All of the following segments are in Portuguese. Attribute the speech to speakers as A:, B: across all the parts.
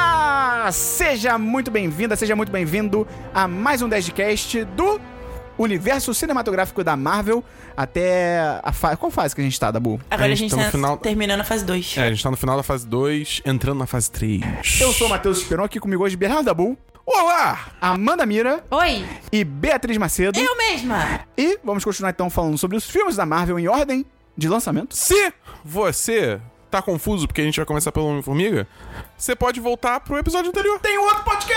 A: galera, seja muito bem-vinda, seja muito bem-vindo a mais um 10 de cast do universo cinematográfico da Marvel até a fase. Qual fase que a gente tá, Dabu?
B: Agora a
C: gente
B: gente
C: tá no
B: tá
C: final-
B: terminando a fase 2.
C: É, a gente tá no final da fase 2, entrando na fase 3.
A: Eu sou o Matheus Esperon, aqui comigo hoje Bernardo Dabu,
C: Olá!
A: Amanda Mira
B: Oi!
A: e Beatriz Macedo.
B: Eu mesma!
A: E vamos continuar então falando sobre os filmes da Marvel em ordem de lançamento.
C: Se você tá confuso porque a gente vai começar pelo Homem-Formiga, você pode voltar pro episódio anterior.
A: Tem um outro podcast!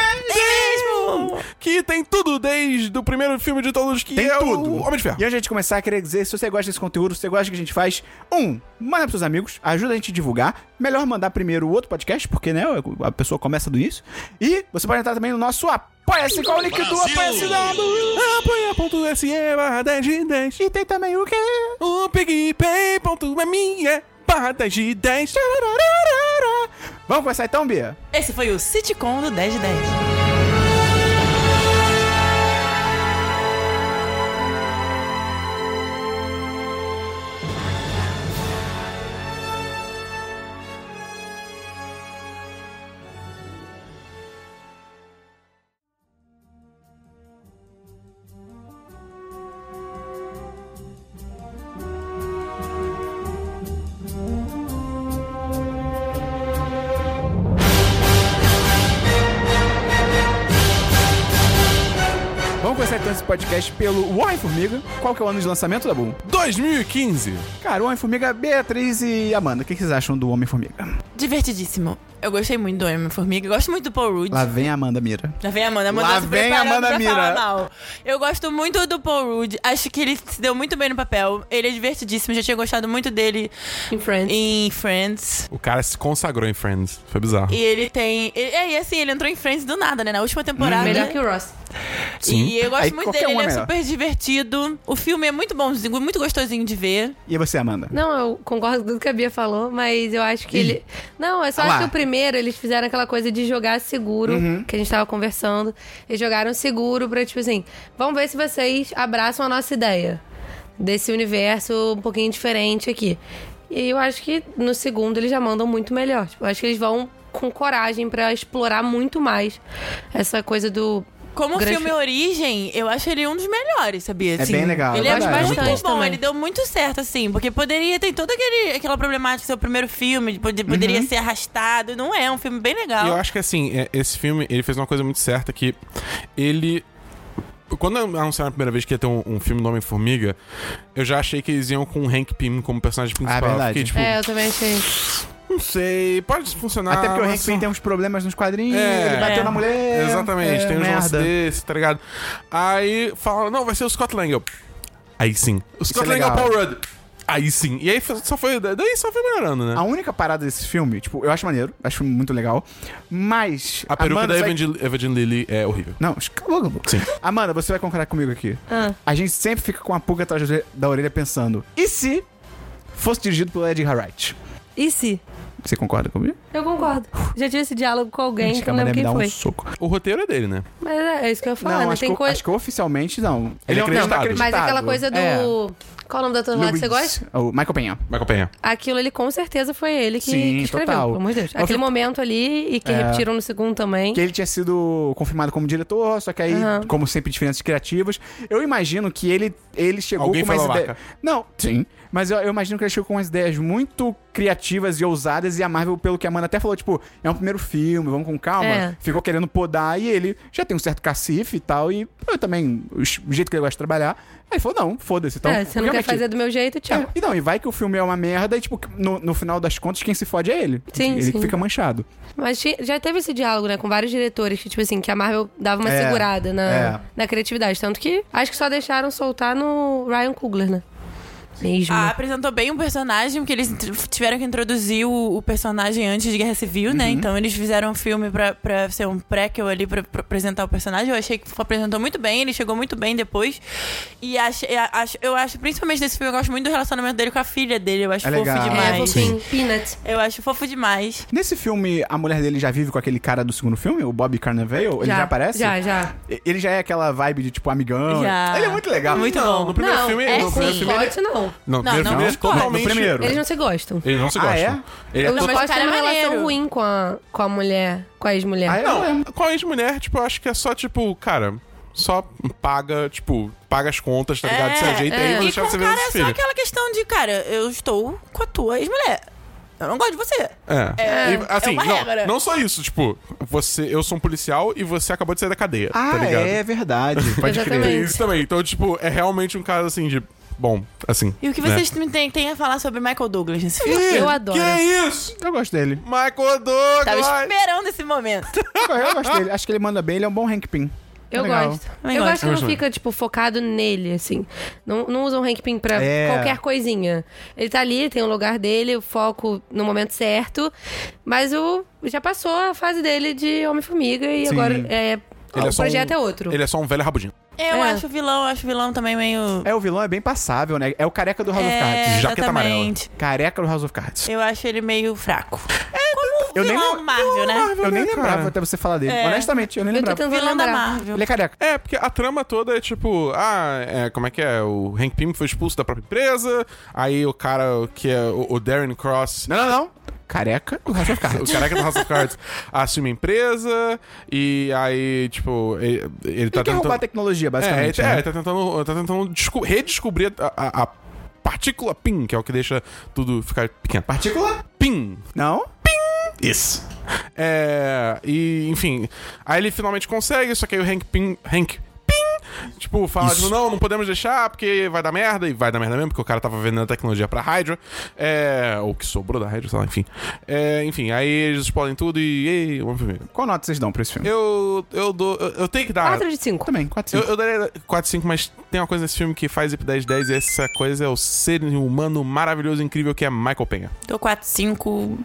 C: Que tem tudo desde o primeiro filme de todos que
A: Tem
C: é
A: tudo.
C: o Homem de Ferro.
A: E antes de a gente começar, queria dizer, se você gosta desse conteúdo, se você gosta do que a gente faz, um, manda pros seus amigos, ajuda a gente a divulgar. Melhor mandar primeiro o outro podcast, porque, né, a pessoa começa do início. E você pode entrar também no nosso Apoia-se, qual o link do Apoia-se da...
C: Apoia.se barra 10 de 10
A: E tem também o quê?
C: O pigpay.me é barra 10 de 10
A: Vamos começar então, Bia?
B: Esse foi o sitcom do 10 de 10.
A: Vamos começar então esse podcast pelo Homem-Formiga. Qual que é o ano de lançamento, da Boom?
C: 2015
A: Cara, o Homem-Formiga, Beatriz e Amanda, o que que vocês acham do Homem-Formiga?
B: Divertidíssimo. Eu gostei muito do Homem-Formiga. Eu Gosto muito do Paul Rudd.
A: Lá vem a Amanda Mira.
B: Já vem a Amanda. Amanda
A: Lá
B: se
A: vem a
B: preparando
A: Amanda
B: pra
A: Mira.
B: falar mal. Eu gosto muito do Paul Rudd. Acho que ele se deu muito bem no papel. Ele é divertidíssimo. Já tinha gostado muito dele
D: Em Friends.
B: em Friends.
C: O cara se consagrou em Friends. Foi bizarro.
B: E ele tem... ele- é, e assim, ele entrou em Friends do nada, né? Na última temporada.
D: Melhor que o Ross.
C: Sim.
B: E eu gosto
A: Aí
B: muito
A: qualquer
B: dele,
A: um
B: ele
A: é
B: é
A: melhor.
B: super divertido. O filme é muito bonzinho, muito gostosinho de ver.
A: E você, Amanda?
D: Não, eu concordo com tudo que a Bia falou, mas eu acho que
A: Ih.
D: ele. Não, eu só
A: Ah lá. Uhum.
D: acho que o primeiro eles fizeram aquela coisa de jogar seguro, que a gente tava conversando. Eles jogaram seguro pra, tipo assim, vamos ver se vocês abraçam a nossa ideia desse universo um pouquinho diferente aqui. E eu acho que no segundo eles já mandam muito melhor. Tipo, eu acho que eles vão com coragem pra explorar muito mais essa coisa do.
B: Como
D: Grande
B: filme
D: fi-
B: Origem, eu acho ele um dos melhores, sabia?
A: É
B: Assim,
A: bem legal,
B: Ele
A: é
B: é,
A: verdade.
B: muito
D: Bastante
B: bom,
D: também.
B: ele deu muito certo, assim, porque poderia ter toda aquele, aquela problemática do seu primeiro filme, de
A: Uhum.
B: poder- poderia ser arrastado. Não é, é um filme bem legal.
C: E eu acho que assim, é- esse filme, ele fez uma coisa muito certa que ele. Quando anunciaram a primeira vez que ia ter um, um filme do Homem-Formiga, eu já achei que eles iam com o Hank Pym como personagem principal.
A: Ah, verdade.
C: Fiquei, tipo,
D: É, eu também achei.
C: não sei, pode funcionar.
A: Até porque o Hank
C: mas-
A: Pym tem uns problemas nos quadrinhos,
C: Ah, É.
A: ele bateu
B: É.
A: na mulher.
C: Exatamente,
A: é,
C: tem um negócio
A: merda.
C: desse, tá ligado? Aí falaram, não, vai ser o Scott Lang. Eu, Aí sim. O Scott
A: é
C: Lang é o
A: legal.
C: Paul Rudd. Aí sim. E aí só foi. Daí só foi melhorando, né?
A: A única parada desse filme, tipo, eu acho maneiro, acho muito legal, mas...
C: A peruca
A: Amanda,
C: da
A: você vai-
C: Evangeline Evangeline Lilly é horrível.
A: Não, escala louco.
C: Sim.
A: Amanda, você vai concordar comigo aqui.
D: Ah.
A: A gente sempre fica com a pulga atrás da orelha- da orelha pensando, e se fosse dirigido pelo Edgar Wright?
D: E se?
A: Você concorda comigo?
D: Eu concordo. Já tive esse diálogo com alguém
A: Gente,
D: que eu não
A: Amanda
D: lembro
A: ia me
D: quem
A: dar
D: foi.
A: um soco.
C: O roteiro é dele, né?
D: Mas é, é isso que eu ia falar,
A: não,
D: não,
A: acho,
D: tem
A: que,
D: coisa.
A: acho que oficialmente não.
C: Ele é
A: um- não,
C: acreditado.
D: Mas
A: acreditado.
D: aquela coisa do.
A: É.
D: Qual o nome da turma lá que você
A: Luiz,
D: gosta?
A: O Michael Penha.
C: Michael Penha.
D: Aquilo ali com certeza foi ele que,
A: Sim,
D: que escreveu,
A: total.
D: pelo amor de Deus.
A: Eu
D: Aquele
A: fico-
D: momento ali e que
A: É.
D: repetiram no segundo também.
A: Que ele tinha sido confirmado como diretor, só que aí,
D: Aham.
A: como sempre, diferenças criativas. Eu imagino que ele, ele chegou
C: Alguém
A: com umas
C: falou
A: ideias.
C: vaca.
A: Não, sim. Mas eu, eu imagino que ele chegou com umas ideias muito criativas e ousadas. E a Marvel, pelo que a Amanda até falou, tipo, é um primeiro filme, vamos com calma.
D: É.
A: Ficou querendo podar e ele já tem um certo cacife e tal. E eu também, o j- o jeito que ele gosta de trabalhar. Aí falou, não, foda-se. Então,
D: é, você não quer
A: realmente-
D: fazer do meu jeito, tchau.
A: É, e não, e vai que o filme é uma merda e, tipo, no, no final das contas, quem se fode é ele.
D: Sim,
A: ele que
D: sim.
A: fica manchado.
D: Mas ti- já teve esse diálogo, né, com vários diretores que, tipo assim, que a Marvel dava uma
A: É,
D: segurada na,
A: é.
D: na criatividade. Tanto que acho que só deixaram soltar no Ryan Coogler, né? Mesmo.
B: Ah, apresentou bem um personagem, porque eles int- tiveram que introduzir o, o personagem antes de Guerra Civil,
A: Uhum.
B: né? Então eles fizeram um filme pra, pra ser um prequel ali pra, pra apresentar o personagem. Eu achei que apresentou muito bem, ele chegou muito bem depois. E acho, eu acho, eu acho, principalmente desse filme, eu gosto muito do relacionamento dele com a filha dele. Eu acho
A: É
B: fofo
A: legal.
D: é,
B: demais.
D: fofinho. Peanut.
B: eu acho fofo demais.
A: Nesse filme, a mulher dele já vive com aquele cara do segundo filme, o Bob Carnavale? Ele já aparece?
D: Já, já.
A: E- Ele já é aquela vibe de tipo amigão.
B: Já.
A: Ele é muito legal.
B: Muito bom.
C: No primeiro
D: não,
C: filme,
D: é
C: no primeiro
D: sim.
C: filme ele-
D: Pode não. não.
B: Não,
C: Não, primeiro
B: não,
C: filme é
B: não concordo.
C: totalmente.
A: No primeiro.
D: Eles não se gostam.
C: Eles não se
A: Ah,
C: gostam.
A: é?
C: Ele é
D: Os
C: todo-
B: mas o
D: pais
B: cara
D: têm uma
B: é
D: relação
B: maneiro.
D: ruim com a, com a mulher, com a ex-mulher.
A: Ah, é?
C: Não,
A: Eu lembro.
C: com a ex-mulher, tipo, eu acho que é só, tipo, cara, só paga, tipo, paga as contas, tá ligado? Se ajeita aí, vou
B: E
C: deixar
B: com
C: você
B: o
C: ver
B: cara é
C: esse
B: só
C: filho.
B: aquela questão de, cara, eu estou com a tua ex-mulher. Eu não gosto de você.
C: É.
B: É,
C: E, assim,
B: é uma
C: não,
B: regra.
C: não só isso, tipo, você, eu sou um policial e você acabou de sair da cadeia,
A: Ah,
C: tá ligado?
A: é verdade.
C: Pode crer.
D: Exatamente.
C: Tem isso também. Então, tipo, é realmente um caso assim de. Bom, assim.
B: E o que
C: né?
B: vocês me têm, têm a falar sobre Michael Douglas nesse filme?
D: Eu adoro.
C: Que é isso?
A: eu gosto dele.
C: Michael
B: Tava
C: Douglas!
B: esperando esse momento.
A: Eu gosto dele. Acho que ele manda bem, ele é um bom Hank Pym. É
D: Eu
A: Legal.
D: gosto.
B: Também
D: eu
B: gosto.
D: gosto que não
C: Gosto
D: fica, tipo, focado nele, assim. Não, não usa um Hank Pym pra
A: É.
D: qualquer coisinha. Ele tá ali, tem o lugar dele, o foco no momento certo. Mas o já passou a fase dele de Homem-Formiga e
A: Sim.
D: agora é,
C: Ele é
D: o
C: só
D: projeto
C: um-
D: é outro.
C: Ele é só um velho rabudinho.
B: Eu
D: É.
B: acho o vilão, eu acho o vilão também meio.
A: É, o vilão é bem passável, né? É o careca do House of Cards.
B: É,
C: jaqueta
B: exatamente.
A: Careca do House of Cards.
B: Eu acho ele meio fraco. É, Como um
A: eu nem
B: vilão
A: lem-
B: Marvel, né?
A: Eu nem
C: né, cara?
A: lembrava até você falar dele.
B: É.
A: Honestamente, eu nem
D: Eu tô
A: lembrava.
D: tentando
B: Vilão da
D: lembrar.
B: Marvel.
A: Ele é careca.
C: É, porque a trama toda é tipo, ah, é, como é que é? O Hank Pym foi expulso da própria empresa, aí o cara que é o, o Darren Cross.
A: Não, não, não. Careca do House of Cards.
C: O careca do House of Cards assume a empresa e aí, tipo, ele, ele tá
A: Ele quer roubar a
C: tentando.
A: tecnologia,
C: É,
A: basicamente.
C: ele-
A: né?
C: é, tá tentando, tá tentando desco- redescobrir a, a- a partícula PIN, que é o que deixa tudo ficar pequeno.
A: Partícula?
C: PIN,
A: Não?
C: Isso. É. E, enfim. Aí ele finalmente consegue, só que aí o Hank Pym. Hank Pym! Tipo, fala, tipo, não, não podemos deixar, porque vai dar merda, e vai dar merda mesmo, porque o cara tava vendendo a tecnologia pra Hydra. É. Ou que sobrou da Hydra, sei lá, enfim. É, enfim, aí eles explodem tudo e. Ei, vamos primeiro.
A: Qual nota vocês dão pra esse filme?
C: Eu. Eu dou. Eu, eu tenho que dar.
D: 4 de 5.
A: também, 4
C: Eu, eu daria 4, 5, mas tem uma coisa nesse filme que faz IP 10, 10 e essa coisa é o ser humano maravilhoso e incrível que é Michael Penha.
B: Tô 4, 5.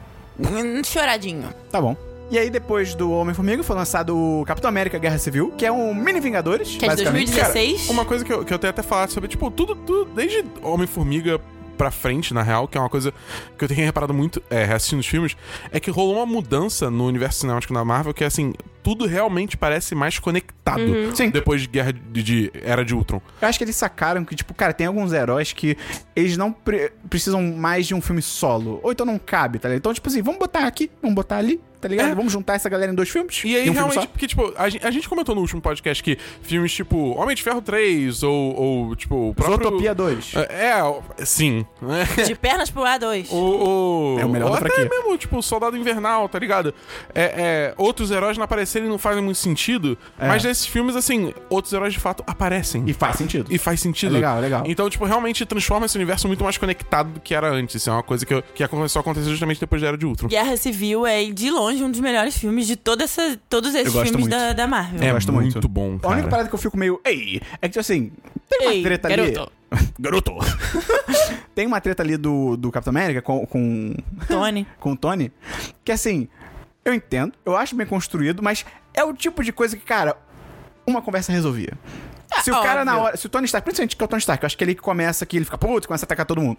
B: Choradinho.
A: Tá bom. E aí, depois do Homem-Formiga, foi lançado o Capitão América Guerra Civil, que é um mini Vingadores,
B: Que é de
A: basicamente.
B: 2016.
C: Uma coisa que eu, que eu tenho até falado sobre, tipo, tudo, tudo desde Homem-Formiga pra frente, na real, que é uma coisa que eu tenho reparado muito é, assistindo os filmes, é que rolou uma mudança no universo cinemático da Marvel, que é assim, tudo realmente parece mais conectado
A: Sim.
C: depois de Guerra de, de Era de Ultron.
A: Eu acho que eles sacaram que, tipo, cara, tem alguns heróis que eles não pre- precisam mais de um filme solo. Ou então não cabe, tá ligado? Então, tipo assim, vamos botar aqui, vamos botar ali, tá ligado?
C: É.
A: Vamos juntar essa galera em dois filmes.
C: E aí,
A: um filme
C: realmente, porque, tipo, a gente, a gente comentou no último podcast que filmes tipo Homem de Ferro 3 ou, ou tipo, o
A: só.
C: próprio...
A: Zootopia 2.
C: É, é, o- sim. né?
B: De pernas pro A2.
C: O, o...
A: É o melhor
C: ou
A: da
C: até
A: franquia.
C: mesmo, tipo, Soldado Invernal, tá ligado? É, é, outros heróis não aparecerem não fazem muito sentido, mas nesses filmes, assim, outros heróis de fato aparecem.
A: É. E faz sentido.
C: E faz sentido.
A: É legal, é legal.
C: Então, tipo, realmente transforma esse universo muito mais conectado do que era antes. Isso é uma coisa que, eu- que começou a acontecer justamente depois da Era de Ultron.
B: Guerra Civil é, de longe, um dos melhores filmes de toda essa, todos esses
A: Eu gosto
B: filmes
A: muito.
B: da, da Marvel.
A: É,
C: É
A: eu gosto muito.
C: muito bom,
A: A
C: cara.
A: única parada que eu fico meio, ei, é que, tipo assim, tem uma
B: Ei,
A: treta
B: garoto.
A: ali. garoto. tem uma treta ali do, do Capitão América com, com,
B: Tony.
A: com o Tony, que assim, eu entendo, eu acho bem construído, mas é o tipo de coisa que, cara, uma conversa resolvia. Se o cara na
B: É, óbvio.
A: hora. Se o Tony Stark, principalmente que é o Tony Stark, eu acho que ele que começa aqui, ele fica puto, começa a atacar todo mundo.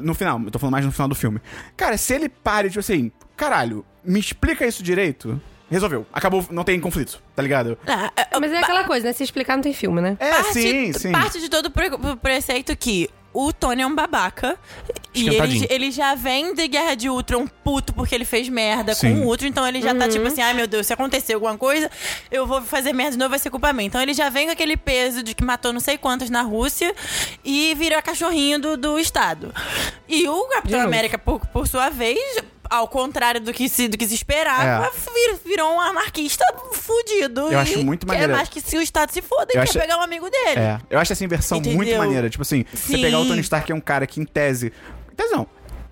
A: No final, eu tô falando mais no final do filme. Cara, se ele pare, tipo assim, caralho, me explica isso direito, resolveu. Acabou, não tem conflito, tá ligado?
B: Ah, ah,
D: Mas é
B: ba-
D: aquela coisa, né? Se explicar não tem filme, né?
A: É,
B: parte,
A: sim, sim.
B: parte de todo o pre- o preceito que o Tony é um babaca. E
C: Esquentadinho.
B: ele, ele já vem de Guerra de Ultron puto porque ele fez merda
A: Sim.
B: com o Ultron. Então ele já tá tipo assim, ai meu Deus, se acontecer alguma coisa, eu vou fazer merda de novo, vai ser culpa minha. Então ele já vem com aquele peso de que matou não sei quantos na Rússia e vira cachorrinho do, do Estado. E o Capitão
A: é
D: De novo.
B: América, por, por sua vez... Ao contrário do que se, do que se esperava,
A: É.
B: vir- virou um anarquista fudido.
A: Eu acho
B: e
A: muito
B: quer
A: maneiro.
B: mais que se o Estado se foda, ele
A: Eu
B: quer
A: acho-
B: pegar um amigo dele.
A: É, eu acho essa inversão muito
B: Entendeu?
A: maneira. Tipo assim, você
B: Sim.
A: pegar o Tony Stark, que é um cara que, em tese. Em tese não.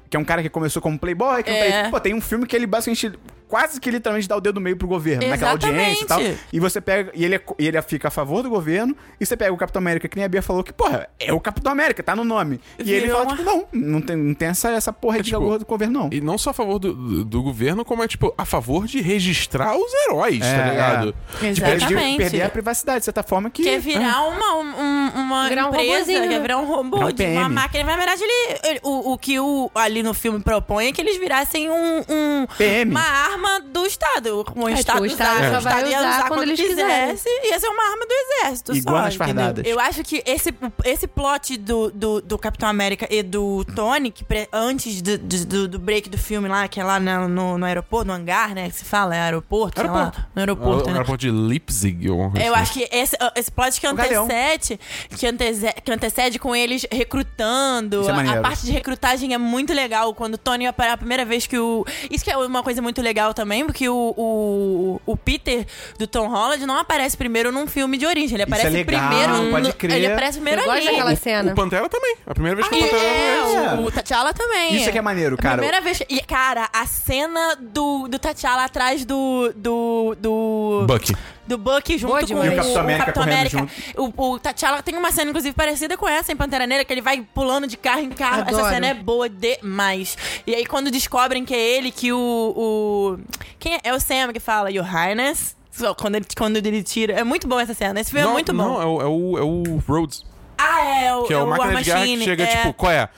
A: Que é um cara que começou como playboy, que não
B: É.
A: tem. Pô, tem um filme que ele basicamente. Quase que literalmente dá o dedo no meio pro governo, né, naquela audiência e tal.
B: Exatamente.
A: E você pega. E ele, é co- e ele fica a favor do governo, e você pega o Capitão América, que nem a Bia falou, que, porra, é o Capitão América, tá no nome. E ele
B: Virou
A: fala,
B: uma-
A: tipo, não, não tem, não tem essa, essa porra de
C: tipo,
A: favor do governo, não.
C: E não só a favor do, do, do governo, como é, tipo, a favor de registrar os heróis,
A: É,
C: tá ligado?
A: é.
C: Tipo, eles-
B: Exatamente.
A: Perder, perder a privacidade, de certa forma, que.
B: Quer virar uma, um- uma
D: Ah. Virar um
B: empresa,
D: robozinho, né?
B: quer virar um robô,
A: Virar um
B: de uma
A: PM.
B: máquina. Na verdade, ele, ele- o, o que o, ali no filme propõe é que eles virassem um, um-
A: PM.
B: uma arma do Estado. O
D: É, tipo,
B: Estado
D: o Estado
B: usava,
D: só
B: o Estado
D: vai
B: ia
D: usar
B: usar
D: quando
B: quando
D: eles
B: quisesse. Ia ser uma arma do exército.
A: Iguanas
B: só, entendeu?
A: fardadas.
B: Eu acho que esse, esse plot do, do, do Capitão América e do Tony, que pre- antes do, de- do, do break do filme lá, que é lá na- no, no aeroporto, no hangar, né? Que se fala, é aeroporto, sei lá. No aeroporto,
C: O
B: né?
C: aeroporto de Leipzig. ou alguma coisa
B: Eu
C: assim.
B: acho que esse, esse plot que
A: galeão.
B: antecede, que, anteze, que antecede com eles recrutando.
A: Isso é
B: a- a,
A: maneiro.
B: parte de recrutagem é muito legal. Quando o Tony aparece, a primeira vez que o. Isso que é uma coisa muito legal também, porque o, o, o Peter do Tom Holland não aparece primeiro num filme de origem. Ele aparece
A: é legal,
B: primeiro.
A: pode
B: no-
A: crer.
B: Ele aparece primeiro
D: Eu gosto
B: ali.
D: daquela cena.
C: O Pantera também. A primeira vez que o
B: Ah,
C: Pantera...
B: é,
A: É.
B: o, o T'Challa também.
A: Isso é que é maneiro,
B: A
A: cara.
B: primeira vez. E, cara, a cena do, do T'Challa atrás do. do. do.
C: Bucky.
B: Do Buck junto
D: Boa
B: com o,
D: demais. E o
A: Capitão América
B: Capitão
A: correndo
B: América. O, o T'Challa tem uma cena, inclusive, parecida com essa em Pantera Negra, que ele vai pulando de carro em carro. Essa
D: Adoro.
B: cena é boa demais. E aí, quando descobrem que é ele, que o. o quem é? é o Sam que fala, Your Highness. Só Quando ele, quando ele tira. É muito bom essa cena. Esse filme é
C: Não,
B: muito bom.
C: Não, é o, é o, é o Rhodes.
B: Ah, é. O,
C: Que é, o
B: War
C: Máquina de Guerra que
B: Machine,
C: chega,
B: é.
C: tipo, qual é?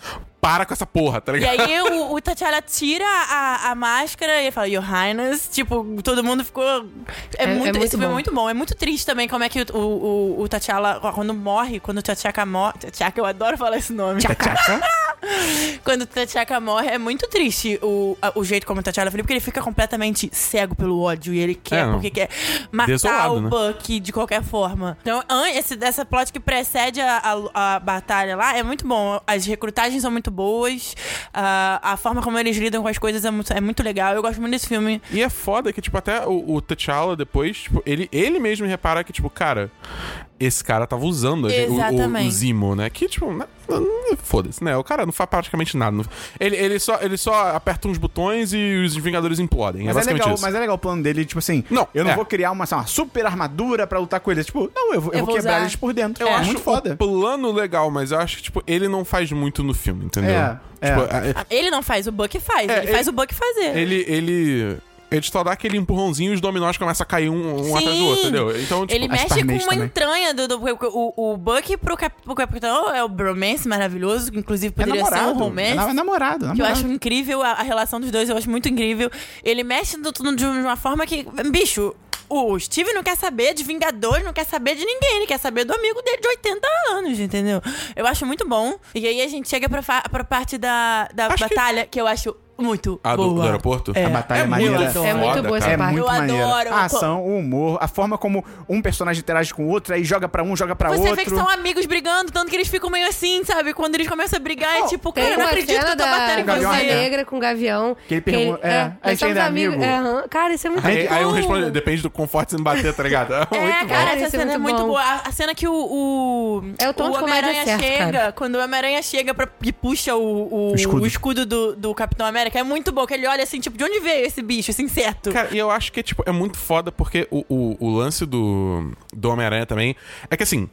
C: Para com essa porra, tá
B: E
C: ligado?
B: aí o, o Tatiana tira a, a máscara e ele fala, Your Highness. Tipo, todo mundo ficou. É,
D: É-
B: muito,
D: é muito
B: esse filme é
D: bom.
B: muito bom. É muito triste também como é que o, o, o, o T'Challa, ó, quando morre, quando o Tatiaca morre. Tatiaca, eu adoro falar esse nome. quando o Tatiaca morre, é muito triste o, a- o jeito como o Tatiana foi, porque ele fica completamente cego pelo ódio e ele quer,
C: É, não.
B: porque quer matar
C: Desolado,
B: Tá o
C: né?
B: Bucky de qualquer forma. Então, an- esse, essa plot que precede a, a- a batalha lá é muito bom. As recrutagens são muito boas, a, a forma como eles lidam com as coisas é muito, é muito legal. Eu gosto muito desse filme.
C: E é foda que, tipo, até o, o T'Challa depois, tipo, ele, ele mesmo repara que, tipo, cara, esse cara tava usando a gente- o- o, o,
B: Exatamente.
C: Zimo, né? Que, tipo, né, foda-se, né? O cara não faz praticamente nada. Não- Ele, ele, só, ele só aperta uns botões e os Vingadores implodem. é
A: Mas é,
C: basicamente
A: legal,
C: isso.
A: mas é legal o plano dele, tipo assim,
C: Não,
A: eu não
C: é.
A: vou criar uma, assim, uma super armadura pra lutar com eles. Tipo, não, eu vou, eu
B: Eu
A: vou
B: vou
A: quebrar
B: usar.
A: eles por dentro.
C: Eu
A: é
C: acho
A: muito foda.
C: o plano legal, mas eu acho que, tipo, ele não faz muito no filme, entendeu?
A: É,
C: Tipo, a-
B: Ele não faz, o Buck faz.
C: É,
B: ele,
C: ele-
B: faz o Buck fazer.
C: Ele, ele. Ele só dá aquele empurrãozinho e os dominós começam a cair um, um
B: Sim.
C: atrás do outro, entendeu? Então, tipo,
B: Ele
A: é um as
B: mexe com
A: Parmês
B: uma
A: também.
B: entranha do, do, o, o Buck pro, cap, pro Capitão é o bromance maravilhoso, que inclusive
A: É
B: poderia ser um
A: namorado. É
B: romance.
A: na- é namorado.
B: Que eu
A: namorado.
B: acho incrível, a, a relação dos dois eu acho muito incrível. Ele mexe no, no- de uma forma que. Bicho, o Steve não quer saber de Vingadores, não quer saber de ninguém, ele quer saber do amigo dele de 80 anos, entendeu? Eu acho muito bom. E aí a gente chega pra, fa- pra parte da, da
C: Acho que-
B: batalha que... eu acho muito
C: a do,
B: boa.
C: do aeroporto?
B: É.
A: A batalha é maneira.
C: foda,
D: É muito boa essa
A: É
C: cara.
D: parte.
A: muito
B: Eu
A: maneiro.
B: adoro.
A: A ação, o humor, a forma como um personagem interage com o outro, aí joga pra um, joga pra
C: é
B: Você
A: outro.
B: vê que são amigos brigando, tanto que eles ficam meio assim, sabe? Quando eles começam a brigar, é
A: Não,
B: tipo, cara,
D: Tem
B: eu não
D: uma
B: acredito que eu
D: cena
B: tô
D: da
B: batendo em
A: Gavião
D: Gavião
B: você.
A: Arqueiro.
D: Negra com o Gavião.
A: Que ele pergunta- é, a
D: nós
A: gente ainda é
D: somos amigos.
A: amigo.
D: É, aham. cara, isso é muito
C: Aí,
D: bom.
C: aí um responde, depende do quão forte você me bater, tá ligado? É,
B: É,
C: muito bom.
B: cara,
D: bom.
B: essa
D: Isso é
B: cena é
D: muito
B: muito
D: bom.
B: boa. A, a cena que o. o
D: É o tom de comédia
B: Homem-Aranha
D: certo,
B: chega.
D: cara.
B: Quando o Homem-Aranha chega pra, e puxa o, o-
A: O escudo.
B: o escudo do, do Capitão América, é muito bom. Que ele olha assim, tipo, de onde veio esse bicho, esse inseto?
C: Cara, e eu acho que, tipo, é muito foda porque o, o, o lance do, do Homem-Aranha também é que, assim,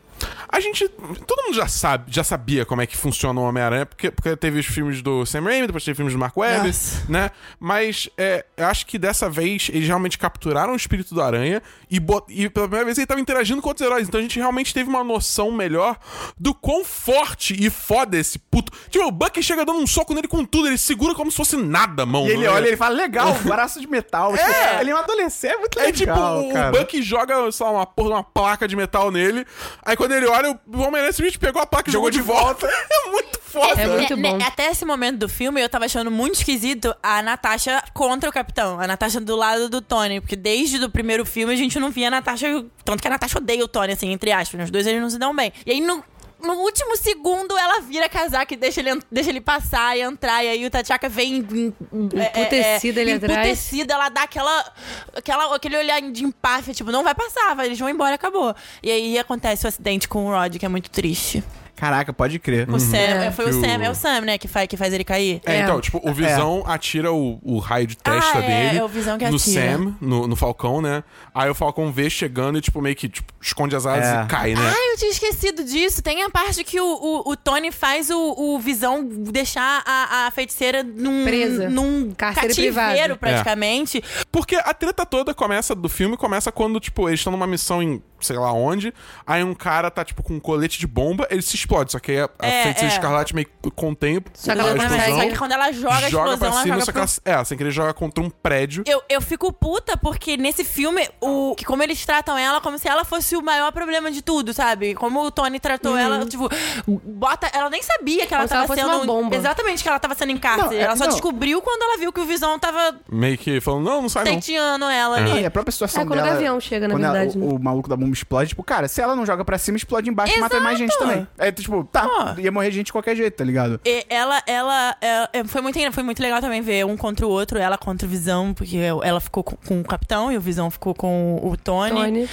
C: a gente... Todo mundo já sabe, já sabia como é que funciona o Homem-Aranha porque, porque teve os filmes do Sam Raimi, depois teve filmes do Mark Webb,
B: Nossa.
C: né? Mas é, eu acho que dessa vez eles realmente capturaram o espírito do Aranha e, bot- e pela primeira vez ele tava interagindo com outros heróis. Então a gente realmente teve uma noção melhor do quão forte e foda esse puto... Tipo, o Bucky chega dando um soco nele com tudo, ele segura como se fosse nada a mão.
A: E ele
C: né?
A: olha e ele fala, legal, um braço de metal. Tipo,
C: É.
A: Ele é um adolescente, é muito
C: É
A: legal,
C: tipo, o-
A: cara.
C: o Buck joga, sei lá, uma porra de uma placa de metal nele. Aí quando ele olha, o Homem-Aranha simplesmente pegou a placa e jogou, de volta. é muito foda.
D: É muito
B: Ne- ne-
D: bom.
B: Até esse momento do filme, eu tava achando muito esquisito a Natasha contra o Capitão. A Natasha do lado do Tony. Porque desde o primeiro filme a gente não via a Natasha. Tanto que a Natasha odeia o Tony, assim, entre aspas. né? Os dois eles não se dão bem. E aí no. No último segundo, ela vira casaca e deixa ele, en- deixa ele passar e entrar. E aí o Tatiaka vem. em- em- é-
D: Emputecida ali atrás.
B: emputecida, ela dá aquela, aquela, aquele olhar de empáfia, tipo, não vai passar, vai, eles vão embora, acabou. E aí acontece o acidente com o Rod, que é muito triste.
A: Caraca, pode crer.
B: O Sam, é, foi
C: Uhum. Que
B: o
C: o-
B: Sam, é o Sam, né, que faz, que faz ele cair.
C: É,
D: É.
C: então, tipo, o Visão atira o, o raio de
B: É. Ah,
C: testa
B: é,
C: dele
B: é o Visão que
C: no
B: atira.
C: Sam, no, no Falcão, né? Aí o Falcão vê chegando e, tipo, meio que tipo, esconde as asas
A: É.
C: e cai, né?
B: Ah, eu tinha esquecido disso. Tem a parte que o, o, o Tony faz o, o Visão deixar a, a feiticeira num,
D: Presa.
B: num
D: Cárcere
B: cativeiro,
D: privado.
B: praticamente.
C: É. Porque a treta toda começa do filme, começa quando, tipo, eles estão numa missão em sei lá onde. Aí um cara tá, tipo, com um colete de bomba, ele se explode. Só que aí a, a
B: É,
C: feiticeira
B: é.
C: escarlate meio que contém
D: Só que
B: Ela
C: a
D: não
B: vai-
D: explosão.
B: Só que quando ela joga a explosão,
C: pra cima,
B: ela
C: só
B: joga
C: que
B: pro...
C: ela, É, sem querer joga contra um prédio.
B: eu, eu fico puta porque nesse filme, o, que como eles tratam ela como se ela fosse o maior problema de tudo, sabe? Como o Tony tratou ela, tipo, bota. Ela nem sabia que ela
D: Uhum. Como se
B: tava
D: ela fosse
B: sendo.
D: uma bomba.
B: Exatamente, que ela tava sendo em cárcere.
A: Não, é-
B: ela só
A: não.
B: descobriu quando ela viu que o Visão tava
C: Meio que falando, não, não sai não.
B: tateando ela
A: Ah, Não, Ah.
B: ali.
A: e a própria situação
D: É, quando o
A: dela...
D: Gavião chega, na
A: quando ela-
B: né?
D: verdade,
A: o, o maluco da bomba explode, tipo, cara, se ela não joga pra cima, explode embaixo e mata mais gente
B: Exato.
A: também. É, tipo, tá,
B: Ó.
A: ia morrer gente de qualquer jeito, tá ligado?
B: E ela, ela, ela- é, foi, muito, foi muito legal também ver um contra o outro, ela contra o Visão, porque eu- ela ficou com, com o Capitão e o Visão ficou com o Tony.
D: Tony.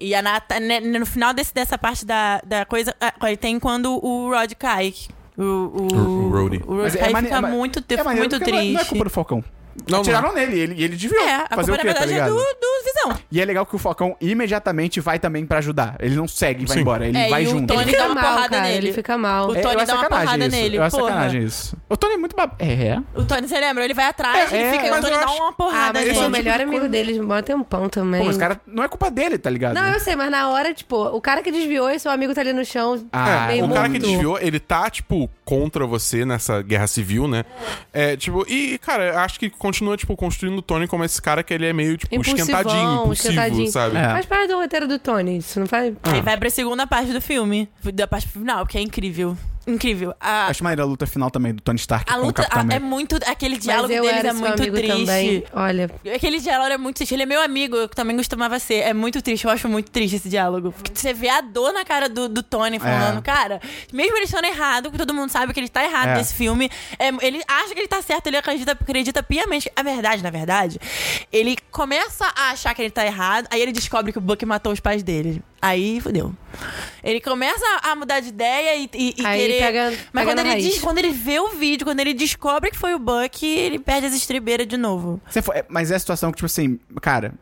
B: E a Nata, né, no final desse- dessa parte da, da coisa, ah, tem quando o Rod cai. O, o,
C: O- o Rhodey.
B: o Rod
A: Mas
B: cai
A: mane-
B: fica
A: ma-
B: muito, te-
A: é maneiro
B: muito
A: porque não é-
B: triste.
A: Não é culpa do Falcão.
C: Não,
A: Atiraram nele e ele, e ele desviou.
B: É, a
A: Fazer
B: culpa,
A: o
B: na
A: quê, tá
B: verdade, é
A: ligado?
B: do, do Visão.
A: E é legal que o Falcão imediatamente vai também pra ajudar. Ele não segue, e vai
C: Sim.
A: embora. Ele
B: É,
A: vai
B: e o
A: junto.
B: Tony
A: Ele-
B: dá
D: Fica
B: uma
D: mal,
B: porrada
D: cara.
B: nele.
D: Ele fica mal.
B: O Tony
A: eu acho
B: dá uma
A: sacanagem
B: porrada
A: isso,
B: nele,
A: Eu acho
B: porra.
A: sacanagem isso. O Tony é muito bab... É.
B: O Tony, você lembra? Ele vai atrás,
A: É,
B: ele fica,
A: mas
B: o Tony
C: eu
B: dá
C: acho-
B: uma
D: Ah,
B: porrada
D: mas
B: nele.
D: foi o
C: tipo de
D: melhor amigo deles um bom tempão também.
A: Pô, mas o cara não é culpa dele, tá ligado?
D: Não, eu sei, mas na hora, tipo, o cara que desviou e seu amigo tá ali no chão.
A: Ah,
C: É,
D: meio
C: o cara que
D: morto.
C: desviou, ele tá, tipo, contra você nessa guerra civil, né? É, tipo, e, cara, eu acho que continua, tipo, construindo o Tony como esse cara que ele é meio, tipo,
D: Impulsivão,
C: esquentadinho, impulsivo,
D: esquentadinho.
C: sabe?
A: É.
D: Mas para do roteiro do Tony, isso não faz.
B: Aí vai pra segunda parte do filme, da parte final, que é incrível. Incrível. A,
A: Acho maneiro a luta final também do Tony Stark
B: a
A: com o
B: luta
A: Capitão
B: a- é
A: América.
B: muito. Aquele
D: Mas
B: diálogo
D: eu
B: deles
D: era
B: é
D: seu
B: muito
D: amigo
B: triste.
D: também. Olha,
B: Aquele diálogo é muito triste. Ele é meu amigo, eu também costumava ser. É muito triste, eu acho muito triste esse diálogo. Porque você vê a dor na cara do, do Tony falando,
A: É.
B: cara, mesmo ele estando errado, que todo mundo sabe que ele tá errado
A: É.
B: nesse filme, é, ele acha que ele tá certo, ele acredita, acredita piamente. A verdade, na verdade, ele começa a achar que ele tá errado, aí ele descobre que o Buck matou os pais dele. Aí fudeu. Ele começa a mudar de ideia e, e, e
D: Aí
B: querer.
D: pega-
B: Mas
D: pega
B: quando
D: na
B: ele,
D: raiz.
B: diz- quando ele vê o vídeo, quando ele descobre que foi o Buck, ele perde as estribeiras de novo.
A: Você foi- é, mas é a situação que, tipo assim, cara,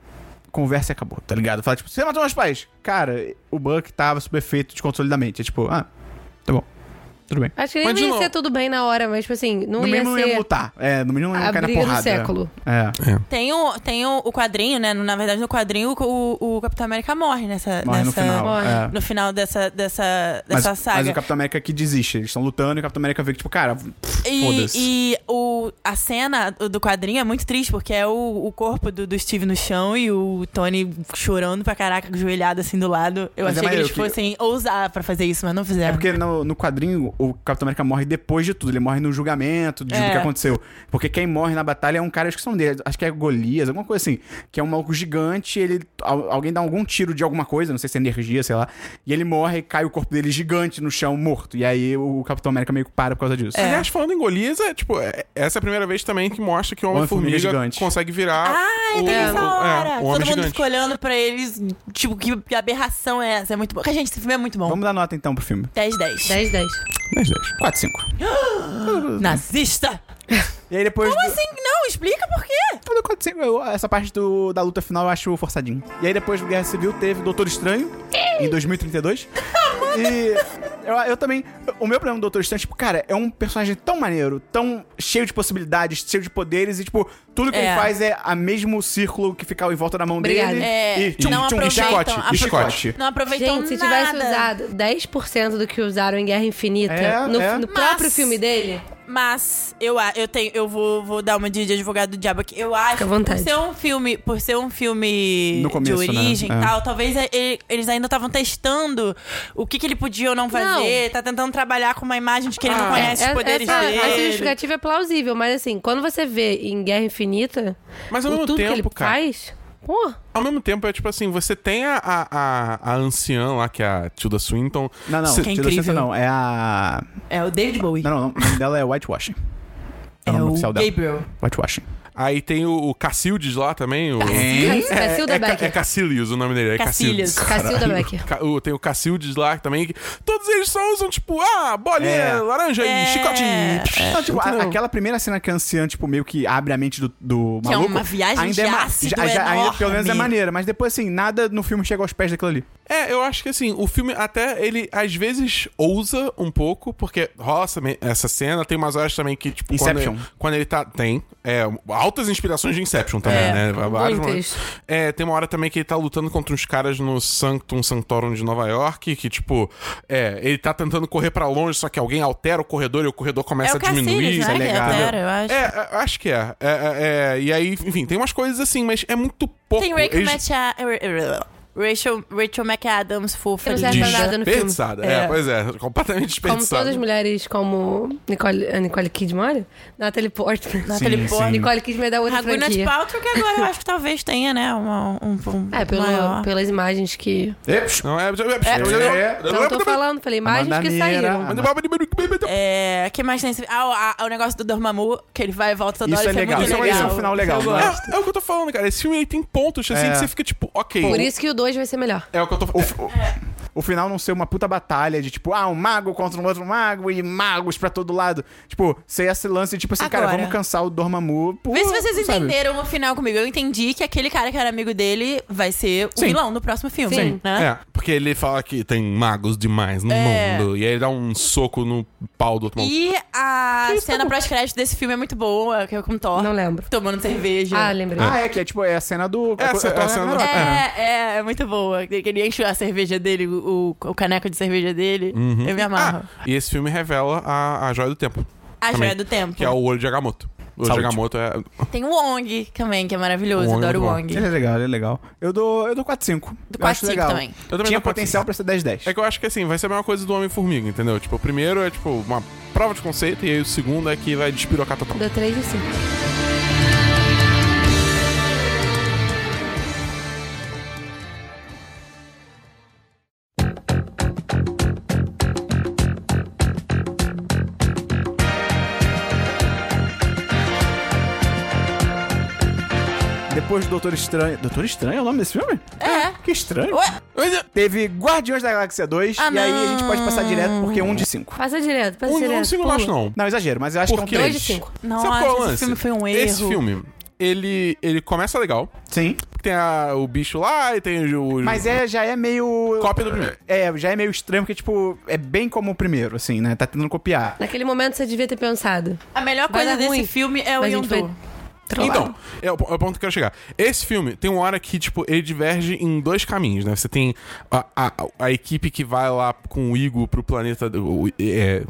A: conversa e acabou, tá ligado? Fala, tipo, você matou meus pais. Cara, o Buck tava sob efeito de controle da mente. É tipo, ah, tá bom. Tudo bem.
D: acho que nem
C: Mas de
D: ia
C: novo-
D: ser tudo bem na hora, mas, tipo assim, não
A: no
D: ia
A: mínimo não ia
D: ser
A: lutar. É, no mínimo não ia
D: a
A: cair na
D: briga
A: porrada.
D: do século.
A: É.
B: Tem o, tem o, o quadrinho, né? Na verdade, no quadrinho, o, o Capitão América morre nessa.
A: Morre no
B: nessa-
A: final.
D: Morre.
A: é.
B: no final dessa, dessa,
A: Mas,
B: dessa saga.
A: mas o Capitão América que desiste. Eles estão lutando e o Capitão América vê que, tipo, cara, pff,
B: E,
A: foda-se.
B: e o, a cena do quadrinho é muito triste, porque é o, o corpo do, do Steve no chão e o Tony chorando pra caraca, ajoelhado assim do lado. Eu
A: Mas é
B: achei que
A: maneiro
B: eles
A: que-
B: fossem ousar pra fazer isso, mas não
A: É
B: fizeram.
A: porque no, no quadrinho o Capitão América morre depois de tudo. Ele morre no julgamento de tudo
B: É.
A: que aconteceu. Porque quem morre na batalha é um cara, acho que são dele, acho que é Golias, alguma coisa assim. Que é um maluco gigante, ele. al- Alguém dá algum tiro de alguma coisa, não sei se é energia, sei lá. E ele morre e cai o corpo dele gigante no chão, morto. E aí o Capitão América meio que para por causa disso.
C: Aliás, falando em Golias, é, tipo, é- essa é a primeira vez também que mostra que o
A: Homem-Formiga
C: Homem-Formiga
A: gigante.
C: consegue virar
B: Ah,
C: o,
B: tem essa
C: o-
B: hora!
C: é, o
B: Todo
C: Homem
B: mundo
C: Gigante.
B: fica olhando pra eles, tipo, que, que aberração é essa? É muito bom. Porque, gente, esse filme é muito bom.
A: Vamos dar nota então pro filme.
B: 10, 10.
D: 10, 10.
C: 10,
A: 4, 5.
B: Nazista!
A: E aí depois.
B: Como
A: do-
B: assim? Não, explica por quê.
A: Eu dou 4, 5. Eu- essa parte do- da luta final eu acho forçadinho. E aí depois do Guerra Civil teve Doutor Estranho, em 2032. e eu, eu também. O meu problema do Doutor Estranho, tipo, cara, é um personagem tão maneiro, tão cheio de possibilidades, cheio de poderes, e, tipo, tudo que
B: É.
A: ele faz é a mesmo círculo que fica em volta da mão
D: Obrigada.
A: dele.
B: É,
A: e tchum,
B: não
A: tchum, e
B: aproveitam,
A: chicote,
B: aproveitam.
A: e chicote.
B: Não aproveitou
D: Gente, se
B: nada.
D: tivesse usado 10% do que usaram em Guerra Infinita
A: É,
D: no,
A: é.
D: no
B: Mas-
D: próprio filme dele,
B: Mas eu, a- eu tenho, eu vou, vou dar uma de, de advogado do diabo aqui. Eu acho
D: Fica à vontade.
B: por ser um filme, por ser um filme
A: No começo,
B: de origem
A: né?
B: e
A: É.
B: tal, talvez ele- eles ainda estavam testando o que, que ele podia ou não fazer. Tá tentando trabalhar com uma imagem de que ele não conhece os poderes
D: é, essa, essa
B: dele.
D: justificativa é plausível, mas assim, quando você vê em Guerra Infinita,
C: Mas ao
D: o
C: mesmo
D: tudo que ele
C: tempo, cara,
D: faz, pô,
C: Ao mesmo tempo, é tipo assim, você tem a, a, a, a anciã lá, que é a Tilda Swinton.
A: Não, não,
C: Cê-
B: Que
A: Tilda
B: é
A: Swinton
B: incrível.
A: não. É a.
B: É o David Bowie.
A: Não, não, não. O nome dela é Whitewashing. É, o
B: é
A: nome
B: o
A: oficial dela.
B: Gabriel.
A: Whitewashing.
C: Aí tem o, o Cacildes lá também. O,
D: Cacilda
C: é, Ca- é
D: Becker.
C: Cacilius o nome dele, é
B: Cacilhas.
C: Cacildes.
D: Cacilda Becker.
C: Ca- o- Tem o Cacildes lá também. que- todos eles só usam, tipo, ah, bolinha,
A: É.
C: laranja
B: É.
C: e chicote. É.
A: Não, tipo, a-
B: Então-
C: Entendeu?
A: aquela primeira cena que a anciã, tipo, meio que abre a mente do, do
B: Que é
A: maluco.
B: uma viagem de
A: ma-
B: ácido
A: ainda, Pelo menos é
B: enorme.
A: maneira, mas depois, assim, nada no filme chega aos pés daquilo ali.
C: É, eu acho que assim, o filme até ele às vezes ousa um pouco, porque roça me- essa cena, tem umas horas também que, tipo, quando
A: Inception.
C: ele, quando ele tá. Tem. É, a altas inspirações de Inception também,
B: É,
C: né? Vários
D: muitas.
C: momentos. É, tem uma hora também que ele tá lutando contra uns caras no Sanctum Sanctorum de Nova York, que, tipo, é, ele tá tentando correr pra longe, só que alguém altera o corredor e o corredor
B: É
C: começa
B: o
C: a diminuir.
B: Cacilhas, né,
C: tá
B: que
C: ligado?
B: altera, eu acho.
C: É, eu acho que é. É, é, é. E aí, enfim, tem umas coisas assim, mas é muito pouco.
B: Tem Rachel,
C: Eles-
B: Macha- Rachel, Rachel McAdams, fofa.
D: Eu não sei
B: linda.
D: pra nada no filme.
C: Desperdiçada. É,
B: É.
C: pois é, completamente
D: Como
C: desperdiçada.
D: todas as mulheres, como Nicole, a Nicole Kidman, olha, Natalie Portman.
B: Natalie
C: Sim,
B: Portman.
C: sim.
D: Nicole Kidman é da outra
B: A Gwyneth
D: franquia.
B: Paltrow, que agora eu acho que talvez tenha, né, uma, um, um
D: É, pelo-
B: maior.
D: pelas imagens que...
C: Não é.
A: É.
D: Não, tô falando, falei, imagens que
A: Maneira.
D: saíram.
B: É, que mais tem esse... Ah, o- ah, o negócio do Dormammu, que ele vai e volta toda
A: Isso é
B: hora,
A: legal.
B: muito
C: Isso é-
B: legal.
C: isso é um
A: final legal,
B: Eu
A: não é?
B: gosto.
C: É, é o que eu tô falando, cara. Esse filme aí tem pontos assim
A: É.
C: que você fica tipo, ok.
D: Por isso que o 2 vai ser melhor.
C: É o que eu tô
A: O,
C: falando.
A: f- o final não ser uma puta batalha de tipo, ah, um mago contra um outro mago e magos pra todo lado. Tipo, ser esse lance de tipo assim, cara,
B: Agora.
A: vamos cansar o Dormammu. Por,
B: Vê se vocês
A: sabe?
B: entenderam o final comigo. Eu entendi que aquele cara que era amigo dele vai ser o
A: Sim.
B: vilão do próximo filme,
D: Sim.
B: né?
C: É, porque ele fala que tem magos demais no
B: É.
C: mundo. E aí ele dá um soco no pau do outro maluco.
B: E a cena pós-crédito desse filme é muito boa, que é com o Thor.
D: Não lembro.
B: Tomando cerveja.
D: Ah, lembrei.
A: Ah, é que é tipo, é a cena do.
C: É a ce- é a cena do-
A: Ragnarok.
B: É, é, é muito boa. Que Ele enche a cerveja dele, o, o caneco de cerveja dele. Eu me amarro.
C: Ah, e esse filme revela a, a joia do tempo.
B: a
C: Ah, também,
B: Joia do Tempo.
C: Que é o olho de Agamotto. O olho de
A: Saúde.
C: Agamotto é.
B: Tem o Wong também, que é maravilhoso.
C: O Wong é
B: Adoro o
C: muito bom.
B: Wong.
A: Ele é legal, ele é legal. Eu dou, eu dou 4-5.
B: Do
A: Eu acho
B: 4-5
A: legal.
B: também.
C: Eu também
A: Tinha
C: dou 4-5.
A: potencial pra ser 10-10.
C: É que eu acho que assim, vai ser a mesma coisa do Homem-Formiga, entendeu? Tipo, o primeiro é tipo uma prova de conceito, e aí o segundo é que vai despirocar total.
D: Ah, Deu 3 e 5.
A: Depois do Doutor Estranho. Doutor Estranho é o nome desse filme?
B: É.
A: Que estranho.
B: Ué?
C: é,
A: Teve Guardiões da Galáxia 2,
B: Ah,
A: e aí a gente
B: não.
A: pode passar direto porque é um de 5.
D: Passa direto, passa
C: Um,
D: direto.
C: um segundo, eu
D: pula.
C: acho não.
A: Não, exagero, mas eu acho
C: Porque
A: que é um
D: Dois de
A: 3.
D: cinco.
B: Não,
C: Sabe qual é o
B: acho que
C: lance?
B: esse filme foi um erro.
C: Esse filme, ele, ele começa legal.
A: Sim.
C: Tem a- o bicho lá e tem o. o-
A: Mas é, já é meio.
C: Cópia do primeiro.
A: É, já é meio estranho, porque, tipo, é bem como o primeiro, assim, né? Tá tentando copiar.
D: Naquele momento você devia ter pensado.
B: A melhor
D: Vai
B: coisa
D: dar
B: desse
D: ruim.
B: filme é o
D: Mas a gente
B: Yondu.
C: Então, é o, é o ponto que eu quero chegar. Esse filme tem uma hora que, tipo, ele diverge em dois caminhos, né? Você tem a, a, a equipe que vai lá com o Igor pro planeta. do- o- é,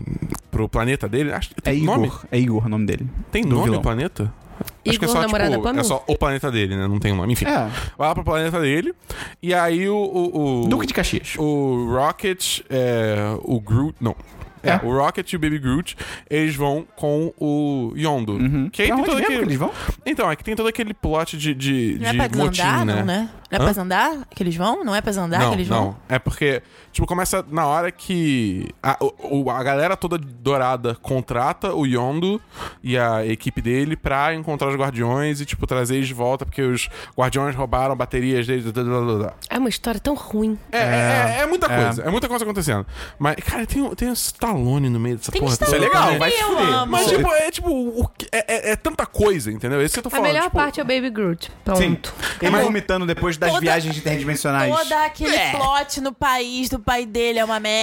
C: pro planeta dele. Acho, que
A: É
C: tem
A: Igor.
C: nome?
A: É Igor o nome dele.
C: Tem
A: Do
C: nome
A: vilão.
C: o planeta? Acho que é
D: Igor,
C: só,
D: namorada
C: tipo,
D: Pamela?
C: é só o planeta dele, né? Não tem um nome. Enfim.
A: É.
C: Vai lá pro planeta dele. E aí o. o, o
A: Duque de Caxias.
C: O Rocket, é, o Groot. Não. É,
A: É.
C: o Rocket e o Baby Groot, eles vão com o Yondo. Que aí
A: Uhum. Pra
C: tem
A: onde
C: todo
A: É um mesmo que
C: aquele...
A: eles vão?
C: Então, é que tem todo aquele plot de, de,
B: Não é
C: de
B: pra
C: motim,
B: desandar,
C: né?
B: não, né? Não é pra
C: Hã?
B: desandar que eles vão? Não é pra desandar
C: Não,
B: que eles vão?
C: não. É porque, tipo, começa na hora que a, o- o- a galera toda dourada contrata o Yondo e a equipe dele pra encontrar os guardiões e, tipo, trazer eles de volta porque os guardiões roubaram baterias deles. blá, blá, blá, blá.
D: É uma história tão ruim.
C: É, é, é muita
A: É.
C: coisa. É. muita coisa acontecendo. Mas, cara, tem, um- tem um Stallone no meio dessa
B: Tem
C: porra.
B: Stallone,
C: Isso é legal, vai
B: eu
C: se fuder.
B: amo.
C: Mas, tipo, é tipo. o que- é, é- é tanta coisa, entendeu? Esse que eu tô
D: A
C: falando.
D: melhor
C: tipo,
D: parte é o Baby Groot.
A: Sim.
D: Pronto.
A: Ele
C: Mas-
A: vomitando depois das
B: Toda-
A: viagens interdimensionais.
B: Todo aquele plot no país do pai dele é uma merda.
C: É,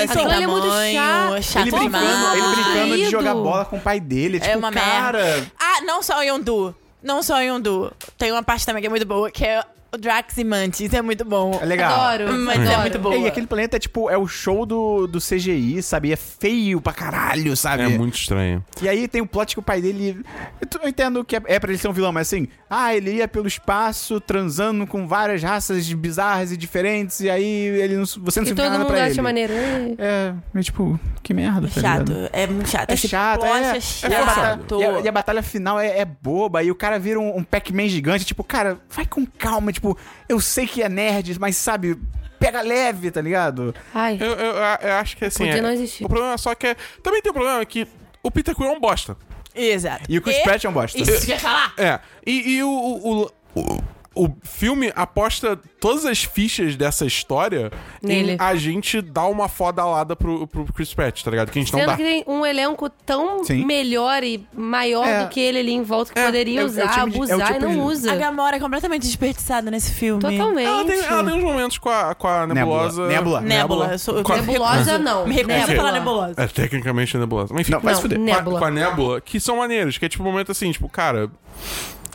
B: É,
C: então-
D: Aquilo ali é muito chato.
B: chato
A: Ele brincando,
B: demais.
A: ele brincando de
D: Querido.
A: jogar bola com o pai dele. Tipo,
B: É uma
A: cara.
B: merda. Ah, não só o Yondu. Não só o Yondu. Tem uma parte também que é muito boa, que é o Drax e Mantis. É muito bom.
A: É legal.
D: Adoro.
B: Mas é
D: adoro.
B: muito boa.
A: E aquele planeta é tipo, é o show do, do CGI, sabe? É feio pra caralho, sabe?
C: É muito estranho.
A: E aí tem o plot que o pai dele. Eu tô- Eu entendo que é, é pra ele ser um vilão, mas assim. Ah, ele ia pelo espaço transando com várias raças bizarras e diferentes, e aí ele não, você não
D: E
A: significa
D: todo
A: nada
D: mundo
A: pra ele.
D: acha maneiro.
A: É, mas tipo, que merda, tá
B: Chato,
A: ligado?
B: é muito chato.
A: É
B: Esse
A: chato,
B: plot
A: é,
B: é
A: E, a
B: chato.
A: batalha, e a- e a batalha final é, é boba, e o cara vira um, um Pac-Man gigante, tipo, cara, vai com calma, tipo, eu sei que é nerd, mas sabe, pega leve, tá ligado?
D: Ai.
C: Eu, eu- eu acho que assim.
D: Podia
C: é-
D: não existir.
C: O problema só que é. Também tem o problema que o Peter Quill é um bosta.
B: Exato.
A: E o Chris Pratt é um bosta.
B: Isso que eu ia falar.
C: É. E, e o, o, o- o- o filme aposta todas as fichas dessa história
D: Nele.
C: em a gente dar uma foda alada pro, pro Chris Pratt, tá ligado? Que a gente não
D: Sendo
C: dá.
D: que tem um elenco tão
A: Sim.
D: melhor e maior
A: É.
D: do que ele ali em volta que
C: É,
A: é
D: poderia
A: o- é o
D: usar,
A: tipo de- é o
D: abusar
A: tipo
D: e não
A: de-
D: usa.
B: A Gamora é completamente desperdiçada nesse filme.
D: Totalmente.
C: Ela tem, ela tem uns momentos com a, com a nebulosa.
A: Nebula.
B: Nébula. Eu sou, eu
C: Com a-
B: me recuso-
D: Nebulosa, não.
B: Me recuso a
D: Nébula.
B: falar nebulosa.
C: É tecnicamente a nebulosa. Mas enfim,
A: Não, vai
D: Não,
A: se fuder.
D: né- Nébula.
C: Com a Nébula, que são maneiros, que é tipo um momento assim, tipo, cara,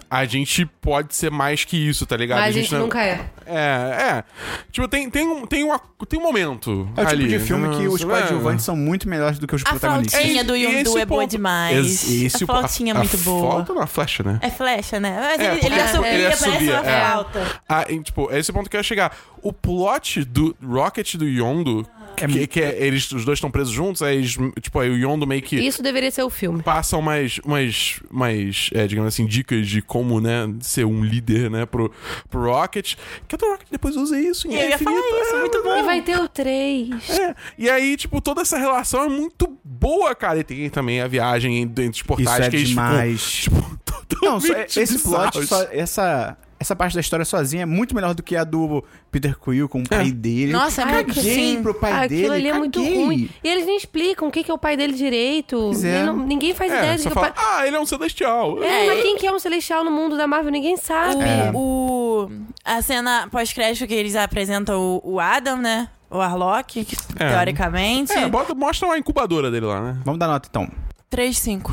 C: a gente pode ser mais que isso, tá ligado?
D: Mas a gente
C: não-
D: nunca é.
C: É, é. Tipo, tem, tem, um, tem, uma, tem um momento.
A: É o tipo
C: ali.
A: de filme que os
C: É.
A: coadjuvantes são muito melhores do que os
B: A
A: protagonistas.
B: flautinha
C: É,
B: do
C: esse
B: Yondu é
C: o
B: boa
C: ponto.
B: demais.
C: Esse-
B: a flautinha
C: a-
B: é muito
C: a
B: boa.
C: Falta na flecha, né?
B: É flecha, né? Mas
C: É,
B: ele, ele
C: porque
B: assovia,
D: ele
B: parece
C: assovia,
B: uma
C: é.
B: flauta.
C: Ah, e, tipo, é esse ponto que eu ia chegar. O plot do Rocket e do Yondo, que, que é, eles, os dois estão presos juntos, aí eles, tipo, aí o Yondo meio que
D: Isso deveria ser o filme.
C: passa umas, umas, umas é, digamos assim, dicas de como, né, ser um líder, né, pro, pro Rocket. Que até o Rocket depois usa isso em
B: Eu ia falar
C: Infinito,
B: isso,
C: é,
B: muito bom.
D: E vai ter o 3.
C: É. E aí, tipo, toda essa relação é muito boa, cara. E tem também a viagem entre os portais
A: Isso é
C: que eles ficam,
A: demais.
C: tipo,
A: Não, só- é-
C: totalmente
A: esse plot,
C: bizarros.
A: só- é- essa, essa parte da história sozinha é muito melhor do que a do Peter Quill com o pai
C: É.
A: dele.
B: Nossa,
A: eu
B: muito
A: caguei
B: sim.
A: pro pai
D: é Aquilo
A: dele.
D: ali é muito
A: caguei.
D: ruim. E eles nem explicam o que que é o pai dele direito.
A: Pois é.
D: Ele não- ninguém faz
C: É,
D: ideia do
C: só
D: que
C: fala,
D: o pai.
C: ah, ele é um celestial.
D: É, mas quem que é um celestial no mundo da Marvel? Ninguém sabe.
A: É.
B: O, o- a cena pós-crédito que eles apresentam o, o Adam, né? O Arlok, que,
C: É.
B: teoricamente.
C: É, bota, mostra a incubadora dele lá, né?
A: Vamos dar nota então.
B: 3,5.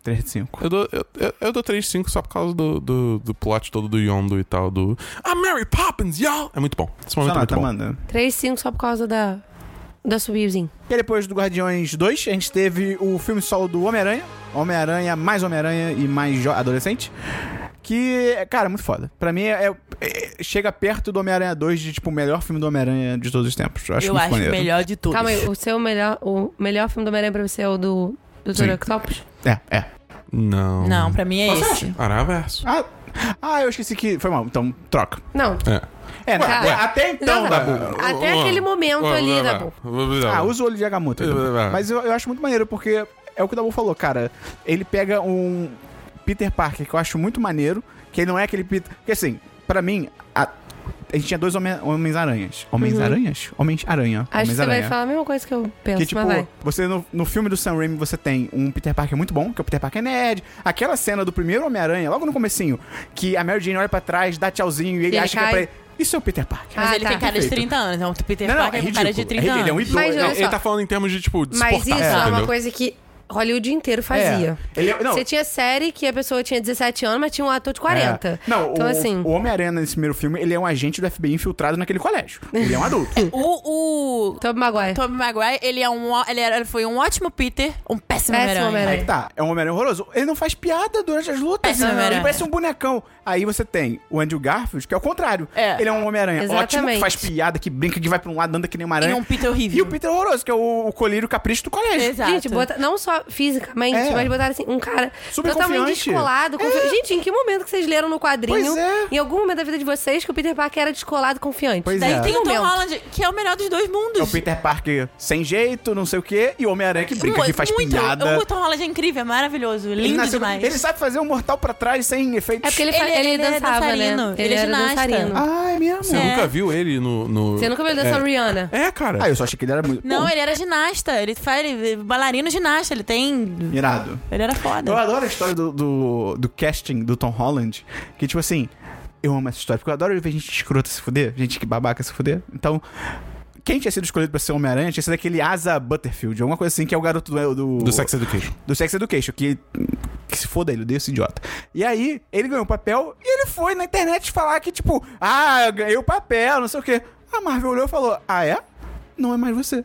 A: 3 de 5.
C: Eu dou, eu, eu- eu dou 3 5 só por causa do, do, do plot todo do Yondo e tal, do... Ah, Mary Poppins, y'all! É muito bom. Esse
A: Só
C: momento é muito
A: nota,
C: bom.
A: manda.
D: 3, 5 só por causa da. Da subiuzinha.
A: E aí, depois do Guardiões 2, a gente teve o filme solo do Homem-Aranha. Homem-Aranha, mais Homem-Aranha e mais jo- adolescente. Que, é, cara, muito foda. Pra mim, é, é- chega perto do Homem-Aranha 2 de, tipo, o melhor filme do Homem-Aranha de todos os tempos. Eu acho
B: eu
A: muito
B: acho o
A: maneiro.
B: melhor de todos.
D: Calma aí, o seu melhor. O melhor filme do Homem-Aranha pra você é o do. Do
A: Sim.
D: Dr. Octopus?
A: É, é.
C: Não.
B: Não, pra mim é esse.
C: Araverso.
A: Ah, ah, eu esqueci que... Foi mal, então troca.
D: Não.
C: É.
A: É, né?
D: Cara,
A: até então,
D: não,
A: Dabu.
D: Até aquele momento
A: oh,
D: ali, Dabu.
A: Ah, usa o olho de Agamotto.
C: Então.
A: então.
C: É.
A: Mas eu, eu acho muito maneiro, porque é o que o Dabu falou, cara. Ele pega um Peter Parker que eu acho muito maneiro, que ele não é aquele Peter. Porque assim, pra mim, a, a gente tinha dois homen- Homens-Aranhas. Homens-Aranhas? Homens-Aranha.
D: Uhum. Acho que você vai
A: Homens-Aranha.
D: falar a mesma coisa que eu penso,
A: Que, tipo,
D: mas vai.
A: você no, no filme do Sam Raimi, você tem um Peter Parker muito bom, que é o Peter Parker nerd. Aquela cena do primeiro Homem-Aranha, logo no comecinho, que a Mary Jane olha pra trás, dá tchauzinho e ele
D: ele
A: acha
D: cai.
A: que é pra ele. Isso é o Peter Parker.
B: Mas
D: Ah,
B: ele
D: tá.
B: tem cara de
A: Perfeito.
B: 30 anos. Então, o Peter
A: Não, não,
B: Parker
A: é
B: com cara de
A: ridículo.
B: 30
A: Ele- ele é um
B: anos.
A: idiota.
D: Mas
C: Não,
D: olha
C: ele
D: só.
C: tá falando em termos de, tipo, de
D: Mas isso
C: suportar,
D: é uma
C: entendeu?
D: coisa que Hollywood inteiro fazia.
A: É. Ele é- não.
D: Você tinha série que a pessoa tinha 17 anos, mas tinha um ator de 40.
A: É. Não,
D: então,
A: o,
D: assim,
A: o Homem-Aranha nesse primeiro filme, ele é um agente do FBI infiltrado naquele colégio. Ele é um adulto.
B: O, o
D: Tobey Maguire.
B: Tobey Maguire, ele, é um, ó- ele era- ele foi um ótimo Peter, um péssimo,
D: Péssimo
B: Homem-Aranha.
D: Homem-Aranha.
A: Aí que tá, é um Homem-Aranha horroroso. Ele não faz piada durante as lutas.
B: Péssimo
A: ele,
B: É, Homem-Aranha.
A: parece um bonecão. Aí você tem o Andrew Garfield, que é o contrário.
B: É.
A: Ele é um Homem-Aranha ótimo, que
D: Exatamente.
A: faz piada, que brinca, que vai pra um lado, anda que nem uma aranha.
B: E um Peter horrível.
A: E o Peter horroroso, que é o, o colírio capricho do colégio.
B: Exato.
D: Gente, bota, não só fisicamente,
A: É.
D: mas botaram assim, um cara
A: Super
D: totalmente
A: confiante.
D: descolado. confi- Gente, em que momento que vocês leram no quadrinho,
A: Pois é.
D: em algum momento da vida de vocês, que o Peter Parker era descolado e confiante? um
A: Pois
B: Daí
A: é.
B: tem um o Tom
D: Momento.
B: Holland, que é o melhor dos dois mundos.
A: É o Peter Parker sem jeito, não sei o quê, e o Homem-Aranha que brinca, que faz
B: muito,
A: piada.
B: O Tom Holland é incrível, é maravilhoso, lindo
A: ele, nasceu-
B: demais.
A: ele sabe fazer um mortal pra trás sem efeitos.
D: É porque ele,
B: Ele-
D: fa- ele
B: ele é
D: dançava,
B: dançarino,
D: né?
B: ele é
D: era
B: ginasta.
D: dançarino.
A: Ah, é mesmo?
C: Você
B: É.
C: nunca viu ele no... no...
D: Você nunca viu ele dançar Rihanna?
C: É, cara.
A: Ah, eu só achei que ele era muito.
B: Não,
A: Pô,
B: ele era ginasta, ele faz ele, bailarino ginasta, ele tem...
A: Irado.
B: Ele era
A: Eu
B: foda.
A: adoro a história do, do, do casting do Tom Holland, que tipo assim, eu amo essa história, porque eu adoro ver gente escrota se fuder, gente que babaca se fuder. Então, quem tinha sido escolhido pra ser Homem-Aranha tinha sido aquele Asa Butterfield, alguma coisa assim, que é o garoto do... Do,
C: Do Sex Education.
A: do Sex Education, que... Que se foda ele, eu odeio esse idiota. E aí, ele ganhou o papel e ele foi na internet falar que, tipo, ah, eu ganhei o papel, não sei o quê. A Marvel olhou e falou, ah, é? Não é mais você.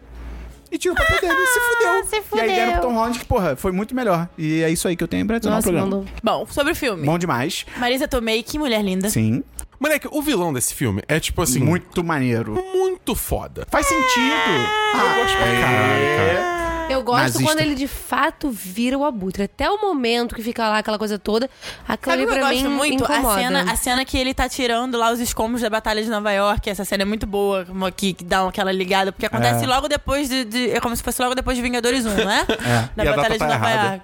A: E tirou o papel dele e se fudeu.
B: Ah, se
A: E aí deram pro
B: fudeu.
A: Tom Holland que, porra, foi muito melhor. E é isso aí que eu tenho pra adicionar no
D: Nossa,
A: programa.
D: mandou.
B: Bom, sobre o filme.
A: Bom demais.
B: Marisa Tomei, que mulher linda.
A: Sim.
C: Moleque, o vilão desse filme é, tipo assim...
A: Muito maneiro.
C: Muito foda.
A: Faz sentido.
B: É.
A: Ah, eu gosto
C: É.
A: pra
C: Caralho, cara.
D: Eu gosto
A: Nazista.
D: quando ele de fato vira o abutre. Até o momento que fica lá aquela coisa toda, aquilo
B: Sabe
D: ali
B: o que eu
D: pra
B: gosto
D: mim
B: muito?
D: incomoda.
B: A cena, a cena que ele tá tirando lá os escombros da Batalha de Nova York. Essa cena é muito boa, como aqui, que dá aquela ligada. Porque acontece
A: É.
B: logo depois de, de- É como se fosse logo depois de Vingadores 1, né?
A: É.
B: Da
C: E a data
B: Batalha de
C: tá
B: Nova
C: errada.
B: York.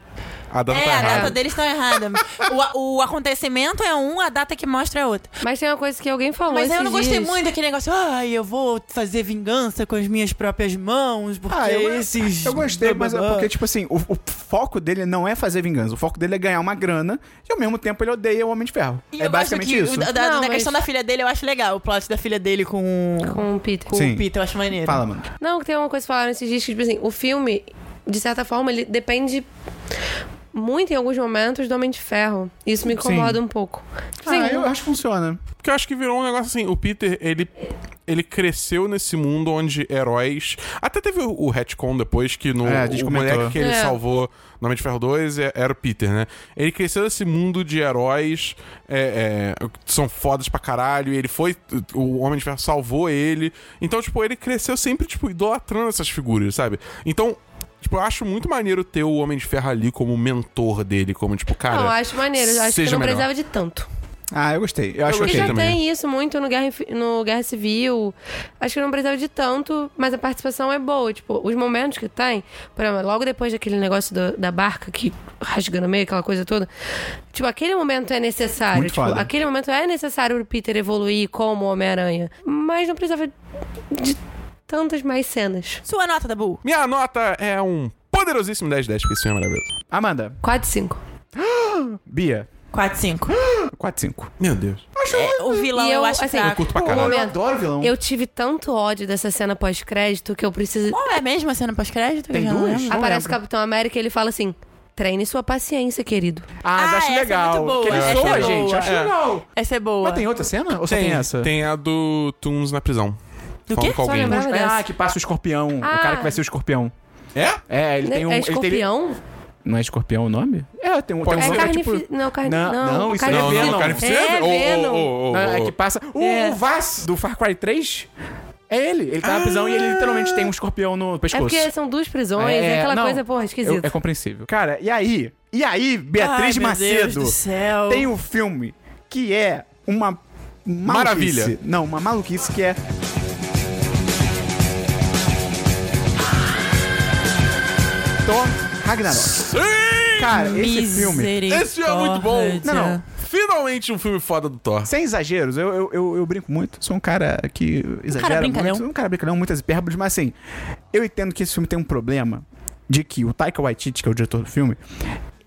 C: A data
B: É,
C: tá
B: a data
C: errada.
B: deles tá errada. O a- O, acontecimento é um, a data que mostra é outra.
D: Mas tem uma coisa que alguém falou
B: Mas eu
D: esses
B: não gostei
D: dias.
B: muito daquele negócio, ai, eu vou fazer vingança com as minhas próprias mãos, porque
A: Ah, eu,
B: é esses.
A: eu gostei, mas é
B: blá, blá, blá."
A: porque, tipo assim, o, o foco dele não é fazer vingança. O foco dele é ganhar uma grana e, ao mesmo tempo, ele odeia o Homem de Ferro.
B: E
A: é
B: eu gosto
A: basicamente
B: que o
A: isso.
B: Da, da-
D: Não,
B: da
D: mas-
B: questão da filha dele, eu acho legal. O plot da filha dele com,
D: Com o Peter.
B: com
A: Sim.
B: o Peter, eu acho maneiro.
A: Fala, mano.
D: Não, que tem uma coisa que falaram esses dias que, tipo assim, o filme, de certa forma, ele depende muito, em alguns momentos, do Homem de Ferro. Isso me incomoda um pouco. Tipo assim,
A: Ah, eu acho que funciona.
C: Porque eu acho que virou um negócio assim. O Peter, ele. Ele cresceu nesse mundo onde heróis. Até teve o, o retcon depois, que no,
A: É, a gente
C: o
A: comentou.
C: moleque que ele
D: É.
C: salvou no Homem de Ferro 2 é- era o Peter, né? Ele cresceu nesse mundo de heróis é, é, que são fodas pra caralho. E ele foi. O Homem de Ferro salvou ele. Então, tipo, ele cresceu sempre, tipo, idolatrando essas figuras, sabe? Então. Tipo, eu acho muito maneiro ter o Homem de Ferro ali como mentor dele, como, tipo, cara.
D: não, eu acho maneiro. eu Acho que
C: seja
D: não
C: melhor.
D: precisava de tanto.
A: Ah, eu gostei. Eu acho
C: Eu
D: Porque
A: ok.
C: gostei
D: já
C: também.
D: tem isso muito no Guerra, Infi- no Guerra Civil. Acho que não precisava de tanto, mas a participação é boa. Tipo, os momentos que tem, por exemplo, logo depois daquele negócio do- da barca que rasga no meio, aquela coisa toda. Tipo, aquele momento é necessário.
A: Muito
D: tipo,
A: foda.
D: aquele momento é necessário pro Peter evoluir como Homem-Aranha. Mas não precisava de tantas mais cenas.
B: Sua nota, Dabu.
C: Minha nota é um poderosíssimo 10-10, porque esse filme é maravilhoso.
A: Amanda,
D: 4, 5.
A: Bia,
B: 4, 5.
A: 4, 5.
C: Meu Deus.
B: O É, vilão
D: E
B: eu,
D: eu,
B: acho
D: assim,
B: fraco.
C: Eu curto pra
A: Pô,
C: caralho.
A: eu adoro vilão.
D: Eu tive tanto ódio dessa cena pós-crédito que eu preciso.
B: Qual é mesmo a cena pós-crédito?
A: Tem
B: Eu já não
A: duas?
B: lembro.
D: Aparece
A: lembro.
D: o Capitão América e ele fala assim: treine sua paciência, querido.
A: Ah, mas
B: Ah,
A: acho
B: essa é
A: legal.
B: muito boa,
A: Porque ele
B: essa é
A: soa,
B: boa.
A: gente. Acho
C: É.
A: legal.
B: Essa é boa.
A: Mas tem outra cena? Ou só tem, essa?
C: Tem a do Toons na prisão.
B: Do
C: Falando
B: quê?
C: com
D: Só
C: alguém.
D: lembrar-
A: Ah, que passa o escorpião. O
D: Ah.
A: cara que vai ser o escorpião.
C: É?
A: É, ele tem um.
D: é
A: ele tem-
D: escorpião?
A: Não é escorpião o nome? É, tem um. tem um
C: Pode
D: É
C: ser.
A: nome,
D: carne.
A: tipo-
D: Não, carne.
A: Não,
D: Não,
A: não, isso
D: carne-
A: não é
C: Não,
A: Venom.
C: não, carnificina?
D: É,
C: Ô, ô,
D: Venom.
C: ô, ô, ô,
A: Ah, é
C: ô.
A: que passa. O,
D: É.
A: o Vaz do Far Cry 3 é ele. Ele tá na prisão e ele literalmente tem um escorpião no
D: Ah! É
A: pescoço.
D: porque são duas prisões, é, aquela
A: não.
D: coisa, porra,
A: Eu-
D: esquisita.
A: é compreensível. Cara, e aí? E aí,
B: Ai,
A: Beatriz
B: meu Deus
A: Macedo
B: do céu.
A: tem um filme que é uma maluquice.
C: Maravilha.
A: Não, uma maluquice que é. Thor Ragnarok.
C: Sim!
A: Cara, esse filme.
C: Esse filme é muito bom.
B: Misericórdia.
A: Não, não.
C: Finalmente um filme foda do Thor.
A: Sem exageros, eu, eu, eu, eu brinco muito, sou um cara que exagera
B: brincalhão.
A: muito. Um cara brincalhão, muitas hipérboles, mas assim, eu entendo que esse filme tem um problema de que o Taika Waititi, que é o diretor do filme,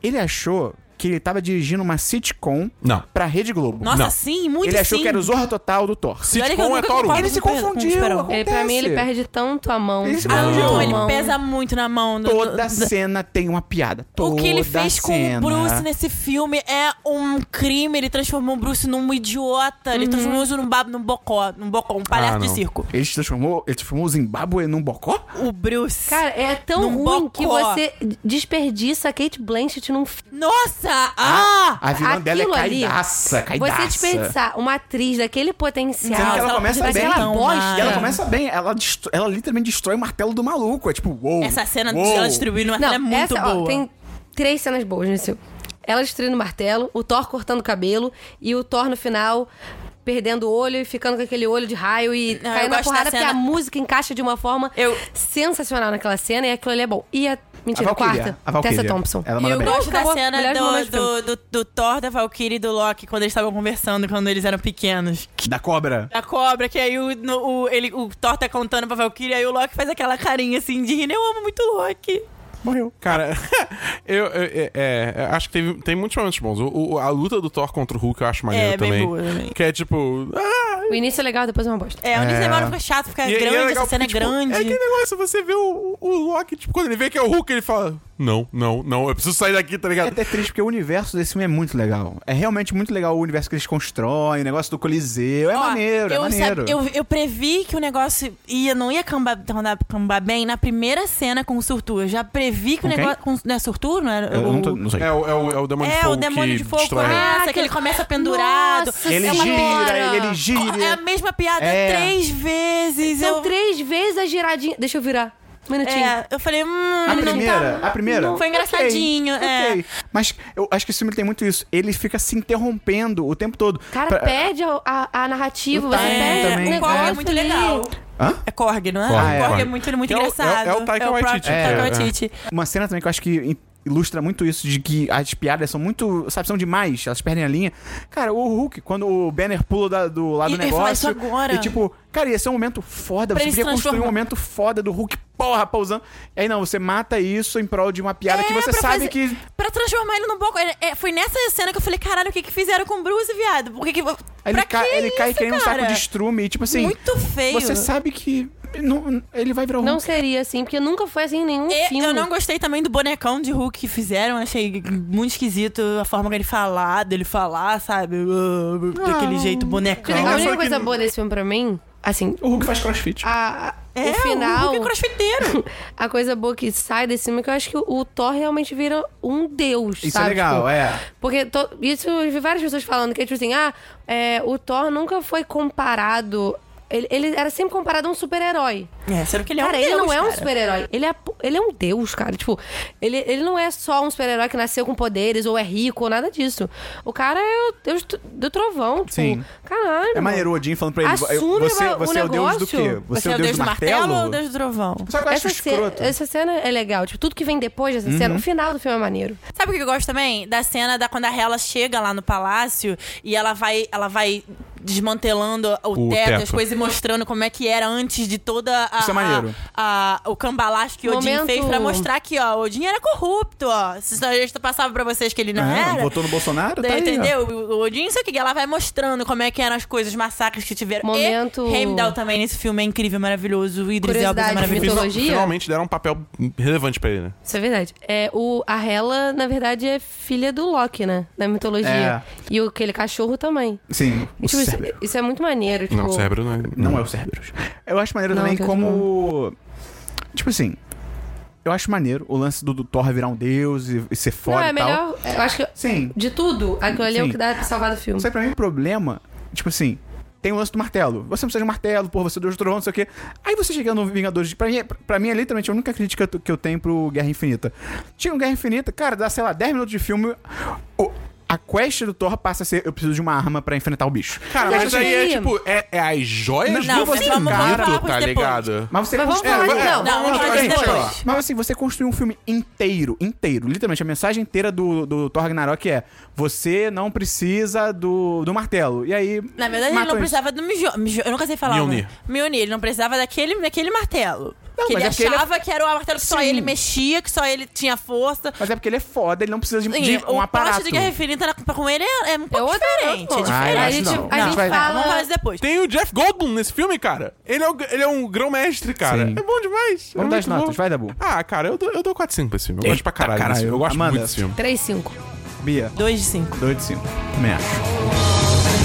A: ele achou que ele tava dirigindo uma sitcom
C: Não.
A: pra Rede Globo.
B: Nossa,
C: Não.
B: sim, muito
A: ele achou
B: sim.
A: que era o Zorra Total do Thor.
B: E olha que eu
C: Sitcom é
B: nunca
C: Thor
B: concordo
A: Ele se
B: com o Pedro, com o
A: confundiu,
B: Esperão.
A: acontece.
D: Ele, É, pra mim, ele perde tanto a mão.
A: Isso
D: tanto
B: Ah, não,
D: a
B: ele
D: mão.
B: pesa muito na mão. do- do-
A: Toda
B: do-
A: cena tem uma piada.
B: O que ele
A: Toda
B: fez com
A: cena.
B: o Bruce né? nesse filme é um crime. Ele transformou o Bruce num idiota.
A: Uhum.
B: Ele transformou isso num, babo, num bocó, num bocó, um palhaço
C: Ah,
B: de
C: não.
B: circo.
A: Ele se transformou, ele transformou o Zimbábue num bocó?
B: O Bruce.
D: Cara, é tão
B: Num
D: ruim
B: bocó.
D: que você desperdiça a Kate Blanchett num filme.
B: Nossa! Ah!
A: A vilã dela é
D: aquilo ali,
A: caidaça, caidaça.
D: Você desperdiçar uma atriz daquele
A: Sendo
D: potencial.
A: que ela
B: ela
A: começa
B: podia
A: bem.
B: ser tão má.
A: E ela começa bem, ela, destro- ela literalmente destrói o martelo do maluco. É tipo, uou.
B: Essa cena
A: uou.
B: de ela distribuindo uma
D: Não,
B: cena é muito
D: essa, ó,
B: boa.
D: tem três cenas boas nesse filme. Ela destruindo o martelo, o Thor cortando o cabelo e o Thor no final perdendo o olho e ficando com aquele olho de raio e
B: Não, eu
D: caindo na
B: gosto da
D: porrada
B: cena-
D: porque a música encaixa de uma forma
B: Eu-
D: sensacional naquela cena e aquilo ali é bom. E a mentira, a
A: Valkyria,
D: quarta,
A: a Valkyria.
D: Tessa Thompson.
A: Ela
B: E
A: manda
B: eu
A: bem.
B: gosto da
D: um Acabou.
B: cena
D: Melhores
B: do,
D: momentos do
B: do, do, do Thor, da Valkyrie e do Loki, quando eles estavam conversando, quando eles eram pequenos.
A: Da cobra.
B: Da cobra, que aí o, no- o- ele, o Thor tá contando pra Valkyrie, aí o Loki faz aquela carinha assim de rindo. Eu amo muito o Loki.
A: Morreu.
C: Cara, eu, eu- é, é, é, acho que teve, tem muitos momentos bons. O- o- a luta do Thor contra o Hulk eu acho maneiro
B: É, bem
C: também.
B: boa também.
C: Que é tipo. Ah,
D: O início é legal, depois é uma bosta.
B: É, o
A: É.
B: Nick Demora fica chato, fica
C: e- e
B: grande,
C: legal
B: essa cena
C: porque,
B: é
C: tipo,
B: grande.
C: É aquele negócio, você vê o, o Loki, tipo, quando ele vê que é o Hulk, ele fala: Não, não, não, eu preciso sair daqui, tá
A: É
C: ligado?
A: até triste porque o universo desse filme é muito legal. É realmente muito legal o universo que eles constroem, o negócio do Coliseu. É
B: Ó,
A: maneiro, é
B: eu,
A: maneiro.
B: sabe- eu, eu previ que o negócio ia, não ia cambar, cambar, cambar bem na primeira cena com o Surtur. Eu já previ que
A: Com
B: o
A: quem?
B: negócio. Com, não é Surtur? Não é,
A: Eu
B: o,
A: não, tô, não sei.
C: É o, é o, é o demônio de
B: é,
C: fogo.
B: o demônio
C: que
B: de fogo
C: destrói ele.
B: começa,
D: Ah,
B: que ele
D: que-
B: começa pendurado.
D: Nossa,
A: Ele
B: é
D: ela
B: uma
A: gira,
D: piora.
A: ele
B: piada-
A: gira.
B: É a mesma piada
A: É.
B: três vezes.
D: São
B: eu,
D: três vezes a giradinha. Deixa eu virar. Um minutinho.
B: é, eu falei, hum,
A: A
B: não
A: primeira,
B: tá-
A: a primeira.
B: não- foi
A: ok,
B: engraçadinho, é.
A: ok. Mas eu acho que esse filme tem muito isso. Ele fica se interrompendo o tempo todo.
D: Cara,
A: Pra-
D: perde a, a- a narrativa,
A: O
D: você
A: timing
D: perde
A: também,
D: o
B: o Korg
D: negócio.
B: é muito
D: ali.
B: legal.
A: Hã?
B: É Korg, não é?
C: Korg,
B: Korg,
C: Korg.
B: é muito, muito
C: Que é o- é o-
B: engraçado.
C: é o Taika
B: próprio
C: Waititi.
A: É,
B: Taika
A: é.
B: Waititi.
A: Uma cena também que eu acho que ilustra muito isso de que as piadas são muito, sabe, são demais, elas perdem a linha. Cara, o Hulk, quando o Banner pula da- do lado do
B: Eu ia falar
A: negócio.
B: isso agora.
A: E tipo, cara, ia ser um momento foda,
B: Pra
A: você
B: ele se
A: podia construir um
B: transformar.
A: momento foda do Hulk, porra, pausando. E aí não, você mata isso em prol de uma piada que
B: É,
A: você
B: pra
A: sabe
B: fazer-
A: que
B: Pra transformar ele num boco. É, é, foi nessa cena que eu falei, caralho, o que que fizeram com o Bruce, viado? Por que que...
A: Aí
B: pra
A: ele, cai,
B: que
A: ele cai
B: isso,
A: querendo um saco
B: cara?
A: de estrume. E, tipo assim.
B: Muito feio.
A: Você sabe que. não- ele vai virar um.
D: Não seria assim, porque nunca foi assim em nenhum
B: E
D: filme.
B: É, Eu não gostei também do bonecão de Hulk que fizeram. Achei muito esquisito a forma que ele falar, dele falar, sabe? Uh, Daquele jeito bonecão.
D: A única
C: que-
D: coisa boa desse filme pra mim, assim,
A: O Hulk faz crossfit.
D: a,
B: É,
D: o final.
B: Hulk é crossfiteiro.
D: a coisa boa que sai desse filme é que eu acho que o, o Thor realmente vira um deus,
A: Isso
D: sabe?
A: é legal,
D: Tipo,
A: é.
D: Porque to- isso eu vi várias pessoas falando que é tipo assim, ah, é, o Thor nunca foi comparado. Ele, ele era sempre comparado a um super-herói.
B: é, será que ele é um
D: Cara, ele
B: deus,
D: não é um
B: cara?
D: super-herói. Ele é, pu- ele é um deus, cara. Tipo, ele, ele não é só um super-herói que nasceu com poderes ou é rico ou nada disso. O cara é o deus t- do trovão. Tipo,
A: Sim.
D: Caralho.
A: É maneiro o Odin falando pra ele.
D: Assume
A: eu- você
D: o
A: você é o deus do
D: negócio.
A: quê? Você, é o deus, do martelo?
B: ou o deus do trovão?
A: Só que eu acho
D: Essa, ce-
A: escroto. Uhum.
D: essa cena é legal. Tipo, tudo que vem depois dessa cena, o final do filme é maneiro.
B: Sabe o que eu gosto também? Da cena da quando a Hela chega lá no palácio e ela vai, ela vai desmantelando o,
C: O
B: teto,
C: teto.
B: as coisas e mostrando como é que era antes de toda a,
A: Isso é maneiro.
B: a- a- o cambalacho que o Odin
D: Momento-
B: fez pra mostrar que ó, o Odin era corrupto, ó. Se a gente passava pra vocês que ele não
A: Ah,
B: era.
A: votou no Bolsonaro? Tá
B: Daí,
A: aí, ó.
B: entendeu? O Odin, isso aqui, ela vai mostrando como é que eram as coisas, os massacres que tiveram.
D: Momento-
B: E Heimdall também nesse filme é incrível, maravilhoso. O Idris Elba é
D: Curiosidade,
B: maravilhoso.
D: mitologia.
C: Finalmente deram um papel relevante pra ele, né?
D: Isso é verdade. É, o, a Hela, na verdade, é filha do Loki, né? Na mitologia. E o, aquele cachorro também.
A: Sim. É.
D: E,
A: O
B: assim,
D: tipo, isso,
A: Cerberus.
D: isso é muito maneiro. Tipo,
C: Não, o cérebro não é.
A: Não é o Cerberus. Eu acho maneiro
D: Não,
A: também
D: Deus
A: como. Tipo assim. Eu acho maneiro o lance do, do Thor virar um deus e, e ser
D: Não,
A: foda
D: é
A: e tal.
D: melhor. Eu acho que
A: Sim.
D: de tudo, aquilo ali é
A: Sim.
D: o que dá pra salvar do filme.
A: Só que pra mim o problema, tipo assim, tem o lance do martelo. Você não precisa de um martelo, porra, você é Deus do trovão, não sei o quê. Aí você chega no Vingadores. de- Pra mim, é- pra mim é literalmente a única crítica que eu tenho pro Guerra Infinita. Tinha um Guerra Infinita, cara, dá, sei lá, 10 minutos de filme. o- a quest do Thor passa a ser: eu preciso de uma arma pra enfrentar o bicho.
C: Cara,
D: Mas
C: mas aí é
D: aí-
C: tipo, é, é as joias
B: Não,
C: do
B: mas vamos falar
C: infinito,
B: depois.
C: tá ligado? é,
A: Mas você é,
D: Mas vamos
A: construiu-
D: falar disso, não.
B: Não, vamos falar disso
A: gente,
B: depois.
A: ó, Mas assim, você construiu um filme inteiro, inteiro. Literalmente, a mensagem inteira do, do Thor Ragnarok é: você não precisa do, do martelo. E aí.
B: Na verdade, ele
A: matam
B: não
A: isso.
B: precisava do Mijo... Mijo- Eu nunca sei falar. o nome.
C: Mjolnir.
B: Mjolnir. Ele não precisava daquele, daquele martelo.
A: Não,
B: que
A: mas
B: ele
A: é porque ele é-
B: achava que era o martelo que só
A: Sim.
B: ele mexia, que só ele tinha força.
A: Mas é porque ele é foda, ele não precisa de, de um
B: Sim, o plot
A: aparato.
B: de Guerra Infinita na- com ele é, é um pouco
D: outro-
B: diferente.
D: outro
B: É
D: ponto.
A: Ah, eu
B: diferente.
A: acho
D: a gente,
A: não.
D: a
A: Não,
D: gente
A: vai-
D: fala.
B: Vamos falar isso depois.
C: Tem o Jeff Goldblum nesse filme, cara. Ele é, o- ele é um grão-mestre, cara.
A: Sim.
C: É bom demais.
A: Vamos
C: é
A: dar
C: muito
A: as notas,
C: bom.
A: vai, Dabu.
C: Ah, cara, eu dou, eu dou 4 5 pra esse filme. Eu gosto
A: Eita,
C: pra caralho, desse
A: caralho.
C: filme. Eu gosto
A: Amanda.
C: muito desse filme.
D: 3, 5.
A: Bia,
B: 2 de 5.
A: 2 de 5. Também acho.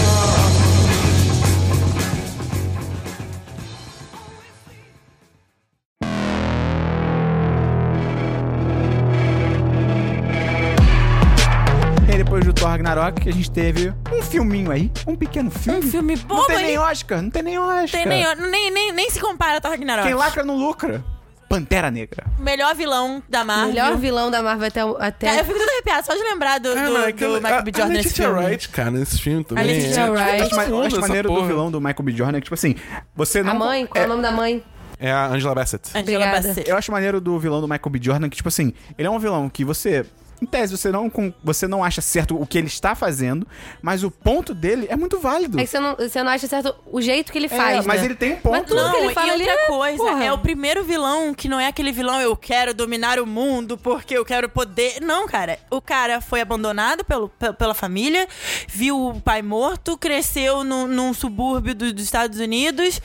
A: E aí, Depois do Thor Ragnarok, a gente teve um filminho aí, um pequeno filme.
B: Um filme
A: Não
B: bobo,
A: tem nem
B: hein?
A: Oscar, não tem nem Oscar.
B: Tem nem, nem, nem, nem se compara a Thor Ragnarok.
A: Quem lacra não lucra. Pantera Negra.
B: O melhor vilão da
A: Ah,
B: Marvel.
D: Melhor vilão da Marvel até. o-
B: Cara,
D: até...
B: eu fico todo arrepiado só de lembrar do, do,
C: Ah, mas aquele-
B: do Michael B.
C: a-
B: Jordan
C: A
B: nesse
C: Letitia
B: filme.
C: Wright, cara, nesse filme também.
B: A Letitia
C: é-
D: Wright.
A: Acho, ma-
C: Todo mundo
A: acho
C: essa
A: maneiro do
C: porra.
A: vilão do Michael B. Jordan, que, tipo assim, você não.
D: A mãe? Qual é, o nome da mãe?
C: É a Angela Bassett.
B: Angela
D: Obrigada.
B: Bassett.
A: Eu acho maneiro do vilão do Michael B. Jordan que, tipo assim, ele é um vilão que você. Em tese, você não, com- você não acha certo o que ele está fazendo, mas o ponto dele é muito válido.
D: É que você não, você não acha certo o jeito que ele
A: É,
D: faz.
A: mas
D: né?
A: ele tem um ponto.
D: tudo
B: não,
D: que ele fala
B: e
D: ali
B: outra
D: é,
B: coisa,
D: porra.
B: é o primeiro vilão que não é aquele vilão eu quero dominar o mundo porque eu quero poder. Não, cara. O cara foi abandonado pelo, pe- pela família, viu o pai morto, cresceu num, num subúrbio do- dos Estados Unidos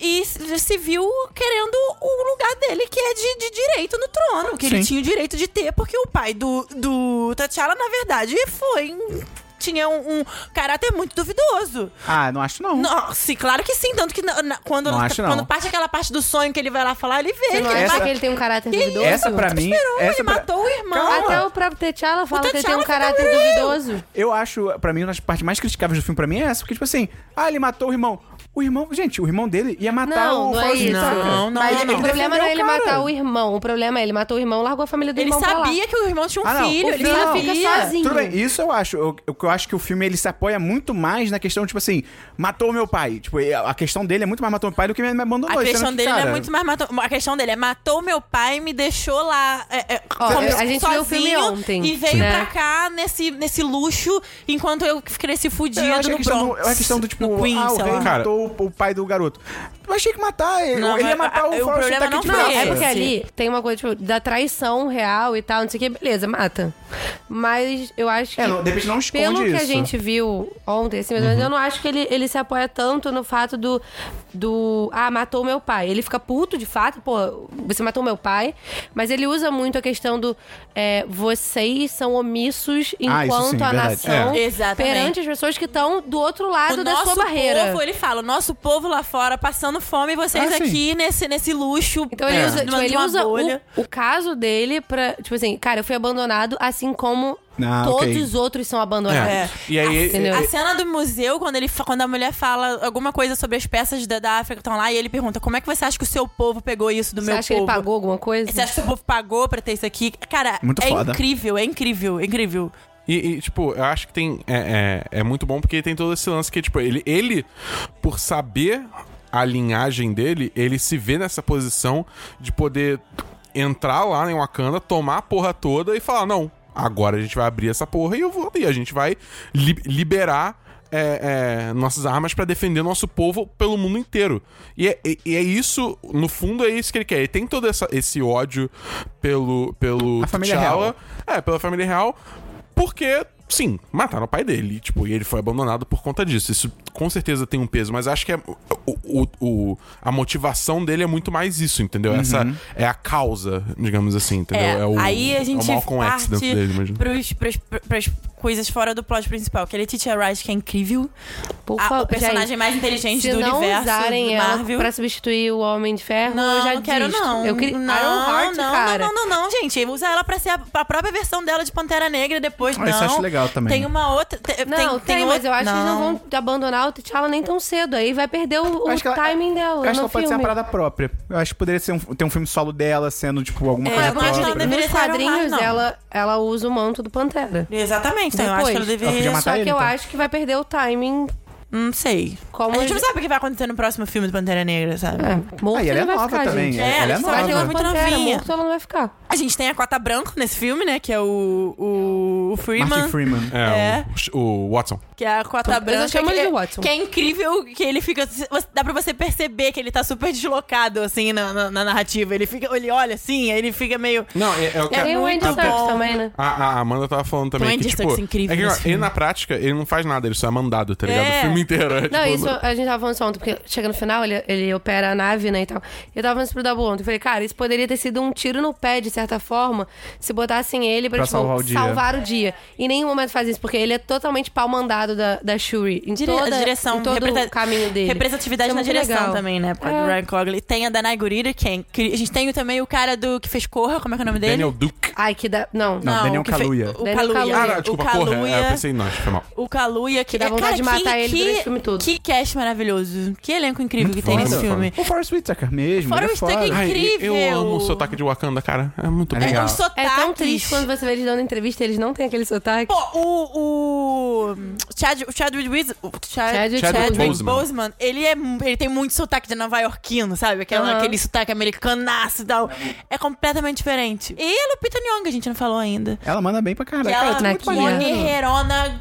B: e se se viu querendo o lugar dele, que é de, de direito no trono, que ele
A: Sim.
B: tinha o direito de ter, porque o pai do, do T'Challa, na verdade, foi. um- Tinha um- um caráter muito duvidoso.
A: Ah, não acho não.
B: Não, sim, claro que sim. Tanto que na- na- quando, tá
A: Não acho, não.
B: quando parte aquela parte do sonho que ele vai lá falar, ele vê.
D: Você
B: ele
D: não
A: Essa-
D: acha que ele tem um caráter
B: Que
D: duvidoso?
A: Essa pra mim.
B: esperou,
A: essa
B: ele
A: pra-
B: matou o irmão.
A: Calma.
D: Até o próprio T'Challa fala que ele tem um
B: T'Challa fica
D: caráter duvidoso.
A: Eu acho, pra mim, uma das partes mais criticáveis do filme pra mim é essa, porque, tipo assim, ah, ele matou o irmão. O irmão, gente, o irmão dele ia matar
D: Não,
A: o
D: não é
A: Faustino,
D: isso.
A: saca?
B: Não, não,
D: Mas
B: não,
D: o
B: não.
D: problema não é
A: Defendeu
D: ele
A: o cara.
D: matar o irmão. O problema é ele matou o irmão, largou a família do
B: Ele
D: irmão pra lá.
B: sabia que o irmão tinha um
A: Ah, não.
B: filho,
A: O
B: ele
A: filho
D: Ela
A: não.
B: sabia.
D: fica sozinha.
A: Tudo bem, isso eu acho. O, o que eu acho que o filme ele se apoia muito mais na questão, tipo assim, matou meu pai. Tipo, e a a questão dele é muito mais matou meu pai do que me me abandonou.
B: A
A: sendo
B: questão
A: que,
B: dele não
A: cara,
B: é muito mais matou. A questão dele é matou meu pai e me deixou lá. É, é,
D: Ó,
B: como-
D: a gente
B: sozinho,
D: viu o filme ontem,
B: E veio
D: né?
B: pra cá nesse, nesse luxo enquanto eu cresci fudido
A: Eu acho que a
B: no
A: questão do-
B: Bronx.
A: é a questão do tipo,
B: no Queens,
A: ah, o
B: sei
A: rei
B: lá.
C: Cara.
A: matou o, o pai do garoto. Eu achei que matar ele.
B: Não,
A: ele ia
B: mas
A: matar
B: a-
A: o
B: o
A: Forrest
B: problema
A: Whitaker de
B: não
D: Não,
A: graça.
D: é porque
B: tipo, Esse.
D: ali tem uma coisa, tipo, da traição real e tal, não sei o que, beleza, mata. Mas eu acho que.
A: É, não, de repente não esconde
D: Pelo que a
A: isso. Uhum.
D: gente viu ontem, assim, mas eu não acho que ele, ele se apoia tanto no fato do. do ah, matou meu pai. Ele fica puto de fato, pô, você matou meu pai. Mas ele usa muito a questão do. é, vocês são omissos
A: Ah, isso
D: enquanto
A: sim,
D: a
A: verdade.
D: nação
B: É. Exatamente.
D: perante as pessoas que estão do outro lado
B: O
D: da
B: nosso
D: é sua barreira.
B: povo, ele fala, o nosso povo lá fora passando fome e vocês
A: Ah, sim.
B: aqui nesse, nesse luxo.
D: Então ele
B: é,
D: usa, tipo,
B: numa-
D: ele
B: numa
D: usa
B: bolha.
D: o, o caso dele pra. Tipo assim, cara, eu fui abandonado assim como
A: Ah,
D: todos
A: ok.
D: os outros são abandonados. Ah,
C: É. E aí.
D: Entendeu?
B: A cena do museu, quando, ele, fa- quando a mulher fala alguma coisa sobre as peças da, da África que estão lá, e ele pergunta: como é que você acha que o seu povo pegou isso do
D: Você
B: é meu
D: acha que
B: povo?
D: ele pagou alguma coisa?
B: Você acha que o povo pagou pra ter isso aqui? Cara,
A: Muito
B: é
A: foda.
B: incrível, é incrível, é incrível.
C: E, e, tipo, eu acho que tem. É, é, é muito bom porque tem todo esse lance que, tipo, ele, ele por saber a linhagem dele, ele se vê nessa posição de poder entrar lá em Wakanda, tomar a porra toda e falar: não, agora a gente vai abrir essa porra e eu vou e a gente vai li- liberar. é, é, nossas armas pra defender nosso povo pelo mundo inteiro. E é, e- e é isso, no fundo, é isso que ele quer. Ele tem todo essa- esse ódio pelo, pelo
A: A família
C: T'Challa.
A: real.
C: É, pela família real, porque, sim, mataram o pai dele, tipo, e ele foi abandonado por conta disso. Isso com certeza tem um peso, mas acho que é, o, o- o- a motivação dele é muito mais isso, entendeu? Essa é a causa, digamos assim, entendeu?
B: Uhum. É,
C: o,
B: aí a gente
C: é o Malcolm X
B: parte
C: dentro dele, imagina.
B: pros, pras, pras coisas fora do plot principal. Aquele Teacher Rice que é incrível.
D: Por
B: A-
D: favor,
B: o personagem
D: gente,
B: mais inteligente
D: se
B: do
D: não
B: universo
D: usarem
B: do
D: ela
B: Marvel.
D: pra substituir o Homem de Ferro,
B: Não,
D: eu já
B: não quero
D: desisto.
B: não.
D: Eu queria
B: não,
D: Iron Heart,
B: não,
D: cara.
B: não, não, não, não, gente. Usa ela pra ser a, a própria versão dela de Pantera Negra depois,
A: Ah,
B: não.
A: isso eu acho legal também.
B: Tem uma outra... te-
D: Não,
B: tem,
D: tem,
B: tem
D: mas
B: outra-
D: eu acho que eles não vão abandonar o T'Challa nem tão cedo. Aí vai perder o, o
A: Eu acho que ela-
D: timing dela
A: Eu acho que
D: no
A: ela pode ser uma
D: filme.
A: parada própria. Eu acho que poderia ser um- ter um filme solo dela, sendo, tipo, alguma
B: É,
A: coisa
B: eu não acho que ela
A: própria.
B: deveria
D: Nos
B: ser Iron Heart,
D: quadrinhos,
B: não.
D: ela, ela usa o manto do Pantera.
B: Exatamente. Então, eu acho que ela
D: Depois.
A: Ela podia
B: deveria...
A: matar
D: Só
A: ele,
D: que eu
A: então.
D: acho que vai perder o timing.
B: Não sei.
D: Como
B: a gente não
D: ele-
B: sabe o que vai acontecer no próximo filme do Pantera Negra, sabe?
D: É, morto
A: Ah, e ela é
D: ele vai
A: nova
D: ficar,
A: também.
D: gente.
B: É,
A: ela é
B: eles
A: nova.
B: falaram que ela é
D: Ela
B: muito
D: Pantera,
B: novinha.
D: morto ela não vai ficar.
B: A gente tem a cota branca nesse filme, né? Que é o, o, o Freeman.
A: Martin Freeman.
C: É, o, o Watson.
B: Que é a cota branca.
D: chamo
B: que,
D: ele de Watson.
B: que é incrível que ele fica. Dá pra você perceber que ele tá super deslocado, assim, na, na- na narrativa. Ele fica. Ele olha assim, aí ele fica meio.
C: Não, é, é o que
D: Tem o Andy
B: muito
D: Serkis
B: bom.
D: também, né?
C: A, a Amanda tava falando também
B: Tem um
C: que,
B: Andy
C: tipo,
B: Serkis incrível
C: é que, ó,
B: nesse
C: ele
B: filme.
C: na prática, ele não faz nada, ele só é mandado, tá ligado?
B: É.
C: O filme inteiro. É,
D: Não,
C: tipo,
D: isso a gente tava falando isso ontem, porque chega no final, ele, ele opera a nave, né, e tal. E eu tava falando isso pro Dabu ontem. Eu falei, cara, isso poderia ter sido um tiro no pé, de certa forma, se botassem ele pra,
A: Pra
D: tipo,
A: salvar o dia.
D: salvar o dia. E em nenhum momento faz isso, porque ele é totalmente pau mandado da, da Shuri. Em
B: Dire-
D: toda,
B: direção,
D: em todo
B: representa-
D: o caminho dele.
B: Representatividade
D: Isso é
B: na
D: muito
B: direção
D: legal.
B: também, né? Por causa
D: É.
B: do Ryan Cogley. Tem a da Gurira, que é incri- A gente tem também o cara do que fez Corra, como é que é o nome dele?
C: Daniel Duke.
D: Ai, que dá... Não,
A: Não, Daniel
B: o que fez-
A: Kaluuya.
B: O
D: Daniel
B: Kaluuya.
D: Kaluuya.
C: Ah, não, desculpa,
B: o
C: porra.
B: Kaluuya.
C: É, eu pensei em nós, foi mal.
B: O Kaluuya, que
D: Que dá
B: é,
D: vontade
B: cara,
D: de matar
B: que,
D: ele
B: que,
D: durante o filme todo.
B: Que cast maravilhoso. Que elenco incrível que tem
C: foda,
B: nesse
C: muito
B: filme.
A: O Forrest Whitaker mesmo.
B: Forrest
A: ele é foda.
B: Whitaker.
C: Ai,
B: Incrível.
C: eu amo o sotaque de Wakanda, cara. É muito
A: É
C: bom.
A: legal.
B: Os
D: É
B: sotaques.
D: tão triste quando você vê eles dando entrevista, eles não têm aquele sotaque.
B: Pô, o. O. Chad, o Chadwick Wiz- o Chad-
D: Chadwick
B: Chadwick
C: Boseman.
B: Boseman. ele, é, mu- ele tem muito sotaque de novaiorquino, sabe? Aquela,
D: Aham.
B: Aquele sotaque americanaço e tal. É completamente diferente. E a Lupita Nyong'o, a gente não falou ainda.
A: Ela manda bem pra caralho.
B: Que ela
A: Cara,
B: é
A: muito
D: Nakia.
B: uma
A: maneiro.
B: guerreirona,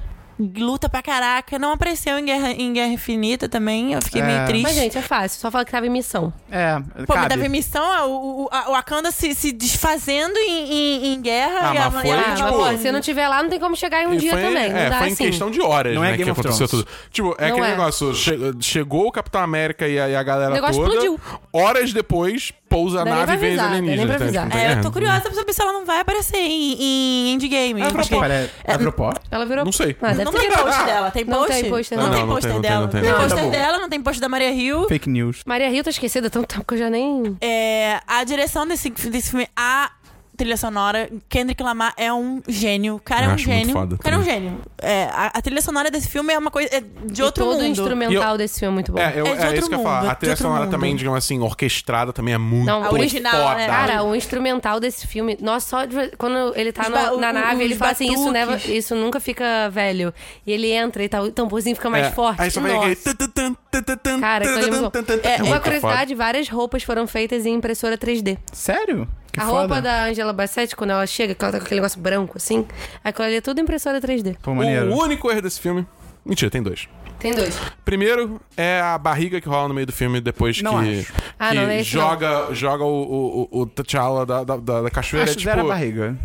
B: luta pra caraca. Não apareceu em Guerra, em Guerra Infinita também, eu fiquei
A: É.
B: meio triste.
D: Mas, gente, é fácil. Só fala que tava em missão.
A: É,
B: Pô, mas
A: cabe.
B: teve missão, a- o, o- a- o Wakanda se, se desfazendo em, em- em guerra.
C: Ah,
B: e a,
C: mas
B: e a-
C: foi,
B: a-
D: Ah, mas,
C: tipo,
D: pô, se não tiver lá, não tem como chegar em um
C: E
D: dia
C: foi,
D: também.
C: é,
D: não dá
C: foi em
D: assim.
C: questão de horas,
A: Não é
C: né?
A: Game
C: que
A: of
C: aconteceu
A: Thrones.
C: tudo. Tipo, é
D: Não
C: aquele
D: é.
C: negócio: che- chegou o Capitão América e a, e a galera
D: O negócio
C: toda.
D: explodiu.
C: Horas depois, pousa a
D: Dá nem
C: nave
D: pra
C: e vem os
D: avisar, dá nem
C: alienígenas.
D: pra
C: então,
D: avisar.
C: tipo,
B: É, eu tô
C: é,
B: curiosa pra saber se ela não vai aparecer em, em Endgame.
A: Acho que
B: Porque-
A: pare- Apropos.
D: Ela virou...
C: Não sei.
D: Ah, deve
B: Não
D: ter
B: tem
D: que-
B: post dela, tem
D: Não
B: post?
D: tem post,
B: Não
D: não.
B: tem
C: Não, não
B: poster
C: tem, não tem,
B: dela.
C: não tem.
B: Não
A: Não,
B: tem
A: tá
B: poster
A: bom.
B: dela, não tem post da Maria Hill.
A: Fake news.
D: Maria Rita, esquecida há tanto tempo que eu já nem...
B: É, a direção desse, desse filme, a trilha sonora. Kendrick Lamar é um gênio. O cara é um
C: Acho muito
B: gênio.
C: foda
B: O cara é um
C: também.
B: gênio. É, a, a trilha sonora desse filme é uma coisa. É de outro
D: todo o
B: mundo.
D: instrumental
C: E eu-
D: desse filme é muito bom.
C: É, eu-
B: É de
C: é
B: outro
C: isso que eu ia
B: mundo,
C: falar.
B: é
C: A
B: de
C: trilha
B: outro
C: sonora
B: mundo.
C: também, digamos assim, orquestrada também é muito
D: Não, a
B: original,
C: foda.
B: né?
D: Cara, o instrumental desse filme, nossa, só de- quando ele tá
B: Os
D: na,
B: ba-
D: na
B: o-
D: nave,
B: os
D: ele fala assim, isso,
B: batuques.
D: neva- isso nunca fica velho. E ele entra e tal, o tamborzinho fica mais
C: É,
D: forte.
C: Aí só vem
D: Nossa.
C: aquele... tan, tan, tan, tan, tan, tan,
D: Cara, que
C: tan,
D: coisa
C: tan,
D: muito
C: tan,
D: boa.
C: tan, tan.
D: É,
C: É
D: uma
C: muito foda.
D: curiosidade, várias roupas foram feitas em impressora 3D.
A: Sério? Que
D: a
A: foda.
D: roupa da Angela Bassett, quando ela chega, que ela tá com aquele negócio branco assim, aquilo ali é tudo impressora 3D.
A: Pô, maneiro.
C: O único erro desse filme... Mentira, tem dois.
D: Tem dois.
C: Primeiro é a barriga que rola no meio do filme depois
A: Não
C: que,
A: acho.
D: Ah,
C: que
D: não, não é esse não.
C: joga, joga o, o, o, o T'Challa da, da, da- da cachoeira.
A: Acho
C: é,
A: que
C: tipo,
A: zero a barriga.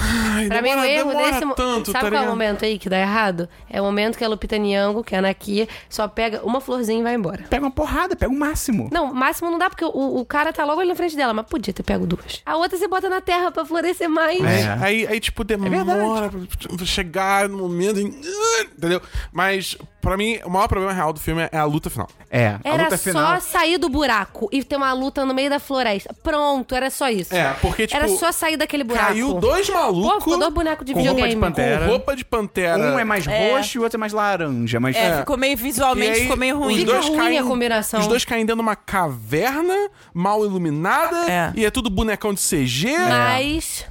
C: ai,
D: Pra mim, o
C: demora-
D: erro
C: demora
D: desse. mo-
C: tanto,
D: Sabe
C: tá
D: qual é o
C: ligado?
D: momento aí que dá errado? É o momento que a Lupita Nyong'o, que é a Nakia, só pega uma florzinha e vai embora.
A: Pega uma porrada, pega o máximo.
D: Não, máximo não dá, porque o, o cara tá logo ali na frente dela, mas podia ter pego duas. A outra você bota na terra pra florescer mais.
A: É.
C: Aí, aí, tipo, demora pra chegar no momento. em- Entendeu? Mas, pra mim, o maior problema real do filme é a luta final.
A: É, a
D: Era
A: luta
D: só assim,
A: final.
D: sair do buraco e ter uma luta no meio da floresta. Pronto, era só isso.
C: É, porque, tipo,
D: Era só sair daquele buraco.
C: Caiu dois
D: Pô,
C: malucos
D: ficou dois bonecos de
A: com roupa de
D: videogame.
A: pantera.
C: com roupa de pantera.
A: Um é mais
B: É.
A: roxo e o outro é mais laranja, mas.
B: É,
A: É.
B: ficou meio
C: E
B: visualmente,
C: aí,
B: ficou meio
C: Os
B: ruim.
C: dois
D: ruim a
C: caem,
D: combinação.
C: Os dois caem dentro de uma caverna mal iluminada
B: É.
C: e é tudo bonecão de CG.
D: Mas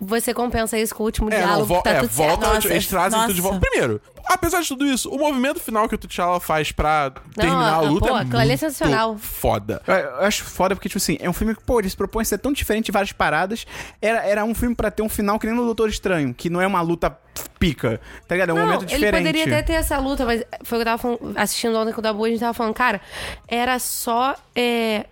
D: você compensa isso com o último
C: É, não,
D: diálogo,
C: vo-
D: que tá
C: é,
D: tudo certo.
C: volta,
B: Nossa,
C: eles trazem tudo de
B: nossa.
C: volta. Primeiro, apesar de tudo isso, o movimento final que o T'Challa faz pra terminar a
D: ah,
C: luta
D: pô,
C: é
D: aquilo ali é
C: muito
D: sensacional.
C: foda.
A: Eu, eu acho foda porque, tipo assim, é um filme que, pô, ele se propõe a ser tão diferente em várias paradas. Era, era um filme pra ter um final que nem no Doutor Estranho, que não é uma luta pica, tá ligado? É um
D: Não,
A: momento diferente.
D: Ele poderia até ter essa luta, mas foi o que eu tava falando- assistindo ontem com o Dabu, a gente tava falando, cara, era só é,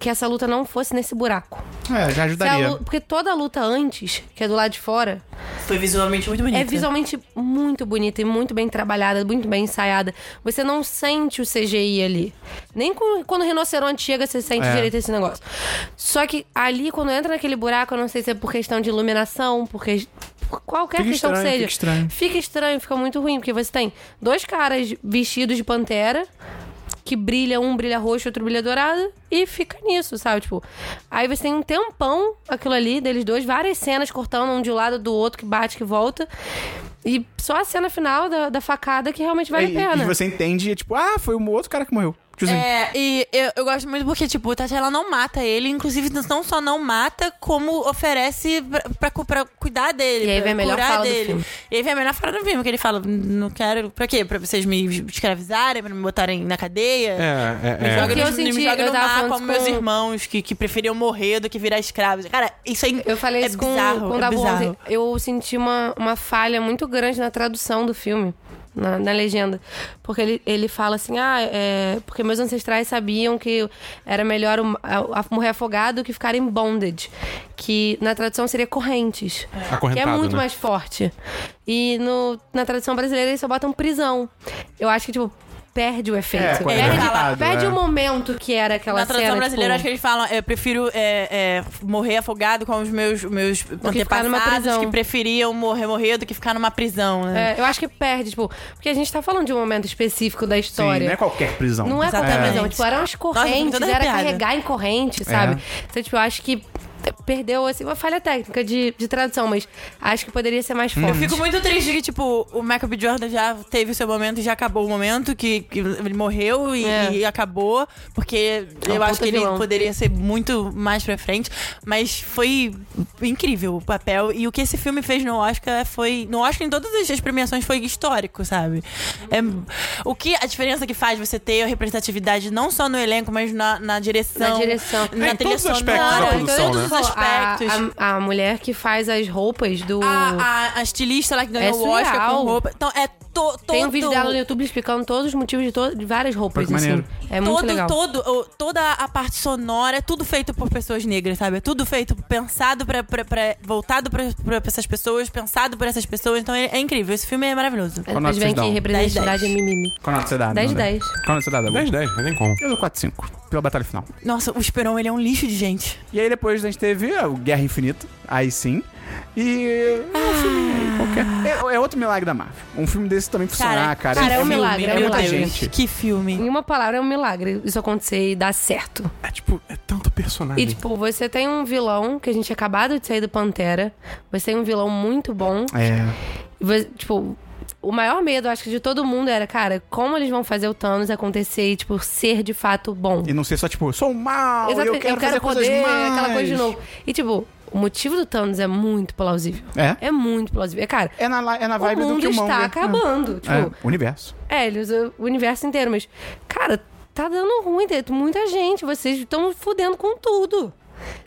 D: que essa luta não fosse nesse buraco.
A: É, já
D: Se a
A: ajudaria.
D: lu- porque toda luta antes, que é do lado de fora,
B: Foi visualmente muito bonito.
D: é visualmente muito bonita e muito bem trabalhada, muito bem ensaiada. Você não sente o CGI ali. Nem com- quando o rinoceronte chega, você sente
A: É.
D: direito esse negócio. Só que ali, quando entra naquele buraco, eu não sei se é por questão de iluminação, porque. Por qualquer
A: Fica
D: questão
A: estranho,
D: que seja.
A: fica estranho.
D: Fica estranho, fica muito ruim, porque você tem dois caras vestidos de pantera. Que brilha, um brilha roxo, outro brilha dourado, e fica nisso, sabe? Tipo, aí você tem um tempão aquilo ali, deles dois, várias cenas cortando um de um lado do outro, que bate, que volta. E só a cena final da, da facada que realmente vale
A: e,
D: a pena.
A: e você entende, é tipo, ah, foi um outro cara que morreu. Tipo assim,
B: É, e eu, eu gosto muito porque, tipo, o Tati, ela não mata ele. Inclusive, não só não mata, como oferece pra, pra, cu- pra cuidar dele.
D: E aí
B: pra
D: vem a melhor
B: curar
D: fala do
B: dele.
D: filme.
B: E aí vem a melhor fala do filme, que ele fala, não quero... Pra quê? Pra vocês me escravizarem, pra me botarem na cadeia?
C: É, é,
B: Me
C: é.
B: joga
D: Porque eu
B: no, me
D: senti-
B: joga
D: eu
B: no
D: tava
B: mar
D: falando
B: como
D: isso
B: meus
D: com-
B: irmãos que, que preferiam morrer do que virar escravos. Cara, isso aí
D: Eu falei
B: é
D: isso com,
B: bizarro,
D: com o
B: é
D: Dabu
B: bizarro.
D: ontem. Eu senti uma, uma falha muito grande na tradução do filme, na, na legenda. Porque ele, ele fala assim: ah, é, porque meus ancestrais sabiam que era melhor o- a- a- morrer afogado que ficar em bondage. Que na tradução seria correntes. Que é
C: Acorrentado,
D: muito
C: né?
D: mais forte. E no, na tradução brasileira eles só botam prisão. Eu acho que, tipo. Perde o efeito.
A: É,
D: perde
A: acorrentado,
D: perde
A: é.
D: o momento que era aquela
B: Na tradução
D: cena,
B: brasileira,
D: tipo,
B: acho que eles falam, eu prefiro é, é, morrer afogado com os meus, meus
D: que ficar numa
B: antepassados
D: prisão.
B: que preferiam morrer, morrer do que ficar numa prisão, né?
D: É, eu acho que perde, tipo, porque a gente tá falando de um momento específico da
A: sim, não
D: história.
A: é qualquer prisão.
D: não é qualquer
B: Exatamente.
D: prisão. Tipo, eram as
B: Nossa, eu fiquei
D: correntes,
B: toda
D: era
B: arrepiada.
D: carregar em corrente, sabe? Então, tipo, eu acho que perdeu assim, uma falha técnica de, de tradução, mas acho que poderia ser mais forte.
B: Eu fico muito triste que, tipo, o Michael B. Jordan já teve o seu momento, já acabou o momento, que, que ele morreu e,
D: É.
B: e acabou, porque
D: É um
B: eu acho
D: puta
B: que ele
D: vilão.
B: poderia ser muito mais pra frente, mas foi incrível o papel, e o que esse filme fez no Oscar foi, no Oscar em todas as premiações foi histórico, sabe? É, o que, a diferença que faz você ter a representatividade não só no elenco, mas na, na direção,
D: Na direção.
B: na
C: É, em
B: trilha
C: todos os aspectos
B: sonora,
C: da
B: em
C: produção,
B: todos
C: né?
B: os
D: Pô, a-
B: aspectos.
D: A, a mulher que faz as roupas do.
B: A, a- a estilista lá que
D: tipo, É
B: ganhou o
D: surreal.
B: Oscar com roupa. Então é to, todo.
D: Tem um vídeo dela no YouTube explicando todos os motivos de, to- de várias roupas.
A: Pô, que
D: Assim.
A: maneiro.
D: É muito
B: todo,
D: legal.
B: todo- o- toda a parte sonora é tudo feito por pessoas negras, sabe? É tudo feito, pensado pra. pra, pra voltado pra, pra essas pessoas, pensado por essas pessoas. Então é, é incrível. Esse filme é maravilhoso.
A: Qual nota
D: Mas vem
A: vocês
D: que
A: dão?
D: representatividade é
B: 10.
D: mimimi.
A: Qual nota você dá?
D: 10,
A: Nanda?
D: 10.
A: Qual nota você dá, Dabu?
C: 10, 10, não tem como.
A: Eu dou 4, 5. Pela batalha final.
B: Nossa, o Esperon, ele é um lixo de gente.
A: E aí depois a gente teve a Guerra Infinita, aí sim. E. É um filme aí qualquer. É, é outro milagre da Marvel. Um filme desse também funcionar, cara.
D: cara, é um
A: Sim.
B: filme,
D: milagre, é um
B: meu
A: muita
B: Deus,
A: gente.
B: Que filme.
D: Em uma palavra, é um milagre isso acontecer e dar certo.
C: É tipo, é tanto personagem.
D: E, tipo, você tem um vilão que a gente acabado de sair do Pantera. Você tem um vilão muito bom.
A: É.
D: E vo- Tipo, o maior medo, acho que, de todo mundo era, cara, como eles vão fazer o Thanos acontecer e, tipo, ser de fato bom.
A: E não ser só tipo, sou mal,
D: Exatamente,
A: eu quero, fazer
D: poder,
A: coisas mais.
D: aquela coisa de novo. E, tipo, o motivo do Thanos é muito plausível.
A: É?
D: É muito plausível. É, cara,
A: É na, li- é na
D: o
A: vibe do
D: mundo
A: Killmonger.
D: está acabando.
A: É.
D: Tipo,
A: É, universo.
D: É, ele usa o universo inteiro, mas, cara, tá dando ruim, tem muita gente, vocês estão fudendo com tudo.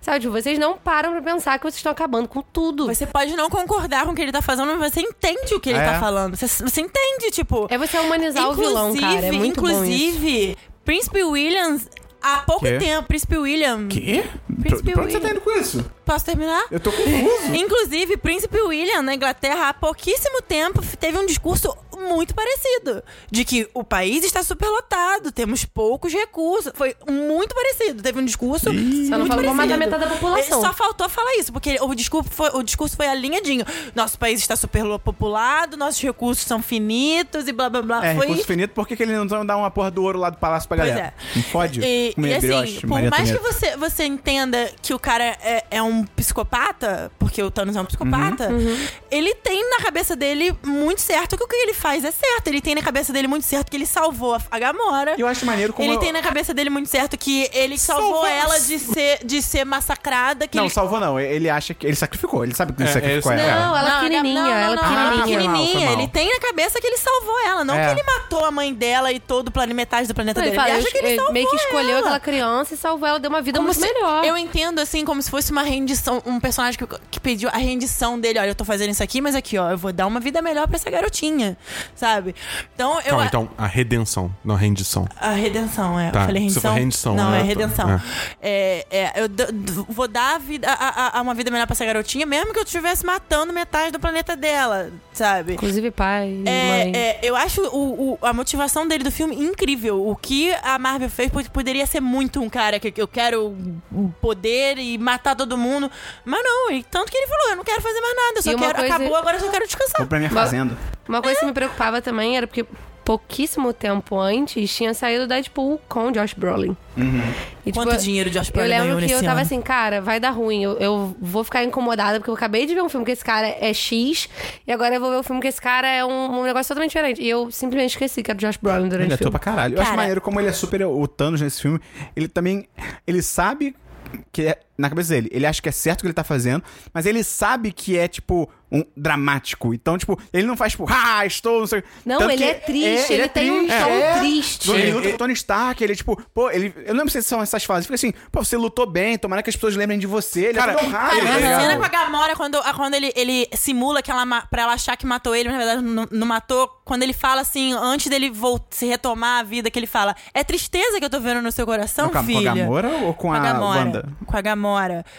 D: Sabe, tipo, vocês não param pra pensar que vocês estão acabando com tudo.
B: Você pode não concordar com o que ele tá fazendo, mas você entende o que ele
A: É.
B: tá falando. Você, você entende, tipo.
D: É você humanizar o vilão, cara. É muito bom isso.
B: inclusive, Príncipe Williams, há pouco
A: Quê?
B: tempo, Príncipe William.
A: Quê?
B: Príncipe
A: Pra onde você
B: William.
A: tá indo com isso?
B: Posso terminar?
A: Eu tô confuso.
B: Inclusive, Príncipe William, na Inglaterra, há pouquíssimo tempo, f- teve um discurso muito parecido. De que o país está superlotado, temos poucos recursos. Foi muito parecido. Teve um discurso.
D: Só não
B: muito
D: falou, vou matar
B: parecido.
D: metade da população.
B: Ele só faltou falar isso, porque o discurso foi, o discurso foi alinhadinho. Nosso país está superpopulado, nossos recursos são finitos e blá blá blá.
A: É,
B: foi
A: recurso finito, por que, que ele não dá uma porra do ouro lá do palácio pra
B: Pois
A: galera?
B: é.
A: Não pode
B: E,
A: comer
B: e
A: brioche,
B: assim, por
A: Tipo, Maria
B: mais que
A: Antonieta.
B: você, você entenda que o cara é, é um psicopata, porque o Thanos é um psicopata,
A: Uhum.
D: Uhum.
B: ele tem na cabeça dele muito certo que o que ele faz é certo. Ele tem na cabeça dele muito certo que ele salvou a- a Gamora.
A: Eu acho maneiro como...
B: Ele
A: eu-
B: tem na cabeça dele muito certo que ele salvou
C: Salvou-
B: ela de ser, de ser massacrada. Que
A: Não,
B: ele...
A: salvou não. Ele acha que... Ele sacrificou. Ele sabe que ele
C: É,
A: sacrificou
C: esse-
A: ela.
D: Não, ela é
B: a Gab-
D: pequenininha,
B: não, não,
D: ela é
B: não, ela é
D: pequenininha.
B: pequenininha.
C: Foi mal, foi mal.
B: Ele tem na cabeça que ele salvou ela. Não
A: É.
B: que ele matou a mãe dela e todo o planeta, metade do planeta
D: Ele
B: dele.
D: fala,
B: ele acha
D: eu-
B: que ele
D: eu
B: salvou
D: meio que escolheu
B: ela.
D: aquela criança e salvou ela, deu uma vida
B: Como
D: muito
B: se-
D: melhor.
B: Eu entendo, assim, como se fosse uma rendição, um personagem que, que pediu a rendição dele. Olha, eu tô fazendo isso aqui, mas aqui, ó, eu vou dar uma vida melhor pra essa garotinha, sabe? Então, eu.
C: Calma, então, a redenção, não a rendição.
B: A redenção, é.
C: Tá,
B: eu falei
C: você
B: rendição.
C: falou rendição,
B: Não,
C: né?
B: é
C: Tá,
B: redenção.
C: é.
B: É, é, eu d- d- vou dar a vida, a, a- a uma vida melhor pra essa garotinha, mesmo que eu estivesse matando metade do planeta dela, sabe?
D: Inclusive, pai, mãe.
B: É, é, eu acho o- o- a motivação dele do filme incrível. O que a Marvel fez pod- poderia ser muito um cara que que eu quero o poder e matar todo mundo. Mas não, e tanto que ele falou, eu não quero fazer mais nada, eu só
D: E uma
B: quero.
D: coisa-
B: Acabou, agora eu só quero descansar.
A: Vou pra minha
D: Mas-
A: fazenda.
D: Uma coisa que me preocupava também era porque pouquíssimo tempo antes tinha saído Deadpool com Josh Brolin.
A: Uhum.
D: E,
B: Quanto dinheiro Josh
D: tipo, Eu
B: Brolin ganhou
D: lembro que
B: nesse
D: eu tava
B: ano?
D: assim, cara, vai dar ruim. Eu, eu vou ficar incomodada porque eu acabei de ver um filme que esse cara é X e agora eu vou ver um filme que esse cara é um, um negócio totalmente diferente. E eu simplesmente esqueci que era Josh Brolin durante
A: Ele
D: o
A: atua
D: filme.
A: pra caralho. Eu acho
B: Cara-
A: maneiro como ele é super... O Thanos nesse filme, ele também... Ele sabe que é... Na cabeça dele, ele acha que é certo o que ele tá fazendo, mas ele sabe que é, tipo, um dramático. Então, tipo, ele não faz, tipo, ah, estou, não sei...
D: Não,
A: Tanto
D: ele
A: que
D: é triste, ele tem um tom triste.
A: É. Ele
C: Ele-
A: luta com o Tony Stark, ele, tipo, pô, ele... Eu não sei se são essas fases. Fica assim, pô, você lutou bem, tomara que as pessoas lembrem de você. Ele
C: Cara,
A: é todo honrado,
C: cara,
A: tá
B: A
A: ligado?
B: cena com a Gamora, quando, a- quando ele, ele simula que ela, ma- pra ela achar que matou ele, mas na verdade não, não matou. Quando ele fala assim, antes dele vol- se retomar a vida, que ele fala: É tristeza que eu tô vendo no seu coração,
A: com, a, com a
B: filha.
A: Gamora ou com, a,
B: Gamora.
A: Wanda?
B: Com a Gamora.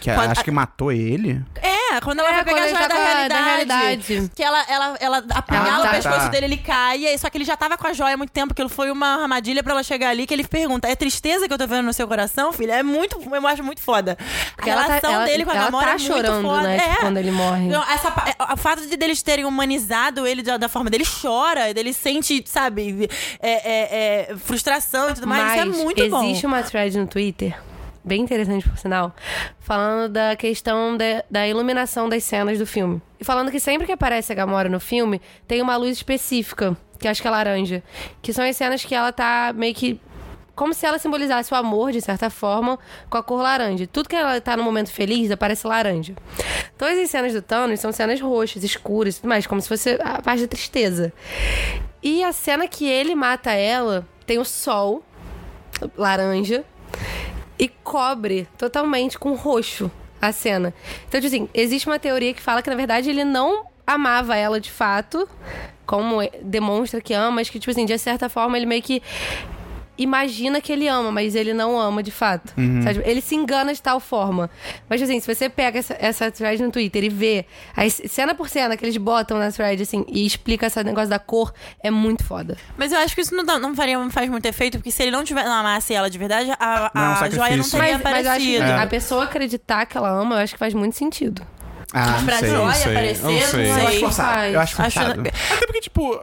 A: Que a-
B: Quando-
A: acho que matou ele.
B: É, quando ela
D: É,
B: vai pegar a
D: quando ele
B: joia
D: tá
B: da
D: com a-
B: realidade,
D: da realidade.
B: Que ela, ela, ela apunhala
A: Ah,
B: o
A: tá.
B: pescoço
A: tá.
B: dele, ele cai. e aí- Só que ele já tava com a joia há muito tempo, aquilo foi uma armadilha pra ela chegar ali. Que ele pergunta: É tristeza que eu tô vendo no seu coração, filha? É muito. Eu acho muito foda.
D: Porque
B: a
D: ela tá-
B: relação
D: ela-
B: dele com a
D: ela
B: Gamora
D: tá
B: é muito
D: chorando,
B: foda.
D: né, tipo,
B: é.
D: quando ele morre.
B: Então, essa, pa- é, o fato de deles terem humanizado ele da, da forma dele chora, dele sente, sabe, é, é, é, frustração e tudo mais,
D: Mas
B: isso é muito bom.
D: existe uma thread no Twitter, bem interessante por sinal, falando da questão da, da iluminação das cenas do filme. E falando que sempre que aparece a Gamora no filme, tem uma luz específica, que acho que é laranja. Que são as cenas que ela tá meio que. Como se ela simbolizasse o amor, de certa forma, com a cor laranja. Tudo que ela tá no momento feliz aparece laranja. Todas as cenas do Thanos são cenas roxas, escuras e tudo mais, como se fosse a parte da tristeza. E a cena que ele mata ela tem o sol laranja e cobre totalmente com roxo a cena. Então, tipo assim, existe uma teoria que fala que, na verdade, ele não amava ela de fato, como é- demonstra que ama, mas que, tipo assim, de certa forma, ele meio que imagina que ele ama, mas ele não ama de fato. Sabe? Ele se engana de tal forma. Mas, assim, se você pega essa, essa thread no Twitter e vê as cena por cena que eles botam na thread, assim, e explica esse negócio da cor, é muito foda.
B: Mas eu acho que isso não, dá- não faria, não faz muito efeito, porque se ele não tiver não amasse ela de verdade, a,
A: Não, é um
B: a joia não
A: sacrifício.
B: teria
D: mas eu acho que
B: aparecido.
D: a pessoa acreditar que ela ama, eu acho que faz muito sentido.
A: Ah, não
B: pra
A: É, sei.
B: Troia
C: sei,
B: aparecer,
C: eu não sei.
A: Eu acho
B: não sei.
A: forçado. Eu acho
B: Acho-
A: forçado.
C: Até porque, tipo,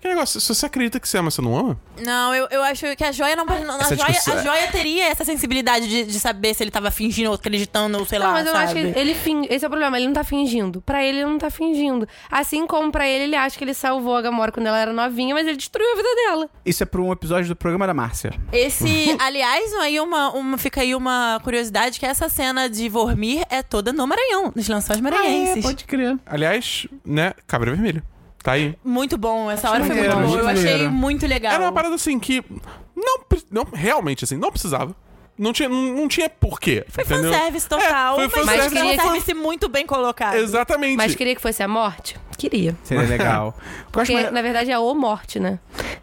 C: que negócio, se você acredita que você ama, você não ama?
B: Não, eu, eu acho que a joia não. não- A
C: Essa
B: joia,
C: discussão-
A: é-
B: a joia teria essa sensibilidade de, de saber se ele tava fingindo ou acreditando ou sei lá.
D: Não, mas eu
B: sabe?
D: acho que ele finge. Esse é o problema, ele não tá fingindo. Pra ele, ele não tá fingindo. Assim como pra ele, ele acha que ele salvou a Gamora quando ela era novinha, mas ele destruiu a vida dela.
A: Isso é pra um episódio do programa da Márcia.
B: Esse, aliás, aí uma, uma, fica aí uma curiosidade que essa cena de Vormir é toda no Maranhão, nos Lençóis Maranhenses.
A: crer.
C: Aliás, né, cabra vermelha. Tá aí.
B: Muito bom, essa hora foi muito
A: maneiro,
B: boa.
A: muito
B: Eu achei
A: maneiro. É
B: muito legal.
C: Era uma parada assim que não, pre- não realmente assim, não precisava. Não tinha, não, não tinha porquê.
B: Foi
C: entendeu?
B: fanservice total,
C: É, foi
B: mas um
C: fanservice.
D: queria-
B: fanservice muito bem colocado.
C: Exatamente.
D: Mas queria que fosse a morte? Queria.
A: Seria legal. Eu acho
D: Porque,
A: mais-
D: na verdade, é o morte, né?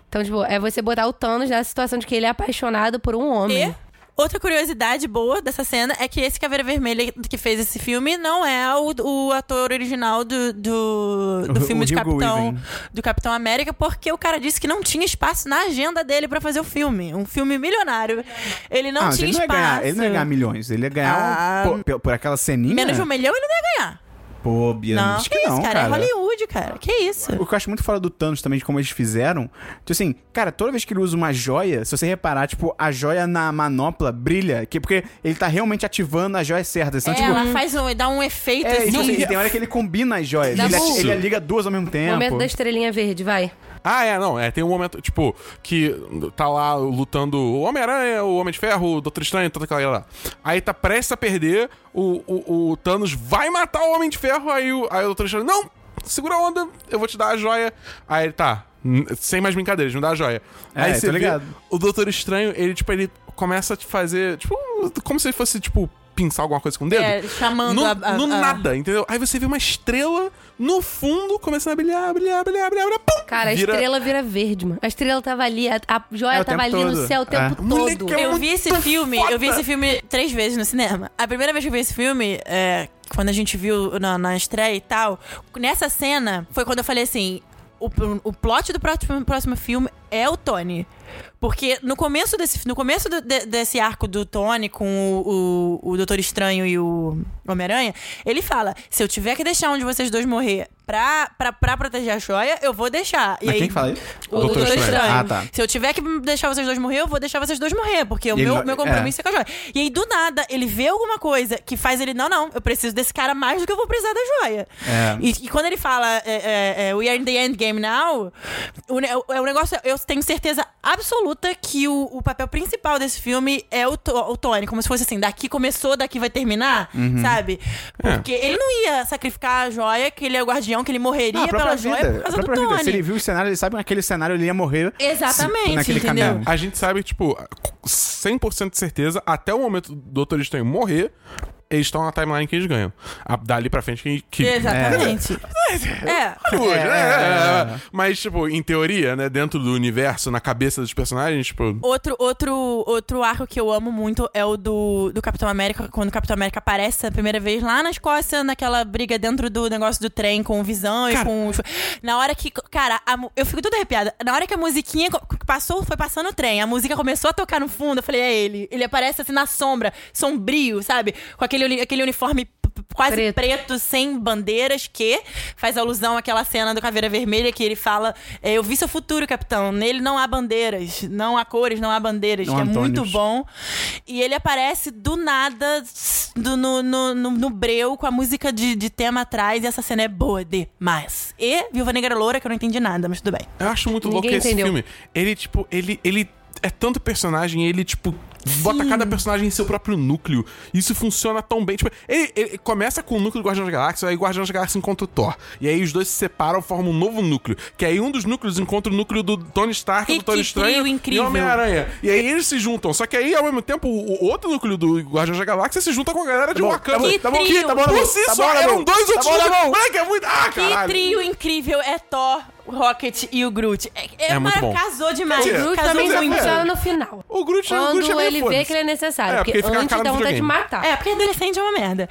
D: Então, tipo, é você botar o Thanos na situação de que ele é apaixonado por um homem.
B: E outra curiosidade boa dessa cena é que esse Caveira Vermelha que fez esse filme não é o, o ator original do, do, do
A: O-
B: filme
A: o
B: de
A: Hugo
B: Capitão,
A: Weaving.
B: do Capitão América, porque o cara disse que não tinha espaço na agenda dele pra fazer o filme. Um filme milionário. Ele não
A: Ah, mas
B: tinha
A: ele, não ia
B: espaço.
A: ganhar, ele não ia ganhar milhões. Ele ia ganhar
B: Ah,
A: um- pô, por, por aquela ceninha.
B: Menos de um milhão ele não ia ganhar.
A: Pô, Bia,
B: Não,
A: acho
B: que,
A: que,
B: isso,
A: não,
B: cara.
A: cara.
B: É Hollywood, cara. Que isso.
A: O que eu acho muito fora do Thanos também, de como eles fizeram. Tipo assim, cara, toda vez que ele usa uma joia, se você reparar, tipo, a joia na manopla brilha. Que, porque ele tá realmente ativando a joia certa. Então,
B: é,
A: tipo.
B: ela faz um, dá um efeito
A: É, e,
B: assim. um
A: tipo assim, tem hora que ele combina as joias.
D: Dá
A: Ele,
D: bom.
A: ati- ele liga duas ao mesmo tempo.
D: Momento da estrelinha verde, vai.
C: Ah, é, não. É, tem um momento, tipo, que tá lá lutando o Homem-Aranha, o Homem de Ferro, o Doutor Estranho, toda aquela galera lá. Aí tá prestes a perder, o, o, o Thanos vai matar o Homem de Ferro, aí o, aí o Doutor Estranho, não, segura a onda, eu vou te dar a joia. Aí ele tá, n- sem mais brincadeiras, me dá a joia.
A: É,
C: aí
A: tô
C: vê
A: ligado.
C: o Doutor Estranho, ele, tipo, ele começa a te fazer, tipo, como se ele fosse, tipo, pinçar alguma coisa com o dedo.
B: É, chamando
C: no,
B: a- a-
C: no
B: a-
C: nada, entendeu? Aí você vê uma estrela no fundo começando a brilhar, brilhar, brilhar, brilhar, brilhar pum!
D: Cara, a
C: Vira-
D: estrela vira verde, mano. A estrela tava ali, a, a joia
A: É, o
D: tava ali
A: tempo
D: no
A: todo.
D: céu o
A: É.
D: tempo
C: Moleque,
D: todo.
C: é
B: Eu vi esse
C: muito
B: filme, eu vi
C: foda.
B: esse filme três vezes no cinema. A primeira vez que eu vi esse filme, é, quando a gente viu na, na estreia e tal, nessa cena foi quando eu falei assim: o, o plot do próximo, próximo filme é o Tony. Porque no começo desse, no começo do- de- desse arco do Tony com o, o, o Doutor Estranho e o Homem-Aranha, ele fala: se eu tiver que deixar um de vocês dois morrer pra, pra, pra proteger a joia, eu vou deixar. E
A: Mas
B: aí,
A: quem é que fala isso?
B: o
C: Doutor
B: Doutor,
C: Estranho.
B: Estranho.
A: Ah, tá.
B: Se eu tiver que deixar vocês dois morrer, eu vou deixar vocês dois morrer, porque o
A: E ele
B: meu,
A: não-
B: meu compromisso é. com a joia. E aí, do nada, ele vê alguma coisa que faz ele, não, não, eu preciso desse cara mais do que eu vou precisar da joia.
A: É.
B: E, e quando ele fala, é, é, é, we are in the endgame now, o, ne- é um negócio, eu tenho certeza absoluta que o, o papel principal desse filme é o, To- o Tony, como se fosse assim, daqui começou, daqui vai terminar,
A: Uhum.
B: sabe?
C: É.
B: Porque ele não ia sacrificar a joia, que ele é o guardião, que ele morreria
A: Não, a
B: pela
A: própria
B: joia por
A: vida. A
B: causa do
A: própria
B: Tony.
A: vida. Se ele viu o cenário, ele sabe que naquele cenário ele ia morrer.
B: Exatamente,
A: naquele
B: entendeu?
A: caminho.
C: A gente sabe, tipo, 100% de certeza, até o momento do Doutor Estranho morrer, eles estão na timeline que eles ganham. A- dali pra frente que. que...
B: Exatamente. É.
C: Hollywood,
A: É,
C: né?
A: é,
C: É, é. Mas, tipo, em teoria, né? Dentro do universo, na cabeça dos personagens, tipo.
B: Outro, outro, outro arco que eu amo muito é o do, do Capitão América, quando o Capitão América aparece a primeira vez lá na Escócia, naquela briga dentro do negócio do trem com o Visão e com os... Na hora que. Cara, a mu- eu fico toda arrepiada. Na hora que a musiquinha co- que passou, foi passando o trem, a música começou a tocar no fundo, eu falei, é ele. Ele aparece assim na sombra, sombrio, sabe? Com aquele, uni- aquele uniforme p- p- quase
D: Preto.
B: preto. preto, sem bandeiras, que faz alusão àquela cena do Caveira Vermelha que ele fala: é, Eu vi seu futuro, capitão. Nele não há bandeiras, não há cores, não há bandeiras,
A: Não
B: que
A: há
B: é muito
A: Antônios.
B: bom. E ele aparece do nada s- do- no, no, no, no breu com a música de, de tema atrás, e essa cena é boa demais. E Viúva Negra Loura, que eu não entendi nada, mas tudo bem.
C: Eu acho muito
D: Ninguém
C: louco esse
D: entendeu.
C: filme. Ele, tipo, ele. ele é tanto personagem, ele, tipo, bota cada personagem em seu próprio núcleo. Isso funciona tão bem. Tipo, ele, ele começa com o núcleo do Guardião da Galáxia, aí o Guardião da Galáxia encontra o Thor. E aí os dois se separam, formam um novo núcleo. Que aí um dos núcleos encontra o núcleo do Tony Stark,
B: E
C: do Tony
B: que trio
C: Estranho
B: incrível.
C: e Homem-Aranha. E aí eles se juntam. Só que aí, ao mesmo tempo, o o outro núcleo do Guardião da Galáxia se junta com a galera de
A: bom,
C: Wakanda.
B: tá bom, tá bom,
C: que,
B: tá bom,
C: por
A: tá bom,
C: si
A: tá
C: só,
A: bom, tá
C: eram
A: bom.
C: dois
A: Tá
C: outros
A: bom, tá
C: núcleos.
A: bom.
C: Moleque, é muito... é Ah,
B: Que
C: caralho.
B: trio incrível é Thor, Rocket e o Groot. É, é
C: É muito
B: mara-
C: bom.
B: Casou demais.
C: Quer dizer,
D: Groot
B: casou
D: também só
B: muito.
D: funciona no final.
C: O Groot, o Groot é
D: Quando
C: meio
D: ele vê
C: foda-se.
D: que ele é necessário.
C: É, porque
D: porque
C: fica na
D: antes
C: cara do
D: dá vontade de
C: videogame.
D: matar.
B: É, porque adolescente é uma merda.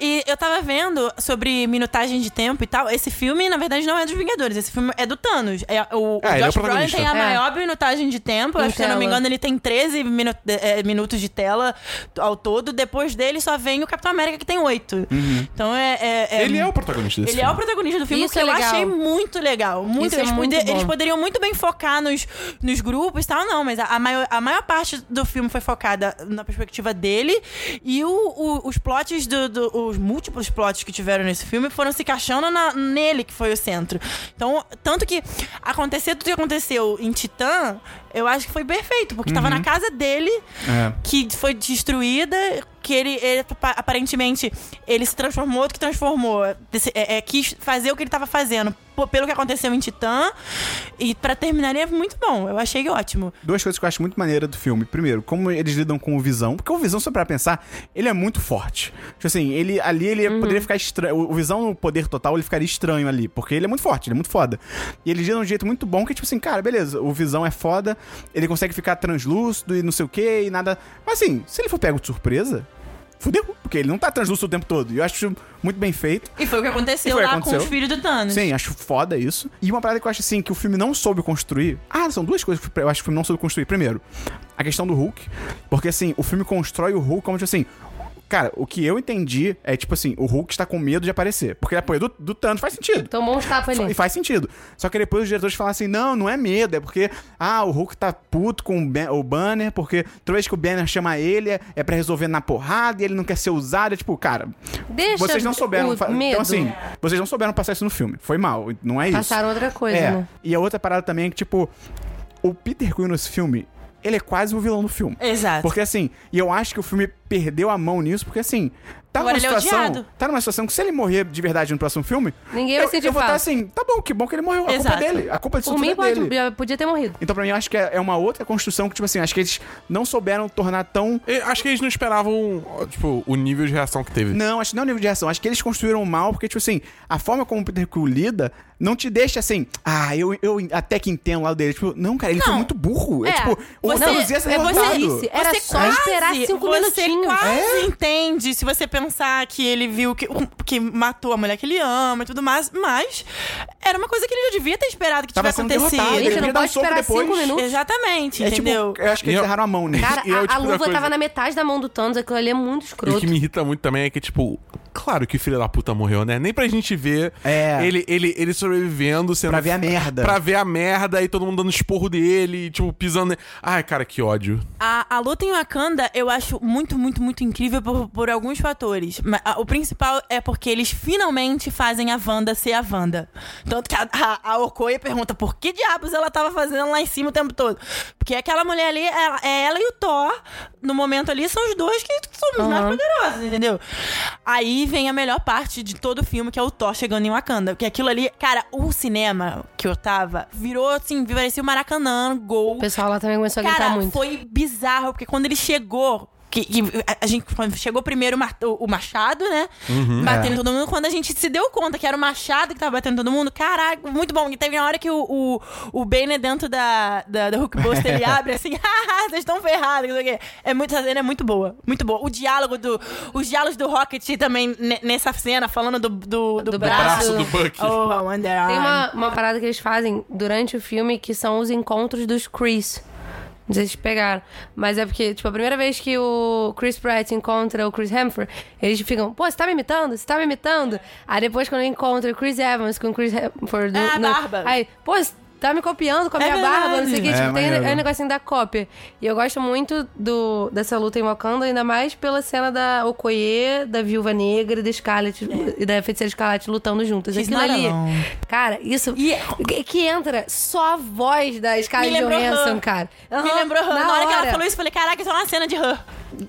B: E eu tava vendo sobre minutagem de tempo e tal. Esse filme, na verdade, não é dos Vingadores. Esse filme é do Thanos. É, o o
C: É, ele é o
B: Josh Brolin
C: protagonista.
B: tem a
D: É.
B: maior minutagem de tempo.
D: Em
B: Acho que, se eu não me
D: tela.
B: engano, ele tem 13 minu- eh, minutos de tela ao todo. Depois dele só vem o Capitão América, que tem 8. Então é. é- é-
C: Uhum. Ele é o protagonista desse
B: Ele é o protagonista do filme,
D: Isso
B: que
D: é
B: eu
D: legal.
B: achei muito legal. Muito,
D: Isso é
B: eles, pode-
D: muito bom.
B: eles poderiam muito bem focar nos, nos grupos e tal, não, mas a, a maior, a maior parte do filme foi focada na perspectiva dele. E o- o- os plots, do, do- os múltiplos plots que tiveram nesse filme foram se encaixando na- nele, que foi o centro. Então, tanto que acontecer tudo que aconteceu em Titã, eu acho que foi perfeito, porque tava na casa dele
A: É.
B: que foi destruída, que ele, ele apa- aparentemente ele se transformou, que transformou, Desse- é, é, quis fazer o que ele tava fazendo, pô, pelo que aconteceu em Titã. E pra terminar, ele é muito bom. Eu achei ótimo.
A: Duas coisas que eu acho muito maneira do filme. Primeiro, como eles lidam com o Visão. Porque o Visão, só pra pensar, ele é muito forte. Tipo assim, ele ali ele
B: Uhum.
A: poderia ficar estranho. O o Visão no poder total, ele ficaria estranho ali. Porque ele é muito forte, ele é muito foda. E eles lidam de um jeito muito bom, que é tipo assim, cara, beleza, o Visão é foda, ele consegue ficar translúcido e não sei o que e nada... Mas assim, se ele for pego de surpresa... Fudeu, porque ele não tá translúcido o tempo todo. E eu acho isso muito bem feito.
B: E foi o que aconteceu
A: E foi o
B: lá
A: que
B: com
A: aconteceu.
B: os filhos do Thanos.
A: Sim, acho foda isso. E uma parada que eu acho assim, que o filme não soube construir. Ah, são duas coisas que eu acho que o filme não soube construir. Primeiro, a questão do Hulk. Porque assim, o filme constrói o Hulk como tipo assim. Cara, o que eu entendi é tipo assim, o Hulk está com medo de aparecer. Porque ele apoia do, do Thanos, faz sentido.
D: Tomou uns tapas
A: Fa- E
D: ali.
A: faz sentido. Só que depois os diretores falaram assim: não, não é medo, é porque, ah, o Hulk tá puto com o, Ban- o Banner, porque toda vez que o Banner chama ele é, é pra resolver na porrada e ele não quer ser usado. É tipo, cara,
D: Deixa
A: vocês não souberam.
D: o
A: fa-
D: medo.
A: Então, assim, vocês não souberam passar isso no filme. Foi mal, não é isso.
D: Passaram outra coisa,
A: é.
D: né?
A: E a outra parada também é que, tipo, o Peter Quill nesse filme, ele é quase o vilão do filme.
B: Exato.
A: Porque assim, e eu acho que o filme perdeu a mão nisso, porque assim, tá
B: Agora
A: numa
B: ele é
A: situação.
B: odiado.
A: tá numa situação que se ele morrer de verdade no próximo filme,
D: Ninguém vai
A: eu,
D: sentir
A: eu vou estar
D: falta.
A: assim, tá bom, que bom que ele morreu. A
B: Exato.
A: culpa é dele. A culpa disso
D: Por
A: tudo
D: mim,
A: é dele.
D: pode, já podia ter morrido.
A: Então, pra mim, eu acho que é é uma outra construção que, tipo assim, acho que eles não souberam tornar tão
C: Eu acho que eles não esperavam, ó, tipo, o nível de reação que teve.
A: Não, acho que não é o nível de reação. Acho que eles construíram mal, porque, tipo assim, a forma como o Peter Quill lida não te deixa assim, ah, eu, eu até que entendo o lado dele. Tipo, não, cara, ele foi
B: Não.
A: muito burro. É,
B: É,
A: tipo, o
B: você-
A: Thanos ia ser
B: é você-
A: derrotado.
D: Alice, Era só esperar cinco
B: você
D: minutinhos.
A: É?
B: quase entende se você pensar que ele viu que, um, que matou a mulher que ele ama e tudo mais, mas era uma coisa que ele já devia ter esperado que
A: Tava
B: tivesse
A: sendo derrotado,
B: acontecido.
A: ele
D: Gente,
A: podia
D: não
A: dar um
D: pode
A: soco
D: esperar
A: depois.
D: cinco minutos.
B: Exatamente,
A: É tipo,
B: entendeu?
A: eu acho que
C: E
A: eles
C: eu-
A: erraram a mão nisso.
D: Cara,
C: E é o
D: a,
C: tipo
D: a
C: da
D: luva
C: coisa-
D: tava na metade da mão do Thanos, aquilo ali é muito escroto.
C: O que me irrita muito também é que, tipo, claro que o filho da puta morreu, né? Nem pra gente ver
A: É.
C: ele, ele, ele sobrevivendo, sendo.
A: Pra ver a merda.
C: Pra ver a merda e todo mundo dando esporro dele, e, tipo, pisando. ne- Ai, cara, que ódio.
B: A, a luta em Wakanda eu acho muito, muito, muito incrível por, por alguns fatores. Mas, a- o principal é porque eles finalmente fazem a Wanda ser a Wanda. Tanto que a, a, a Okoye pergunta por que diabos ela tava fazendo lá em cima o tempo todo. Porque aquela mulher ali, ela- é ela e o Thor, no momento ali, são os dois que somos mais poderosos, entendeu? Aí vem a melhor parte de todo o filme, que é o Thor chegando em Wakanda. Porque aquilo ali, cara, o cinema que eu tava virou assim, parecia o Maracanã, gol.
D: O pessoal lá também começou a gritar
B: Cara,
D: tá muito.
B: foi bizarro, porque quando ele chegou. Que, que a, a gente quando chegou primeiro o mar- o, o machado, né?
C: Uhum, é.
B: batendo em todo mundo. Quando a gente se deu conta que era o machado que tava batendo em todo mundo, caraca, muito bom. E teve uma hora que o, o, o Banner dentro da, da, da Hulkbuster, ele abre assim, haha, vocês estão ferrados, não sei o quê. É muito, essa cena é muito boa, muito boa. O diálogo do... Os diálogos do Rocket também ne- nessa cena, falando do, do, do,
D: Do
B: braço.
D: braço do
C: Bucky.
B: Oh, I wonder
D: Tem
B: I'm-
D: uma, uma parada que eles fazem durante o filme que são os encontros dos Chris. Não sei se vocês pegaram. Mas é porque, tipo, a primeira vez que o Chris Pratt encontra o Chris Hemsworth, eles ficam, pô, você tá me imitando? Você tá me imitando? Aí depois, quando encontra o Chris Evans com o Chris Hemsworth...
B: É a
D: no-
B: barba.
D: Aí, pô, você tá me copiando com a
B: É
D: minha
B: verdade.
D: barba, não sei o que.
A: É,
D: tipo, tem
A: maneiro.
D: é um negocinho da cópia. E eu gosto muito do, dessa luta em Wakanda, ainda mais pela cena da Okoye, da Viúva Negra e da Scarlet...
B: É.
D: E da Feiticeira Escarlate lutando juntas.
B: She's
D: Aquilo
B: not
D: ali...
B: alone.
D: Cara, isso.
B: E- é
D: que- Que entra só a voz da Scarlett
B: lembrou
D: Johansson,
B: Han.
D: cara.
B: Me
D: Aham,
B: lembrou, na, hora que ela falou isso, eu falei, caraca, isso é uma cena de Her.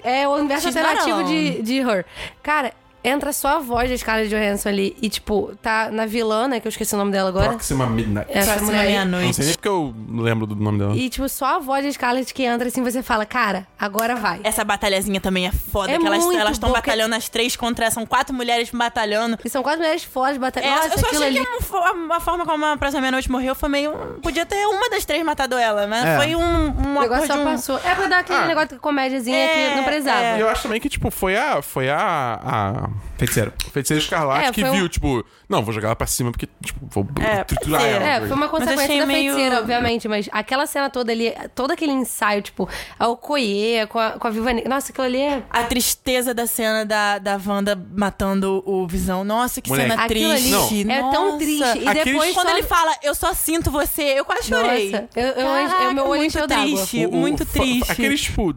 D: É o universo
B: She's
D: alternativo
B: not alone.
D: de, de Her. Cara, entra só a voz da Scarlett Johansson ali e, tipo, tá na vilã, né? Que eu esqueci o nome dela agora.
C: Próxima Midnight.
D: Essa
B: Próxima
D: mulher aí.
C: Eu Não
B: meia-noite.
C: sei nem porque eu lembro do nome dela.
D: E, tipo, só a voz da Scarlett que entra assim, você fala, cara, agora vai.
B: Essa batalhazinha também é foda.
D: É
B: que elas
D: muito
B: estão
D: boa,
B: batalhando as três contra. São quatro mulheres batalhando.
D: E são quase mulheres fodas batalhando.
B: É,
D: Nossa,
B: eu só
D: aquilo
B: achei
D: ali.
B: que a- a, a forma como a próxima meia-noite morreu foi meio. um, Podia ter uma das três matado ela, mas
A: É.
B: foi um. um
D: O negócio
B: acordo
D: só
B: de um-
D: passou. É pra dar aquele
C: Ah.
D: negócio de comédiazinha
B: É,
D: que não precisava.
B: é.
C: E eu acho também que, tipo, foi a. Foi a.
A: Feiticeiro.
C: a Feiticeira Escarlate
D: É,
C: que
D: foi um-
C: viu, tipo, não, vou jogar ela pra cima porque, tipo, vou
B: É,
C: triturar
B: pode ser.
C: ela.
D: É, foi uma
B: achei
D: consequência da
B: meio-
D: feiticeira, obviamente, mas aquela cena toda ali, todo aquele ensaio, tipo, a Okoye com a, com a Viva Negra. Nossa, aquilo ali é.
B: A tristeza da cena da, da Wanda matando o Visão. Nossa, que
C: Moleque.
B: cena
D: Aquilo
B: Tá triste.
D: ali é
B: Nossa. é
D: tão triste. E
C: Aquele-
D: depois.
B: Quando
D: só-
B: ele fala, eu só sinto você, eu quase chorei.
D: Nossa, eu, eu, eu- meu olho
B: muito
D: encheu d'água.
B: triste, é muito
C: fa-
B: triste.
C: Aqueles, tipo,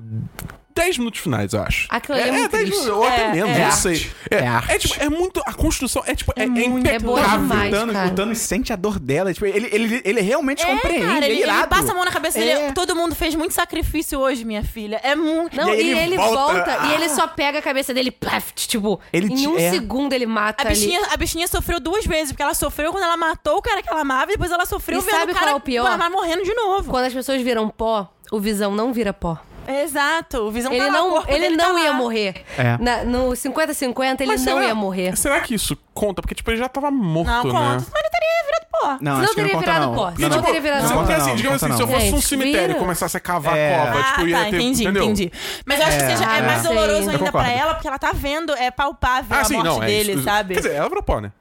C: 10 minutos finais, eu acho.
D: Aquilo ali é
A: tá
D: muito triste.
C: minutos, ou até
B: É,
C: menos,
B: é
C: não
A: arte.
C: sei.
A: É arte.
C: tipo, é muito. A construção é, tipo, é, é
B: muito-
D: É boa
A: o,
C: impecável.
D: demais,
A: Thanos,
D: cara.
A: o Thanos sente a dor dela. Tipo, ele, ele, ele realmente compreende.
B: cara,
A: é
B: ele, ele
A: irado.
B: passa a mão na cabeça dele.
A: É.
B: Todo mundo fez muito sacrifício hoje, minha filha. É muito.
D: Não,
A: E
D: e
A: aí
D: ele,
A: ele
D: volta,
A: volta,
D: e
A: ah.
D: ele só pega a cabeça dele, plaft, tipo,
A: Ele
D: em
A: te-
D: um
A: é.
D: segundo ele mata
B: A bichinha,
D: ali.
B: a bichinha sofreu duas vezes, porque ela sofreu quando ela matou o cara que ela amava, e depois ela sofreu
D: E
B: vendo
D: sabe
B: o cara
D: qual é o pior?
B: ela morrendo de novo.
D: Quando as pessoas viram pó, o Visão não vira pó.
B: Exato. O Visão
D: Ele
B: tá lá, o
D: não,
B: corpo
D: ele
B: dele
D: não
B: tá
D: ia
B: lá.
D: morrer.
A: É.
D: Na- no 50-50 ele
C: Mas
D: não
C: será-
D: ia morrer.
C: Será que isso conta? Porque, tipo, ele já tava morto,
B: Não,
C: né?
B: conta. Mas ele teria virado pó.
A: Não,
D: Senão
A: acho que não
D: teria
A: conta,
D: virado
A: não.
D: pó.
A: Não,
D: Senão
A: não.
D: teria virado
A: Não
B: um
D: pó.
A: conta,
C: Porque, assim,
A: não,
C: digamos
A: conta
C: assim, se eu
A: não.
C: fosse um
D: Gente,
C: cemitério
D: vira.
C: e começasse a cavar
A: É.
C: cova,
B: Ah,
C: tipo, ia
B: tá,
C: ter.
B: entendi,
C: entendeu?
B: entendi. Mas eu acho que
A: É,
B: seja é
D: é.
B: mais
D: Sei.
B: doloroso
D: Eu
B: ainda
A: concordo.
B: pra ela, porque ela tá vendo, é palpável
C: Ah,
B: a
C: sim,
B: morte
C: não, é
B: dele,
C: isso.
B: sabe?
C: Quer dizer, ela virou pó, né?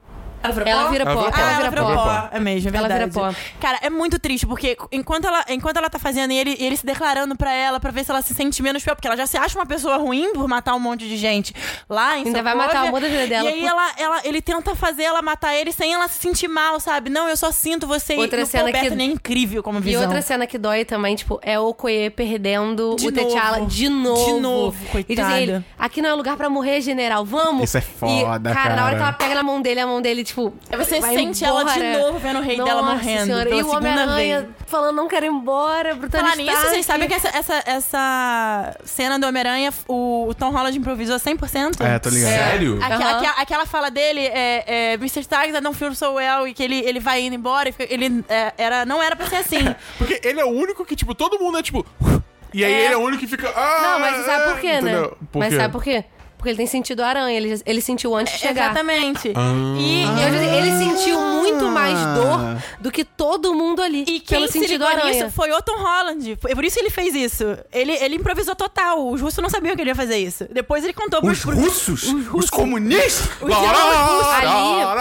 B: Ela virou
D: Ela vira
C: Ela
D: pó.
C: virou pó.
B: Ah, ela
C: virou
B: virou
C: pó.
B: pó. É mesmo, é
D: Ela
B: verdade.
D: vira pó.
B: Cara, é muito triste, porque enquanto ela, enquanto ela tá fazendo e ele, e ele se declarando pra ela pra ver se ela se sente menos pior, porque ela já se acha uma pessoa ruim por matar um monte de gente lá em
D: Ainda vai
B: Sokovia.
D: matar uma outra vida dela.
B: E aí ela, ela, ele tenta fazer ela matar ele sem ela se sentir mal, sabe? Não, eu só sinto você
D: Outra
B: e o
D: cena
B: Paul
D: que-
B: Bettany é incrível como
D: E
B: visão.
D: outra cena que dói também, tipo, é o Okoye perdendo
B: De
D: o T'Challa
B: novo.
D: de novo.
B: De novo,
D: E dizem ele,
B: coitada.
D: aqui não é lugar pra morrer, general, vamos?
A: Isso é foda,
D: e, cara. na
A: cara.
D: hora que ela pega na mão dele, a mão dele, tipo...
B: Você
D: vai
B: sente ela
D: embora.
B: de novo vendo o rei
D: Nossa
B: dela morrendo
D: Senhora.
B: pela
D: e o
B: segunda vez.
D: Homem-Aranha falando, não quero ir embora, pro Tony
B: Falar nisso,
D: Stark.
B: vocês sabem que é essa, essa, essa cena do Homem-Aranha, o, o Tom Holland improvisou 100%?
A: É, tô ligado.
C: Sério?
B: Aque-
D: Aham.
B: aque- aquela fala dele, é, é, Mr. Stark, I don't feel so well, e que ele, ele vai indo embora, e fica- ele é, era, não era pra ser assim.
C: Porque ele é o único que, tipo, todo mundo é tipo. E aí
B: É.
C: ele é o único que fica. Ah,
D: Não, mas você sabe por quê, né?
C: entendeu? Por
D: mas
C: quê?
D: sabe por quê? Porque ele tem sentido a aranha, ele, ele sentiu antes de chegar.
B: É, Exatamente.
A: Ah.
B: E,
D: E eu já disse, ele sentiu muito mais dor do que todo mundo ali.
B: e
D: pelo
B: quem se
D: sentido
B: ligou
D: aranha.
B: nisso foi o Tom Holland. Por por isso ele fez isso. Ele, ele improvisou total. Os russos não sabiam que ele ia fazer isso. Depois ele contou
A: Os
B: pros...
A: russos? Os, comunistas?
D: Ali,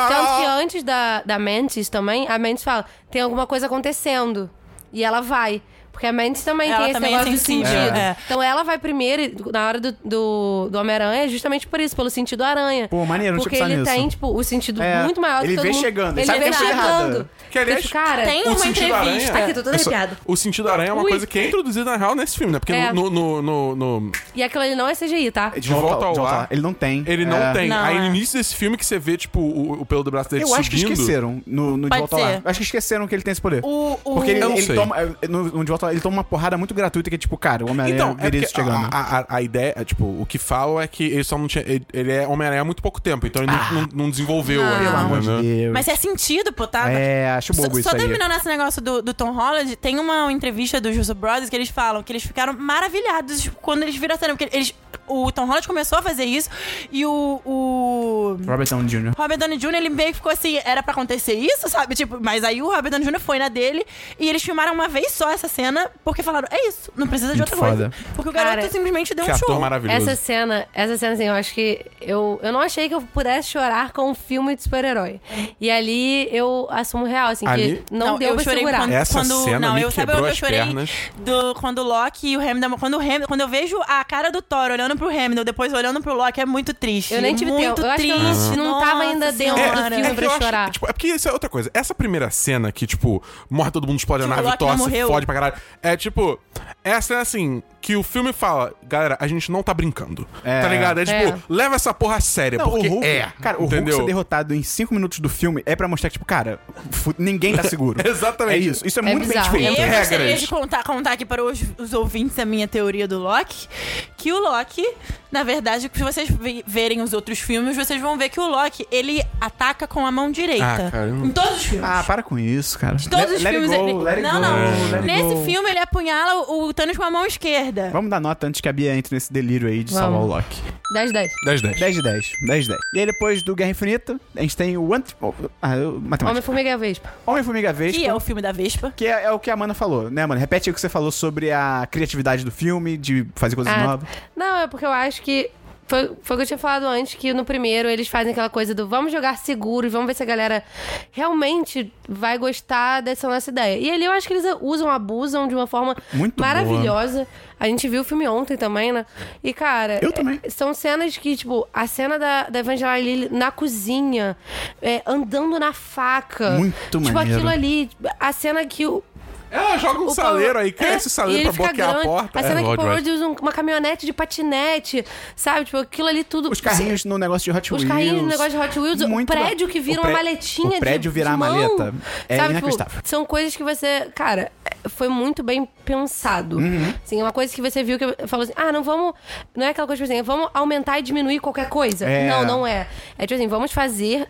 D: tanto que antes da, da Mantis também, a Mantis fala, tem alguma coisa acontecendo. E ela vai. Porque a Mantis também
B: Ela
D: tem
B: também é
D: esse negócio do
B: sensível,
D: sentido.
B: é.
D: Então ela vai primeiro, e na hora do, do, do Homem-Aranha, é justamente por isso, pelo sentido aranha.
A: Pô, maneiro, não tinha
D: Porque
A: pensado
D: ele
A: nisso.
D: tem, tipo, o sentido
A: É,
D: muito maior do
A: ele
D: que todo
A: vê
D: mundo.
A: chegando, ele
D: Ele
A: sabe
D: vê
A: que É. tá errado.
D: chegando.
C: Que, aliás,
D: Tipo, cara,
B: Tem Tá
C: O
B: uma
C: sentido da aranha
B: entrevista.
D: Aqui, tô toda
C: Essa-
D: arrepiada.
C: O sentido da aranha é uma
D: Ui.
C: coisa que é introduzida, na real, nesse filme, né? Porque
D: É.
C: no, no, no- no-
D: E aquilo ali não é CGI, tá?
A: De volta,
C: volta ao
A: ao
C: ar.
A: ar. Ele não tem.
C: Ele não
A: É.
C: tem.
B: Não,
C: aí no
B: é.
C: início desse filme que você vê, tipo, o, o pelo do braço dele
A: Eu
C: subindo.
A: acho que esqueceram no, no De
B: Pode
A: Volta ao Lar.
B: ser.
A: Acho que esqueceram que ele tem esse poder.
B: O, o...
A: Porque ele,
C: Eu não
A: ele
C: sei.
A: toma. é, No, no De Volta ao Lar, ele toma uma porrada muito gratuita que é tipo, cara, o Homem-Aranha
C: Então, é
A: veria
C: porque
A: isso chegando.
C: a, a- a- a ideia, é, tipo, o que falam é que ele só não tinha. Ele, ele é Homem-Aranha há muito pouco tempo, então ele não- não, não desenvolveu ainda,
A: Ah. Pelo amor
C: né?
A: de Deus.
B: Mas é sentido, pô, tá?
A: É, acho
B: Só-
A: bobo
B: só
A: isso aí.
B: terminando esse negócio do, do Tom Holland, tem uma entrevista dos Russo Brothers que eles falam que eles ficaram maravilhados tipo, quando eles viram a cena. Porque eles, o Tom Holland começou a fazer isso e o. o
A: Robert Downey Jr.
B: Robert Downey Jr., ele meio que ficou assim, era pra acontecer isso, sabe? Tipo, mas aí o Robert Downey Jr. foi na dele e eles filmaram uma vez só essa cena, porque falaram, é isso, não precisa de
A: Muito
B: outra
A: foda.
B: coisa. Porque o
D: Cara,
B: garoto simplesmente deu
C: Que
B: um
C: ator
B: show.
C: maravilhoso.
D: Essa cena, essa cena, assim, eu acho que eu, eu não achei que eu pudesse chorar com um filme de super-herói. E ali eu assumo real, assim,
C: Ali?
D: que não, deu
B: eu
D: pra
B: chorei
D: segurar. É.
B: Quando,
C: Essa
B: quando,
C: cena
B: não,
C: me
B: eu, sabe
C: quebrou
B: onde eu
C: as
B: chorei?
C: pernas.
B: Do, quando o Loki e o Hamilton... Quando, o Hamilton, quando eu vejo a cara do Thor olhando pro Hamilton, depois olhando pro Loki, é muito triste.
D: Eu nem tive
B: muito
D: tempo. Eu acho que
B: triste.
D: eu não- não tava ainda dentro do
B: senhora.
D: filme.
C: que
D: pra
C: eu acho-
D: chorar.
C: tipo, é porque isso é outra coisa. Essa primeira cena que, tipo, morre todo mundo, explode a
B: Tipo, o
C: nave,
B: Loki não
C: torce,
B: morreu.
C: fode pra caralho. É tipo, é a cena assim, que o filme fala, galera, a gente não tá brincando.
A: É.
C: Tá ligado? É tipo,
D: É.
C: leva essa porra a sério,
A: Não,
C: porque
A: o Hulk,
C: é.
A: cara, o Hulk
C: entendeu?
A: ser derrotado em 5 minutos do filme é pra mostrar que, tipo, cara, fu- ninguém tá seguro.
C: Exatamente.
A: É isso. Isso é,
D: É
A: muito
D: bizarro.
A: bem feito.
B: Eu
C: regras.
B: gostaria de contar, contar aqui para os, os ouvintes a minha teoria do Loki, que o Loki na verdade, se vocês ve- verem os outros filmes, vocês vão ver que o Loki, ele ataca com a mão direita.
C: Ah, caramba.
B: em
D: Então,
B: todos os filmes.
A: Ah, para com isso, cara.
B: Em todos
A: Let-
B: os
A: let it
B: filmes
A: go,
B: ele.
A: let it
B: não,
A: go,
B: não.
C: Ah,
A: let it
B: Nesse
A: go.
B: filme ele apunhala o, o Thanos com a mão esquerda.
A: Vamos dar nota antes que a Bia entre nesse delírio aí de
D: Vamos.
A: salvar o Loki.
D: 10, 10.
C: 10, 10.
A: 10 de 10. 10 de 10. E aí depois do Guerra Infinita, a gente tem o Ant... oh, Ah, eu... matemática.
D: Homem-Formiga e a Vespa.
A: Homem-Formiga Vespa.
B: Que é o filme da Vespa.
A: Que é, é o que a Amanda falou, né, mano? Repete aí o que você falou sobre a criatividade do filme, de fazer coisas
D: Ah,
A: novas.
D: Não, é porque eu acho que. Foi, foi o que eu tinha falado antes, que no primeiro eles fazem aquela coisa do vamos jogar seguro e vamos ver se a galera realmente vai gostar dessa nossa ideia. E ali eu acho que eles usam, abusam de uma forma
A: Muito boa.
D: maravilhosa. A gente viu o filme ontem também, né? E, cara.
A: Eu também.
D: é- São cenas que, tipo, a cena da, da Evangeline Lilly na cozinha, é, andando na faca.
A: Muito
D: Tipo,
A: maneiro.
D: aquilo ali. A cena que o,
C: Ela joga um
D: o
C: saleiro
D: Paul-
C: aí, cresce
D: É,
C: o saleiro
D: e
C: pra
D: ele fica
C: bloquear a
D: grande.
C: porta.
D: A cena
C: é,
D: que o
C: God
D: Paul
C: Rod.
D: Rudd usa um- uma caminhonete de patinete, sabe? Tipo, aquilo ali tudo.
A: Os carrinhos no negócio de Hot
D: Os
A: Wheels.
D: carrinhos no negócio de Hot Wheels,
A: Muito
D: o
A: bom.
D: prédio que vira
A: O
D: uma
A: pré-
D: maletinha
A: O prédio
D: de,
A: virar
D: de mão,
A: maleta. É
D: sabe?
A: inacreditável.
D: Tipo, são coisas que você. Cara, é, foi muito bem pensado.
A: Uhum.
D: Assim, é uma coisa que você viu que falou assim: ah, não vamos. Não é aquela coisa, tipo assim, vamos aumentar e diminuir qualquer coisa.
A: É.
D: Não, não é. É tipo assim, vamos fazer.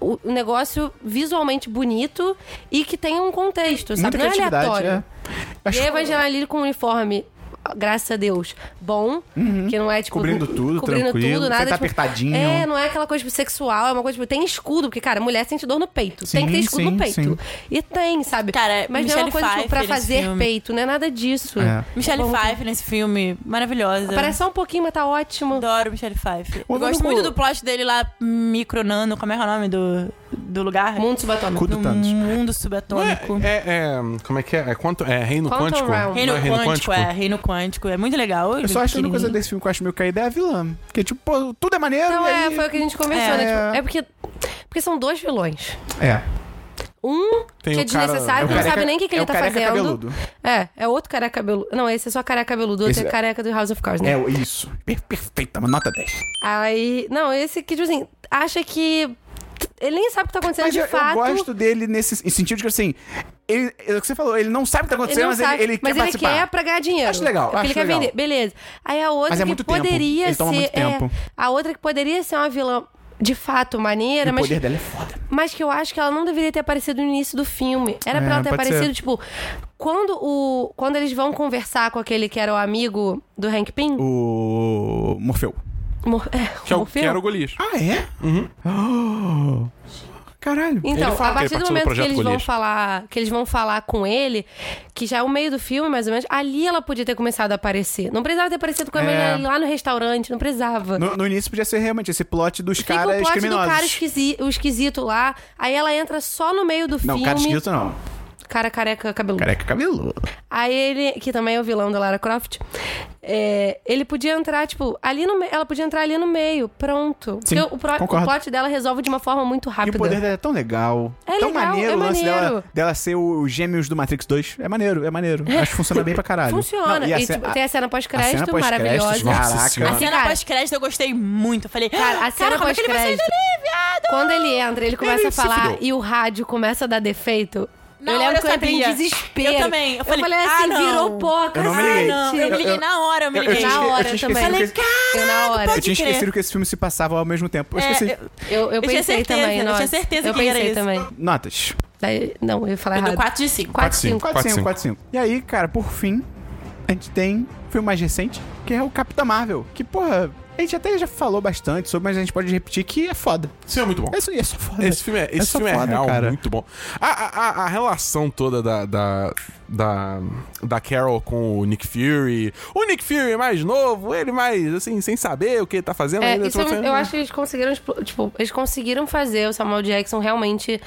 D: O o negócio visualmente bonito e que tenha um contexto, sabe?
A: Muita
D: não é
A: criatividade.
D: aleatório.
A: É.
D: E aí a Evangelina Lilly com um uniforme, graças a Deus, bom. Que não é, tipo...
A: Uhum. Cobrindo tudo,
D: cobrindo
A: tranquilo,
D: tudo, nada,
A: sempre
D: tipo,
A: apertadinho.
D: É, não é aquela coisa, tipo, sexual. É uma coisa, tipo, tem escudo. Porque, cara, mulher sente dor no peito.
A: Sim,
D: tem que ter escudo
A: sim,
D: no peito.
A: sim.
D: E tem, sabe?
B: Cara,
D: Mas não é
B: Michelle
D: uma coisa, tipo, pra
B: Pfeiffer nesse
D: fazer
B: filme.
D: peito. Não é nada disso.
A: É.
B: Michelle
D: Vamos-
B: Pfeiffer nesse filme, maravilhosa.
D: Parece só um pouquinho, mas tá ótimo.
B: Adoro Michelle Pfeiffer.
A: O
B: Eu gosto
A: único-
B: muito do plot dele lá, micro nano, como é que é o nome do, do lugar?
D: Mundo subatômico.
A: Cu do
B: do
A: Thanos.
B: mundo
C: Não é,
B: subatômico.
C: é, é- Como é que é? É, quanto, é reino
D: Quantum
C: quântico?
D: Realm.
C: Não
B: Reino,
C: é
B: quântico, é, reino quântico. É muito legal.
A: Eu só acho que a única coisa desse filme que eu acho meio caída é a vilã. Porque, tipo, pô, tudo é maneiro.
D: Não,
A: e
D: é,
A: aí-
D: foi o que a gente conversou,
B: É.
D: né? Tipo, é porque... Porque são dois vilões.
A: É.
D: Um
C: Tem
D: que é
C: o cara-
A: É
D: desnecessário,
A: o
D: que não
A: careca-
D: sabe nem o que, que
A: é
D: ele
A: o
D: tá
A: careca
D: fazendo.
A: cabeludo.
D: É, é outro careca cabeludo. Não, esse é só careca cabeludo, outro
A: Esse
D: é
A: é-
D: careca do House of Cards, né?
A: É, isso. Per- Perfeita, uma nota 10.
D: Aí. Não, esse que, tipo assim, acha que. Ele nem sabe o que tá acontecendo
A: Mas
D: de
A: eu, eu
D: fato.
A: gosto dele nesse em sentido de que, assim, ele, é o que você falou, ele não sabe o que tá
D: Ele
A: acontecendo,
D: não
A: mas
D: sabe,
A: ele, ele
D: mas
A: quer
D: ele
A: participar.
D: quer pra ganhar dinheiro.
A: Acho legal,
D: É porque
A: acho
D: ele quer
A: legal.
D: vender. Beleza. Aí a outra
A: Mas é
D: que
A: muito tempo.
D: poderia
A: Ele toma
D: ser.
A: muito tempo.
D: é, a outra que poderia ser uma vilã de fato maneira,
A: E o
D: mas,
A: poder dela é foda.
D: mas que eu acho que ela não deveria ter aparecido no início do filme. Era
A: É,
D: pra ela ter
A: pode
D: aparecido,
A: ser.
D: tipo, quando o. Quando eles vão conversar com aquele que era o amigo do Hank Pym.
A: O Morfeu.
D: Mor-
C: Que é o que
D: Morfeu?
C: era o Golias.
A: Ah, é? Uhum. Caralho.
D: Então,
C: Ele fala
D: a
C: que ele participou
D: partir do
C: do
D: momento que
C: Projeto
D: eles vão
C: Golias.
D: falar, que eles vão falar com ele, que já é o meio do filme, mais ou menos, ali ela podia ter começado a aparecer. Não precisava ter aparecido com a
A: É.
D: Evangeline lá no restaurante, não precisava.
A: No, no início podia ser realmente esse plot dos
D: Fica
A: caras
D: o plot
A: criminosos.
D: do cara esquisi- o esquisito lá, aí ela entra só no meio do
A: Não,
D: filme.
A: cara esquisito não.
D: Cara careca, cabeludo.
A: Careca cabeludo.
D: Aí ele, que também é o vilão da Lara Croft, é, ele podia entrar, tipo, ali no me- ela podia entrar ali no meio, pronto.
A: Sim,
D: Porque o, pro- o
A: concordo.
D: plot dela resolve de uma forma muito
A: E
D: rápida.
A: o poder dela é tão legal.
D: Ah, É
A: tão
D: legal,
A: maneiro
D: é
A: o lance
D: maneiro.
A: dela, dela ser o, os gêmeos do Matrix 2. É maneiro, é maneiro. Acho que funciona bem pra caralho.
D: Funciona.
A: Não,
D: e,
A: a ce-
D: tipo,
A: a-
D: tem a cena
A: a
D: pós-crédito
A: cena pós-crédito,
D: maravilhosa.
C: nossa
A: Caraca.
C: senhora.
B: A cena
D: Cara.
B: pós-crédito eu gostei muito. Eu Falei,
D: Cara, a
B: cara,
D: cena
B: como é que ele vai sair
D: pós-crédito.
B: dali, viado?
D: Quando ele entra, ele começa
C: Ele
D: a
C: se
D: falar
C: fudeu.
D: e o rádio começa a dar defeito.
B: Na
D: eu
B: hora
D: lembro
B: eu
D: que eu entrei em
B: sabia.
D: desespero.
B: Eu também. Eu falei,
D: assim,
B: ah, não.
D: virou assim, pó,
A: Eu não me liguei.
D: cacete.
B: Ah, Não, eu me liguei
A: eu-
B: na hora, eu me
A: eu- eu
B: liguei.
A: tinha
D: Na
A: esque-
D: hora
A: eu tinha
D: também.
A: esquecido
B: Falei,
A: que-
D: Eu
A: Eu
D: na hora.
A: tinha
B: "Ah, pode crer.
A: esquecido que esse filme se passava ao mesmo tempo. Eu
B: É,
A: esqueci.
B: eu-
D: Eu, eu
B: tinha
D: pensei
B: certeza,
D: também,
B: eu
D: nossa.
B: tinha certeza
D: eu
B: que era
D: pensei
B: isso.
D: também.
A: Notas.
D: Daí- não, eu ia falar
B: Eu dou
D: errado.
B: 4 de 5.
D: 4, 5.
A: 4, 5,
C: 4-5.
A: 4, 5. E aí, cara, por fim, a gente tem um filme mais recente, que é o Capitão Marvel. Que, porra, a gente até já falou bastante sobre, mas a gente pode repetir que é foda.
C: Isso é muito bom.
A: É só, é só foda.
C: Esse filme é, esse
A: só
C: filme é
A: foda,
C: real,
A: cara.
C: muito bom. A, a, a- a relação toda da, da, da, da Carol com o Nick Fury. O Nick Fury mais novo, ele mais, assim, sem saber o que ele tá fazendo.
D: É,
C: ainda,
D: isso
C: tipo,
D: eu,
C: assim,
D: eu acho que eles conseguiram, explo- tipo, eles conseguiram fazer o Samuel Jackson realmente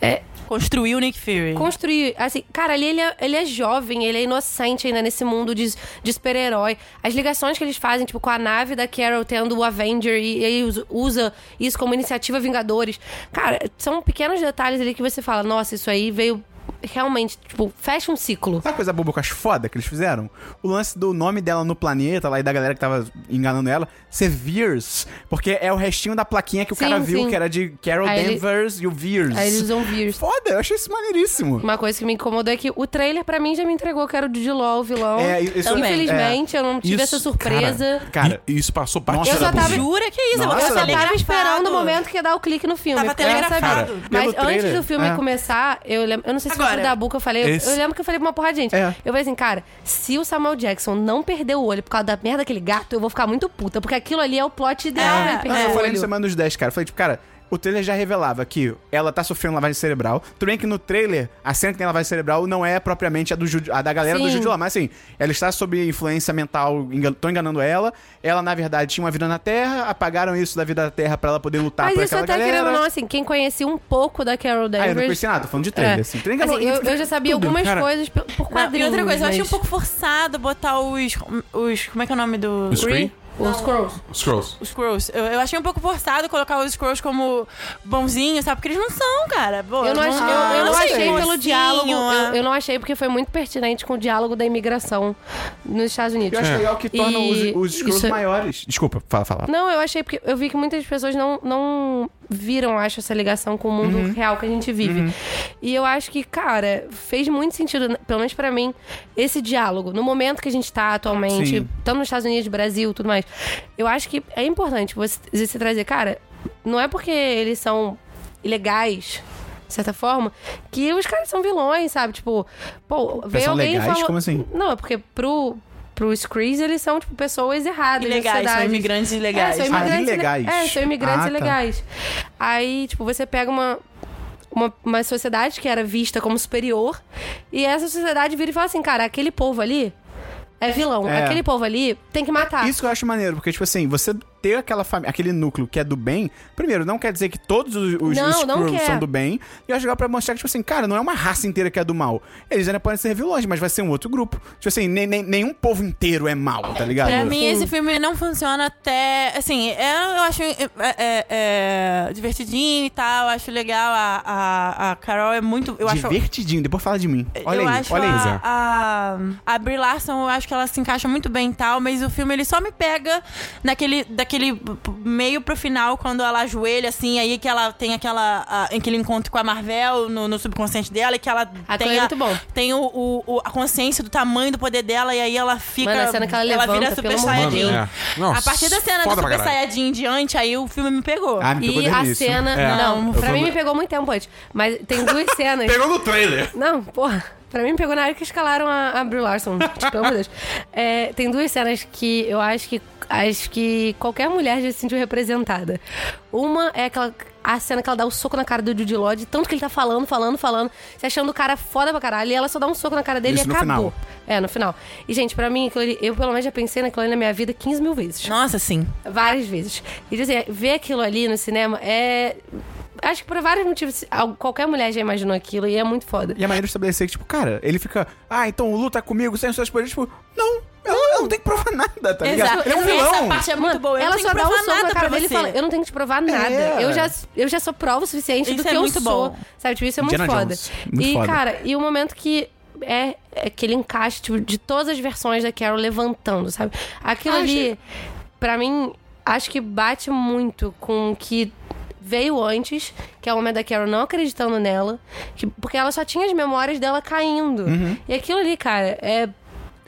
D: é,
B: Construiu o Nick Fury.
D: construir. Assim, cara, ali ele é, ele é jovem, ele é inocente ainda nesse mundo de, de super-herói. As ligações que eles fazem, tipo, com a nave da Carol tendo o Avenger e, e aí us- usa isso como iniciativa Vingadores. Cara, são pequenos detalhes ali que você fala, nossa, isso aí veio realmente, tipo, fecha um ciclo.
A: Sabe a coisa boba que eu acho foda que eles fizeram? O lance do nome dela no planeta lá e da galera que tava enganando ela, ser Veers, porque é o restinho da plaquinha que o
D: Sim,
A: cara viu,
D: sim.
A: que era de Carol
D: Aí ele-
A: Danvers e o Veers.
D: Aí eles usam vírus.
A: Foda, eu achei isso maneiríssimo.
D: Uma coisa que me incomodou é que o trailer, pra mim, já me entregou que era o Didi LOL, o vilão.
A: É, isso- É.
B: Também.
D: Infelizmente, eu não tive
C: Isso,
D: essa surpresa.
A: Cara, cara
C: E- e isso passou
A: Nossa,
C: batido.
D: eu só
A: era
D: tava-
A: bonito.
B: Jura que é isso?
A: tá Nossa, tá
B: Você
A: eu
D: Eu
A: Tava
D: tava
B: telegrafado.
D: esperando o momento que ia dar o clique no filme.
B: Tava
D: porque eu já
B: telegrafado.
D: sabia.
C: Cara,
D: Mas
C: pelo
D: antes
C: trailer-
D: do filme
A: É.
D: começar, eu lembro. Eu não sei se foi
B: Agora.
D: o da Buca, eu falei. eu-
C: Esse-
D: Eu lembro que eu falei pra uma porrada de gente.
A: É.
D: Eu falei assim, cara, se o Samuel Jackson não perder o olho por causa da merda daquele gato, eu vou ficar muito puta, porque aquilo ali é o plot ideal
B: É,
D: pra ele
B: é.
D: perder
A: Eu
D: o
A: falei no
D: olho.
A: Semana dos 10, cara. Eu falei, tipo, cara, o trailer já revelava que ela tá sofrendo lavagem cerebral. Tudo bem que no trailer, a cena que tem lavagem cerebral não é propriamente a, do Jude- a da galera do
D: Sim.
A: Jude Law, mas assim, ela está sob influência mental, engan tô enganando ela. Ela, na verdade, tinha uma vida na Terra, apagaram isso da vida da Terra pra ela poder lutar
D: Mas
A: por
D: isso
A: aquela
D: até
A: galera.
D: querendo ou não, assim, quem conhecia um pouco da
B: é,
A: Ah,
D: Carol
A: eu não
D: Danvers.
A: conheci nada, tô falando de trailer,
D: É.
A: assim. Trailer
D: Assim, eu,
A: envolve
D: eu já sabia
A: tudo,
D: algumas
C: cara.
D: coisas pe-
B: Não,
D: por quadrinhos.
B: e outra coisa, eu achei um
D: mas-
B: pouco forçado botar os. os como é que é o nome do.
C: Os Kree?
D: Os Scrolls.
C: Os Scrolls.
B: Os Scrolls. Eu, eu achei um pouco forçado colocar os Scrolls como bonzinhos, sabe? Porque eles não são, cara. Boa,
D: Eu não,
B: eles
D: ach- eu- eu não
B: são
D: achei pelo
B: mocinho,
D: diálogo. Eu,
B: ah.
D: eu não achei porque foi muito pertinente com o diálogo da imigração nos Estados
A: Eu
D: Unidos.
A: acho legal que torna
D: E
A: os, os Skrulls
D: isso é-
A: maiores. Desculpa, fala, fala.
D: Não, eu achei porque eu vi que muitas pessoas não, não viram, acho, essa ligação com o mundo
A: Uhum.
D: real que a gente vive. E eu acho que, cara, fez muito sentido, pelo menos pra mim, esse diálogo. No momento que a gente tá atualmente,
A: Sim.
D: tanto nos Estados Unidos, Brasil, tudo mais. Eu acho que é importante você, você trazer, cara, não é porque eles são ilegais. De certa forma, que os caras são vilões, sabe? Tipo, pô, vem
A: são
D: alguém e
A: legais?
D: falou-
A: Como assim?
D: Não, é porque pro, pro Screes eles são, tipo, pessoas erradas. na
B: Ilegais, são
D: sociedade.
B: imigrantes ilegais.
D: É, são imigrantes
A: Ah, ilegais.
D: É, são imigrantes
A: Ah, tá.
D: ilegais. Aí, tipo, você pega uma, uma, uma sociedade que era vista como superior e essa sociedade vira e fala assim, cara, aquele povo ali é vilão.
A: É.
D: Aquele povo ali tem que
B: Tá.
D: matar.
A: Isso que eu acho maneiro, porque, tipo assim, você ter aquela fami- aquele núcleo que é do bem, primeiro, não quer dizer que todos os, os,
D: Não,
A: os
D: não
A: Skrulls
D: quer.
A: são do bem. E eu acho legal pra mostrar que, tipo assim, cara, não é uma raça inteira que é do mal. Eles ainda podem ser vilões, mas vai ser um outro grupo. Tipo assim, nem, nem- nenhum povo inteiro é mal, tá ligado?
B: Pra mim, esse filme não funciona até. Assim, é- eu acho é, é, é, divertidinho e tal, eu acho legal. A, a, a Carol é muito. Eu acho.
A: Divertidinho, depois fala de mim. Olha
B: eu
A: aí,
B: acho
A: olha aí.
B: a, a, a Brie Larson, eu acho que ela se encaixa muito bem e tal, mas o filme ele só me pega naquele, daquele p- p- meio pro final, quando ela ajoelha, assim, aí que ela tem aquela, a- aquele encontro com a Marvel no, no subconsciente dela e que ela tem,
D: Aquilo é
B: a,
D: muito bom.
B: tem o, o- o- a consciência do tamanho do poder dela e aí ela fica.
D: Mano, a cena que ela levanta,
B: vira super
D: pelo amor de
B: saiyajin.
C: Deus. É. Não,
B: a partir da cena do
C: foda pra
B: super
C: caralho.
B: saiyajin em diante, aí o filme me pegou.
A: Ah, me pegou
D: E
A: desde o
D: a
A: início.
D: cena.
C: É.
D: Não,
B: Eu
D: pra
C: fui-
D: mim me pegou muito tempo antes. Mas tem duas cenas.
C: Pegou no trailer.
D: Não, porra. Pra mim, pegou na hora que escalaram a, a Brie Larson. Tipo, pelo amor de Deus. É, tem duas cenas que eu acho que acho que qualquer mulher já se sentiu representada. Uma é aquela a cena que ela dá o soco na cara do Jude Law, de tanto que ele tá falando, falando, falando, se achando o cara foda pra caralho, e ela só dá um soco na cara dele
A: Isso
D: e
A: no
D: acabou.
A: final.
D: É, no final. E, gente, pra mim, aquilo ali- eu pelo menos já pensei naquilo ali na minha vida 15 mil vezes.
B: Nossa, sim.
D: Várias vezes. E dizer, ver aquilo ali no cinema é. Acho que por vários motivos, al- qualquer mulher já imaginou aquilo e é muito foda.
A: E a maneira de estabelecer que, tipo, cara, ele fica, ah, então luta comigo sem os seus poderes. Tipo, não, eu eu não tenho que provar nada, tá ligado?
B: Exato.
A: Ele é um
B: Essa
A: vilão.
B: parte é muito boa. Eu
D: ela
B: não tenho
D: só
B: que
D: dá um
B: provar
D: soco na
B: nada
D: cara
B: pra
D: dele
B: você.
D: e fala: Eu não tenho que te provar nada.
A: É.
D: Eu, já, eu já sou prova o suficiente
B: Isso
D: do que
B: é
D: eu
B: muito
D: sou.
B: bom.
D: Sabe, tipo, isso é muito
A: Indiana
D: foda.
A: Jones, muito
D: e,
A: foda.
D: cara, e o momento que. É aquele encaixe tipo, de todas as versões da Carol levantando, sabe? Aquilo ali, pra mim, acho que bate muito com o que veio antes, que é o momento da Carol não acreditando nela, que- porque ela só tinha as memórias dela caindo.
A: Uhum.
D: E aquilo ali, cara, é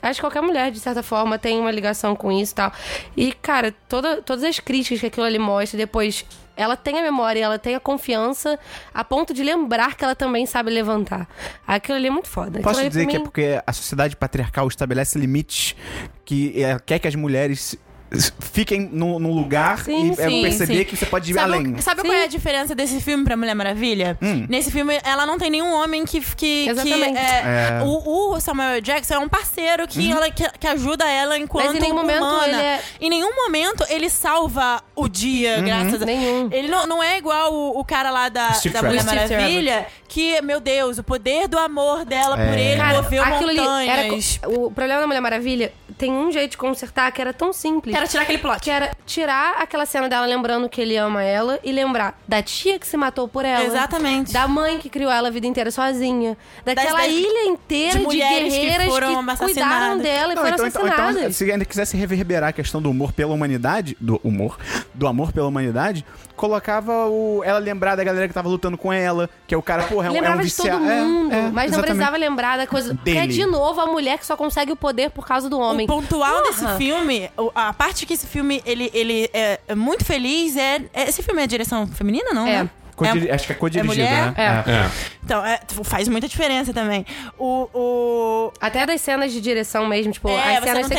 D: Acho que qualquer mulher, de certa forma, tem uma ligação com isso e tal. E, cara, toda, todas as críticas que aquilo ali mostra, depois ela tem a memória, ela tem a confiança, a ponto de lembrar que ela também sabe levantar. Aquilo ali é muito foda. Aquilo
A: Posso
D: ali,
A: dizer
D: pra
A: que é
D: mim,
A: porque a sociedade patriarcal estabelece limites que é, quer que as mulheres s- fiquem num, num lugar
D: Sim,
A: e é,
B: sim,
A: perceber
B: sim.
A: que você pode ir
B: sabe,
A: além.
B: Sabe
D: Sim.
B: qual é a diferença desse filme pra Mulher Maravilha? Nesse filme, ela não tem nenhum homem que. que,
D: Exatamente.
B: que é, O, o Samuel Jackson é um parceiro que, ela, que, que ajuda ela enquanto
D: Mas em nenhum momento
B: humana.
D: ele é-
B: Em nenhum momento ele salva o dia, graças a
D: Nenhum.
B: Ele não, não é igual o, o cara lá da,
A: Steve
B: da Mulher
D: Trevor. Steve
B: Maravilha, que, meu Deus, o poder do amor dela por ele
D: Cara,
B: moveu
D: aquilo ali
B: montanhas.
D: era co- O problema da Mulher Maravilha tem um jeito de consertar que era tão simples.
B: Quero tirar aquele plot.
D: Que era tirar aquela cena dela lembrando que ele ama ela e lembrar da tia que se matou por ela.
B: Exatamente.
D: Da mãe que criou ela a vida inteira sozinha. Daquela
B: das-
D: ilha inteira
B: de
D: de,
B: mulheres que
D: guerreiras que,
B: foram
D: cuidaram
B: assassinadas.
D: dela e
A: Não,
D: foram
A: então, então,
D: assassinadas.
A: então, se ainda quisesse reverberar a questão do humor pela humanidade, do humor, do amor pela humanidade, colocava o, ela lembrar da galera que tava lutando com ela, que é o cara, porra, é um, é um
D: Lembrava de todo
A: viciado.
D: mundo,
A: é, é,
D: mas não
A: exatamente.
D: precisava lembrar da coisa. Porque é
A: Dele.
D: de novo a mulher que só consegue o poder por causa do homem.
B: O pontual
D: Porra!
B: desse filme, o- a parte que esse filme ele, ele é é muito feliz é, é- Esse filme é direção feminina, não?
D: É.
B: né?
A: Codiri-
B: É-
A: acho que é co-dirigida,
B: mulher?
A: né?
D: É.
B: Então, é, tipo, faz muita diferença também. O. o-
D: Até das cenas de direção mesmo, tipo,
B: é,
D: as cenas sexualizadas,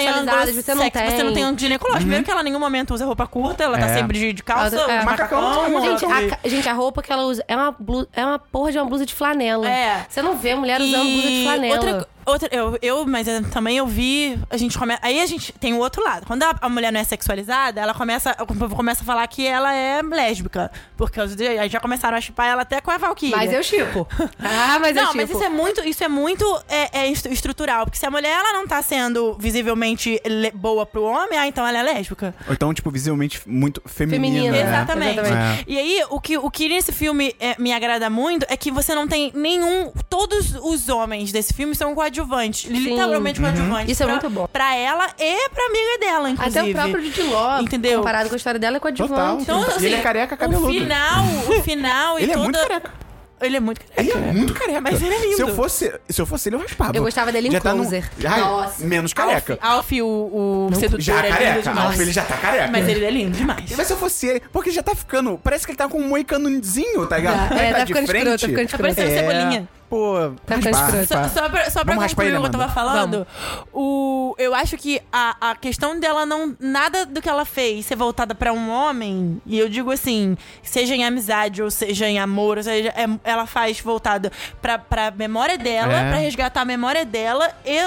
D: você não
B: androssex,
D: tem.
B: Você não tem um ginecológico. Primeiro que ela em nenhum momento usa roupa curta, ela tá
A: É.
B: sempre de, de calça,
D: Ela- é.
B: macacão.
A: Macacão,
D: Gente
B: ela-
D: a, ca- gente, a roupa que ela usa é uma, blu- é uma porra de uma blusa de flanela.
B: É.
D: Você não vê mulher usando
B: E
D: um blusa de flanela.
B: Outra, co- outra, eu, eu, mas eu também eu vi. A gente come, aí a gente tem o outro lado. Quando a, a mulher não é sexualizada, ela começa, o povo começa a falar que ela é lésbica. Porque os- aí já começaram a chipar ela até com a Valkyrie.
D: Mas eu tipo. Ah, mas eu
B: não,
D: tipo.
B: mas isso é muito, isso é muito é, é est- estrutural. Porque se a mulher ela não tá sendo visivelmente le- boa pro homem, ah, então ela é lésbica.
A: Ou então, tipo, visivelmente muito feminina.
D: Feminina.
A: né?
B: é Exatamente.
D: É.
A: Exatamente.
B: E aí, o que, o que nesse filme é, me agrada muito é que você não tem nenhum. Todos os homens desse filme são coadjuvantes. Literalmente coadjuvantes.
D: Isso é
B: pra-
D: muito bom.
B: Pra ela e pra amiga dela, inclusive.
D: Até o próprio Jude Law,
B: Entendeu?
D: comparado com a história dela, é com a
A: Total.
D: Advante.
B: Então,
A: E
B: assim,
A: ele é careca cabeludo.
B: O final, o final e
A: Ele é
B: toda.
A: muito careca.
B: Ele é muito careca.
A: Ele é muito careca.
B: Mas ele é lindo.
A: Se eu fosse, se eu fosse ele, eu raspava.
D: Eu gostava dele em
A: já tá num-
D: Closer.
A: Ai,
D: Nossa.
A: Menos careca.
B: Alf, Alf, o, o sedutor,
A: Já
B: é lindo
A: careca.
B: demais.
A: Alf, ele já tá careca.
B: Mas ele é lindo demais.
A: Mas se eu fosse ele, porque ele já tá ficando. Parece que ele tá com um moicanozinho, tá ligado?
D: Tá,
A: Ele
D: é, tá
A: de
D: ficando
A: frente.
D: escroto, tá ficando
B: Tá
D: escroto.
B: parecendo cebolinha.
A: Pô, raspa,
D: Tá ficando
A: raspa.
B: Só, só pra, só pra
A: Vamos raspar
B: concluir
A: ele,
B: o que eu tava
A: Amanda.
B: falando, o, eu acho que a, a questão dela não. Nada do que ela fez ser voltada pra um homem, e eu digo assim, seja em amizade, ou seja em amor, ou seja, é- ela faz voltada pra, pra memória dela,
A: É.
B: pra resgatar a memória dela e.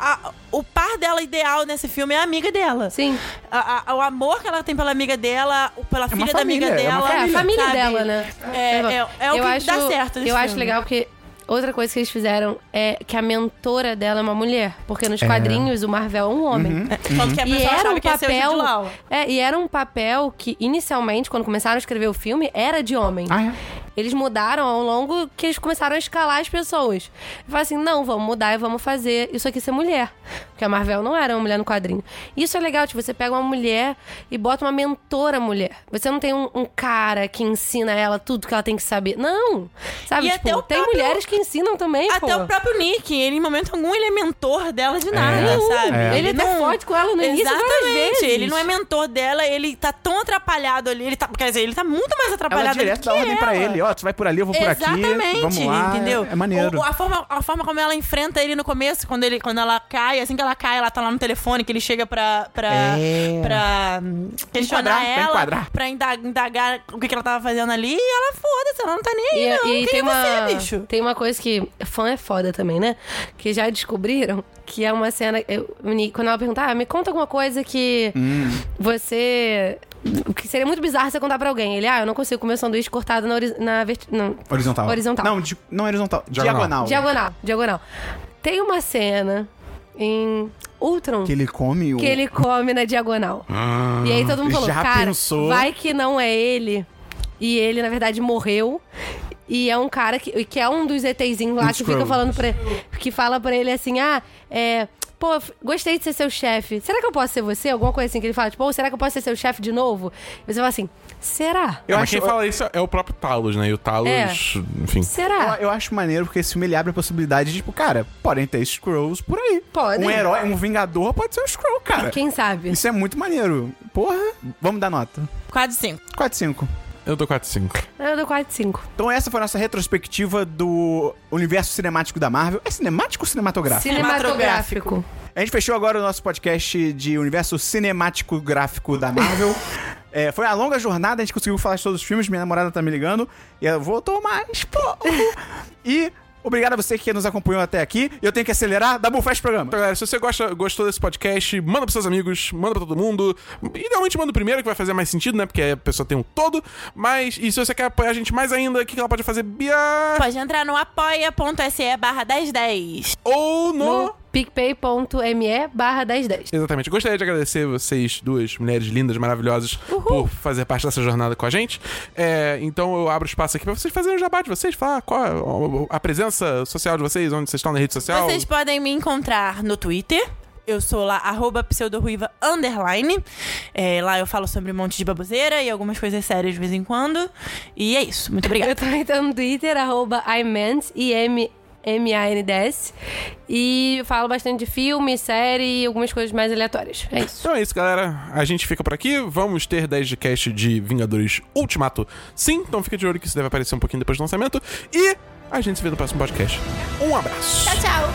B: a- o par dela ideal nesse filme é a amiga dela.
D: Sim.
B: A- a- o amor que ela tem pela amiga dela, o- pela filha da
A: família,
B: amiga
A: é uma
B: dela.
D: É, a família
B: sabe?
D: dela, né?
B: É, é- é o que dá certo
D: Eu
B: nesse
D: acho
B: filme.
D: legal porque outra coisa que eles fizeram é que a mentora dela é uma mulher. Porque nos quadrinhos o Marvel é um homem.
A: Uhum.
B: Tanto que a
D: E
B: pessoa
D: era
B: sabe
D: um
B: que esse é o Jude
D: papel.
B: Law.
D: É, e era um papel que, inicialmente, quando começaram a escrever o filme, era de homem.
A: Ah, é?
D: Eles mudaram ao longo que eles começaram a escalar as pessoas. E falaram assim: não, vamos mudar e vamos fazer isso aqui ser mulher. Porque a Marvel não era uma mulher no quadrinho. Isso é legal, tipo, você pega uma mulher e bota uma mentora mulher. Você não tem um, um cara que ensina ela tudo que ela tem que saber. Não! Sabe,
B: E
D: tipo,
B: até o
D: tem
B: próprio-
D: mulheres que ensinam também,
B: Até
D: pô.
B: o próprio Nick, ele em momento algum ele é mentor dela de nada,
A: É.
B: sabe?
A: É.
D: Ele até fode com ela no início várias
B: Exatamente,
D: vezes.
B: ele não é mentor dela, ele tá tão atrapalhado ali, ele tá, quer dizer, ele tá muito mais
A: Ela é
B: atrapalhado
A: direto
B: ali
A: dá
B: que
A: ordem pra
B: ela.
A: ele, ó, tu vai por ali, eu vou por aqui.
B: Exatamente,
A: Vamos lá.
B: entendeu?
A: É, é maneiro.
B: O- a, forma, a forma como ela enfrenta ele no começo, quando, ele, quando ela cai, assim que ela cai, ela tá lá no telefone, que ele chega pra, pra,
A: É.
B: pra hum, questionar
A: Enquadrar, pra
B: ela,
A: enquadrar.
B: pra inda- indagar o que, que ela tava fazendo ali, e ela foda-se, ela não tá nem aí,
D: E,
B: não.
D: e
B: Quem
D: tem,
B: é
D: uma,
B: você, bicho?
D: tem uma coisa que fã é foda também, né? Que já descobriram que é uma cena. eu- o Nick- quando ela perguntar, ah, me conta alguma coisa que
A: Hum.
D: você. Que seria muito bizarro você contar pra alguém. Ele, ah, eu não consigo comer um sanduíche cortado na, hori- na verti- não,
A: Horizontal.
D: Horizontal.
A: Não, di- não horizontal. Diagonal.
C: Diagonal.
D: diagonal, diagonal. Tem uma cena em Ultron
A: Que
D: que,
A: ele come o.
D: ele come na diagonal. E aí todo mundo falou,
A: Ah, já
D: cara,
A: pensou?"
D: vai que não é ele. E ele, na verdade, morreu. E é um cara que, que é um dos ETzinhos lá
A: Dos
D: que fica
A: Skrulls.
D: falando pra que fala pra ele assim: "Ah, é, pô, f- gostei de ser seu chefe. Será que eu posso ser você?" Alguma coisa assim que ele fala, tipo, "Ou será que eu posso ser seu chefe de novo?" E você fala assim: "Será?
A: Eu
C: Mas
A: acho-
C: quem fala isso é o próprio Talos, né? E o Talos,
D: É.
C: enfim.
A: Eu,
D: Será?"
A: eu acho maneiro porque esse filme ele abre a possibilidade de, tipo, cara, podem ter Skrulls por aí.
D: Podem.
A: Um herói, um vingador pode ser um Skrull, cara.
D: Quem sabe?
A: Isso é muito maneiro. Porra, vamos dar nota.
B: Quase cinco.
A: 4, 5.
C: Eu dou 4,5.
D: Eu dou 4 5.
A: Então essa foi a nossa retrospectiva do universo cinemático da Marvel. É cinemático ou cinematográfico?
D: Cinematográfico.
A: A gente fechou agora o nosso podcast de universo cinemático gráfico da Marvel. É, foi uma longa jornada, a gente conseguiu falar de todos os filmes, minha namorada tá me ligando e ela voltou mais pouco. e obrigado a você que nos acompanhou até aqui. Eu tenho que acelerar, Dabu, fecha o programa.
C: Então, galera, se você gosta, gostou desse podcast, manda pros seus amigos, manda pra todo mundo. Idealmente manda o primeiro, que vai fazer mais sentido, né? Porque a pessoa tem um todo. Mas, e se você quer apoiar a gente mais ainda, o que, que ela pode fazer, Bia?
B: Pode entrar no apoia.se barra 1010.
C: Ou no...
D: No picpay.me barra 1010.
C: Exatamente. Gostaria de agradecer vocês, duas mulheres lindas, maravilhosas, por fazer parte dessa jornada com a gente. É, então eu abro espaço aqui pra vocês fazerem o jabá de vocês, falar qual é a presença social de vocês, onde vocês estão na rede social.
B: Vocês podem me encontrar no Twitter. Eu sou lá, arroba pseudoruiva underline. É, lá eu falo sobre um monte de baboseira e algumas coisas sérias de vez em quando. E é isso. Muito
D: Eu
B: obrigada.
D: também tô no Twitter, arroba imans, I-M... M-A-N-D-S. E eu falo bastante de filme, série e algumas coisas mais aleatórias. É isso.
C: Então é isso, galera. A gente fica por aqui. Vamos ter 10 de cast de Vingadores Ultimato. Sim, então fica de olho que isso deve aparecer um pouquinho depois do lançamento. E a gente se vê no próximo podcast. Um abraço.
B: Tchau, tchau.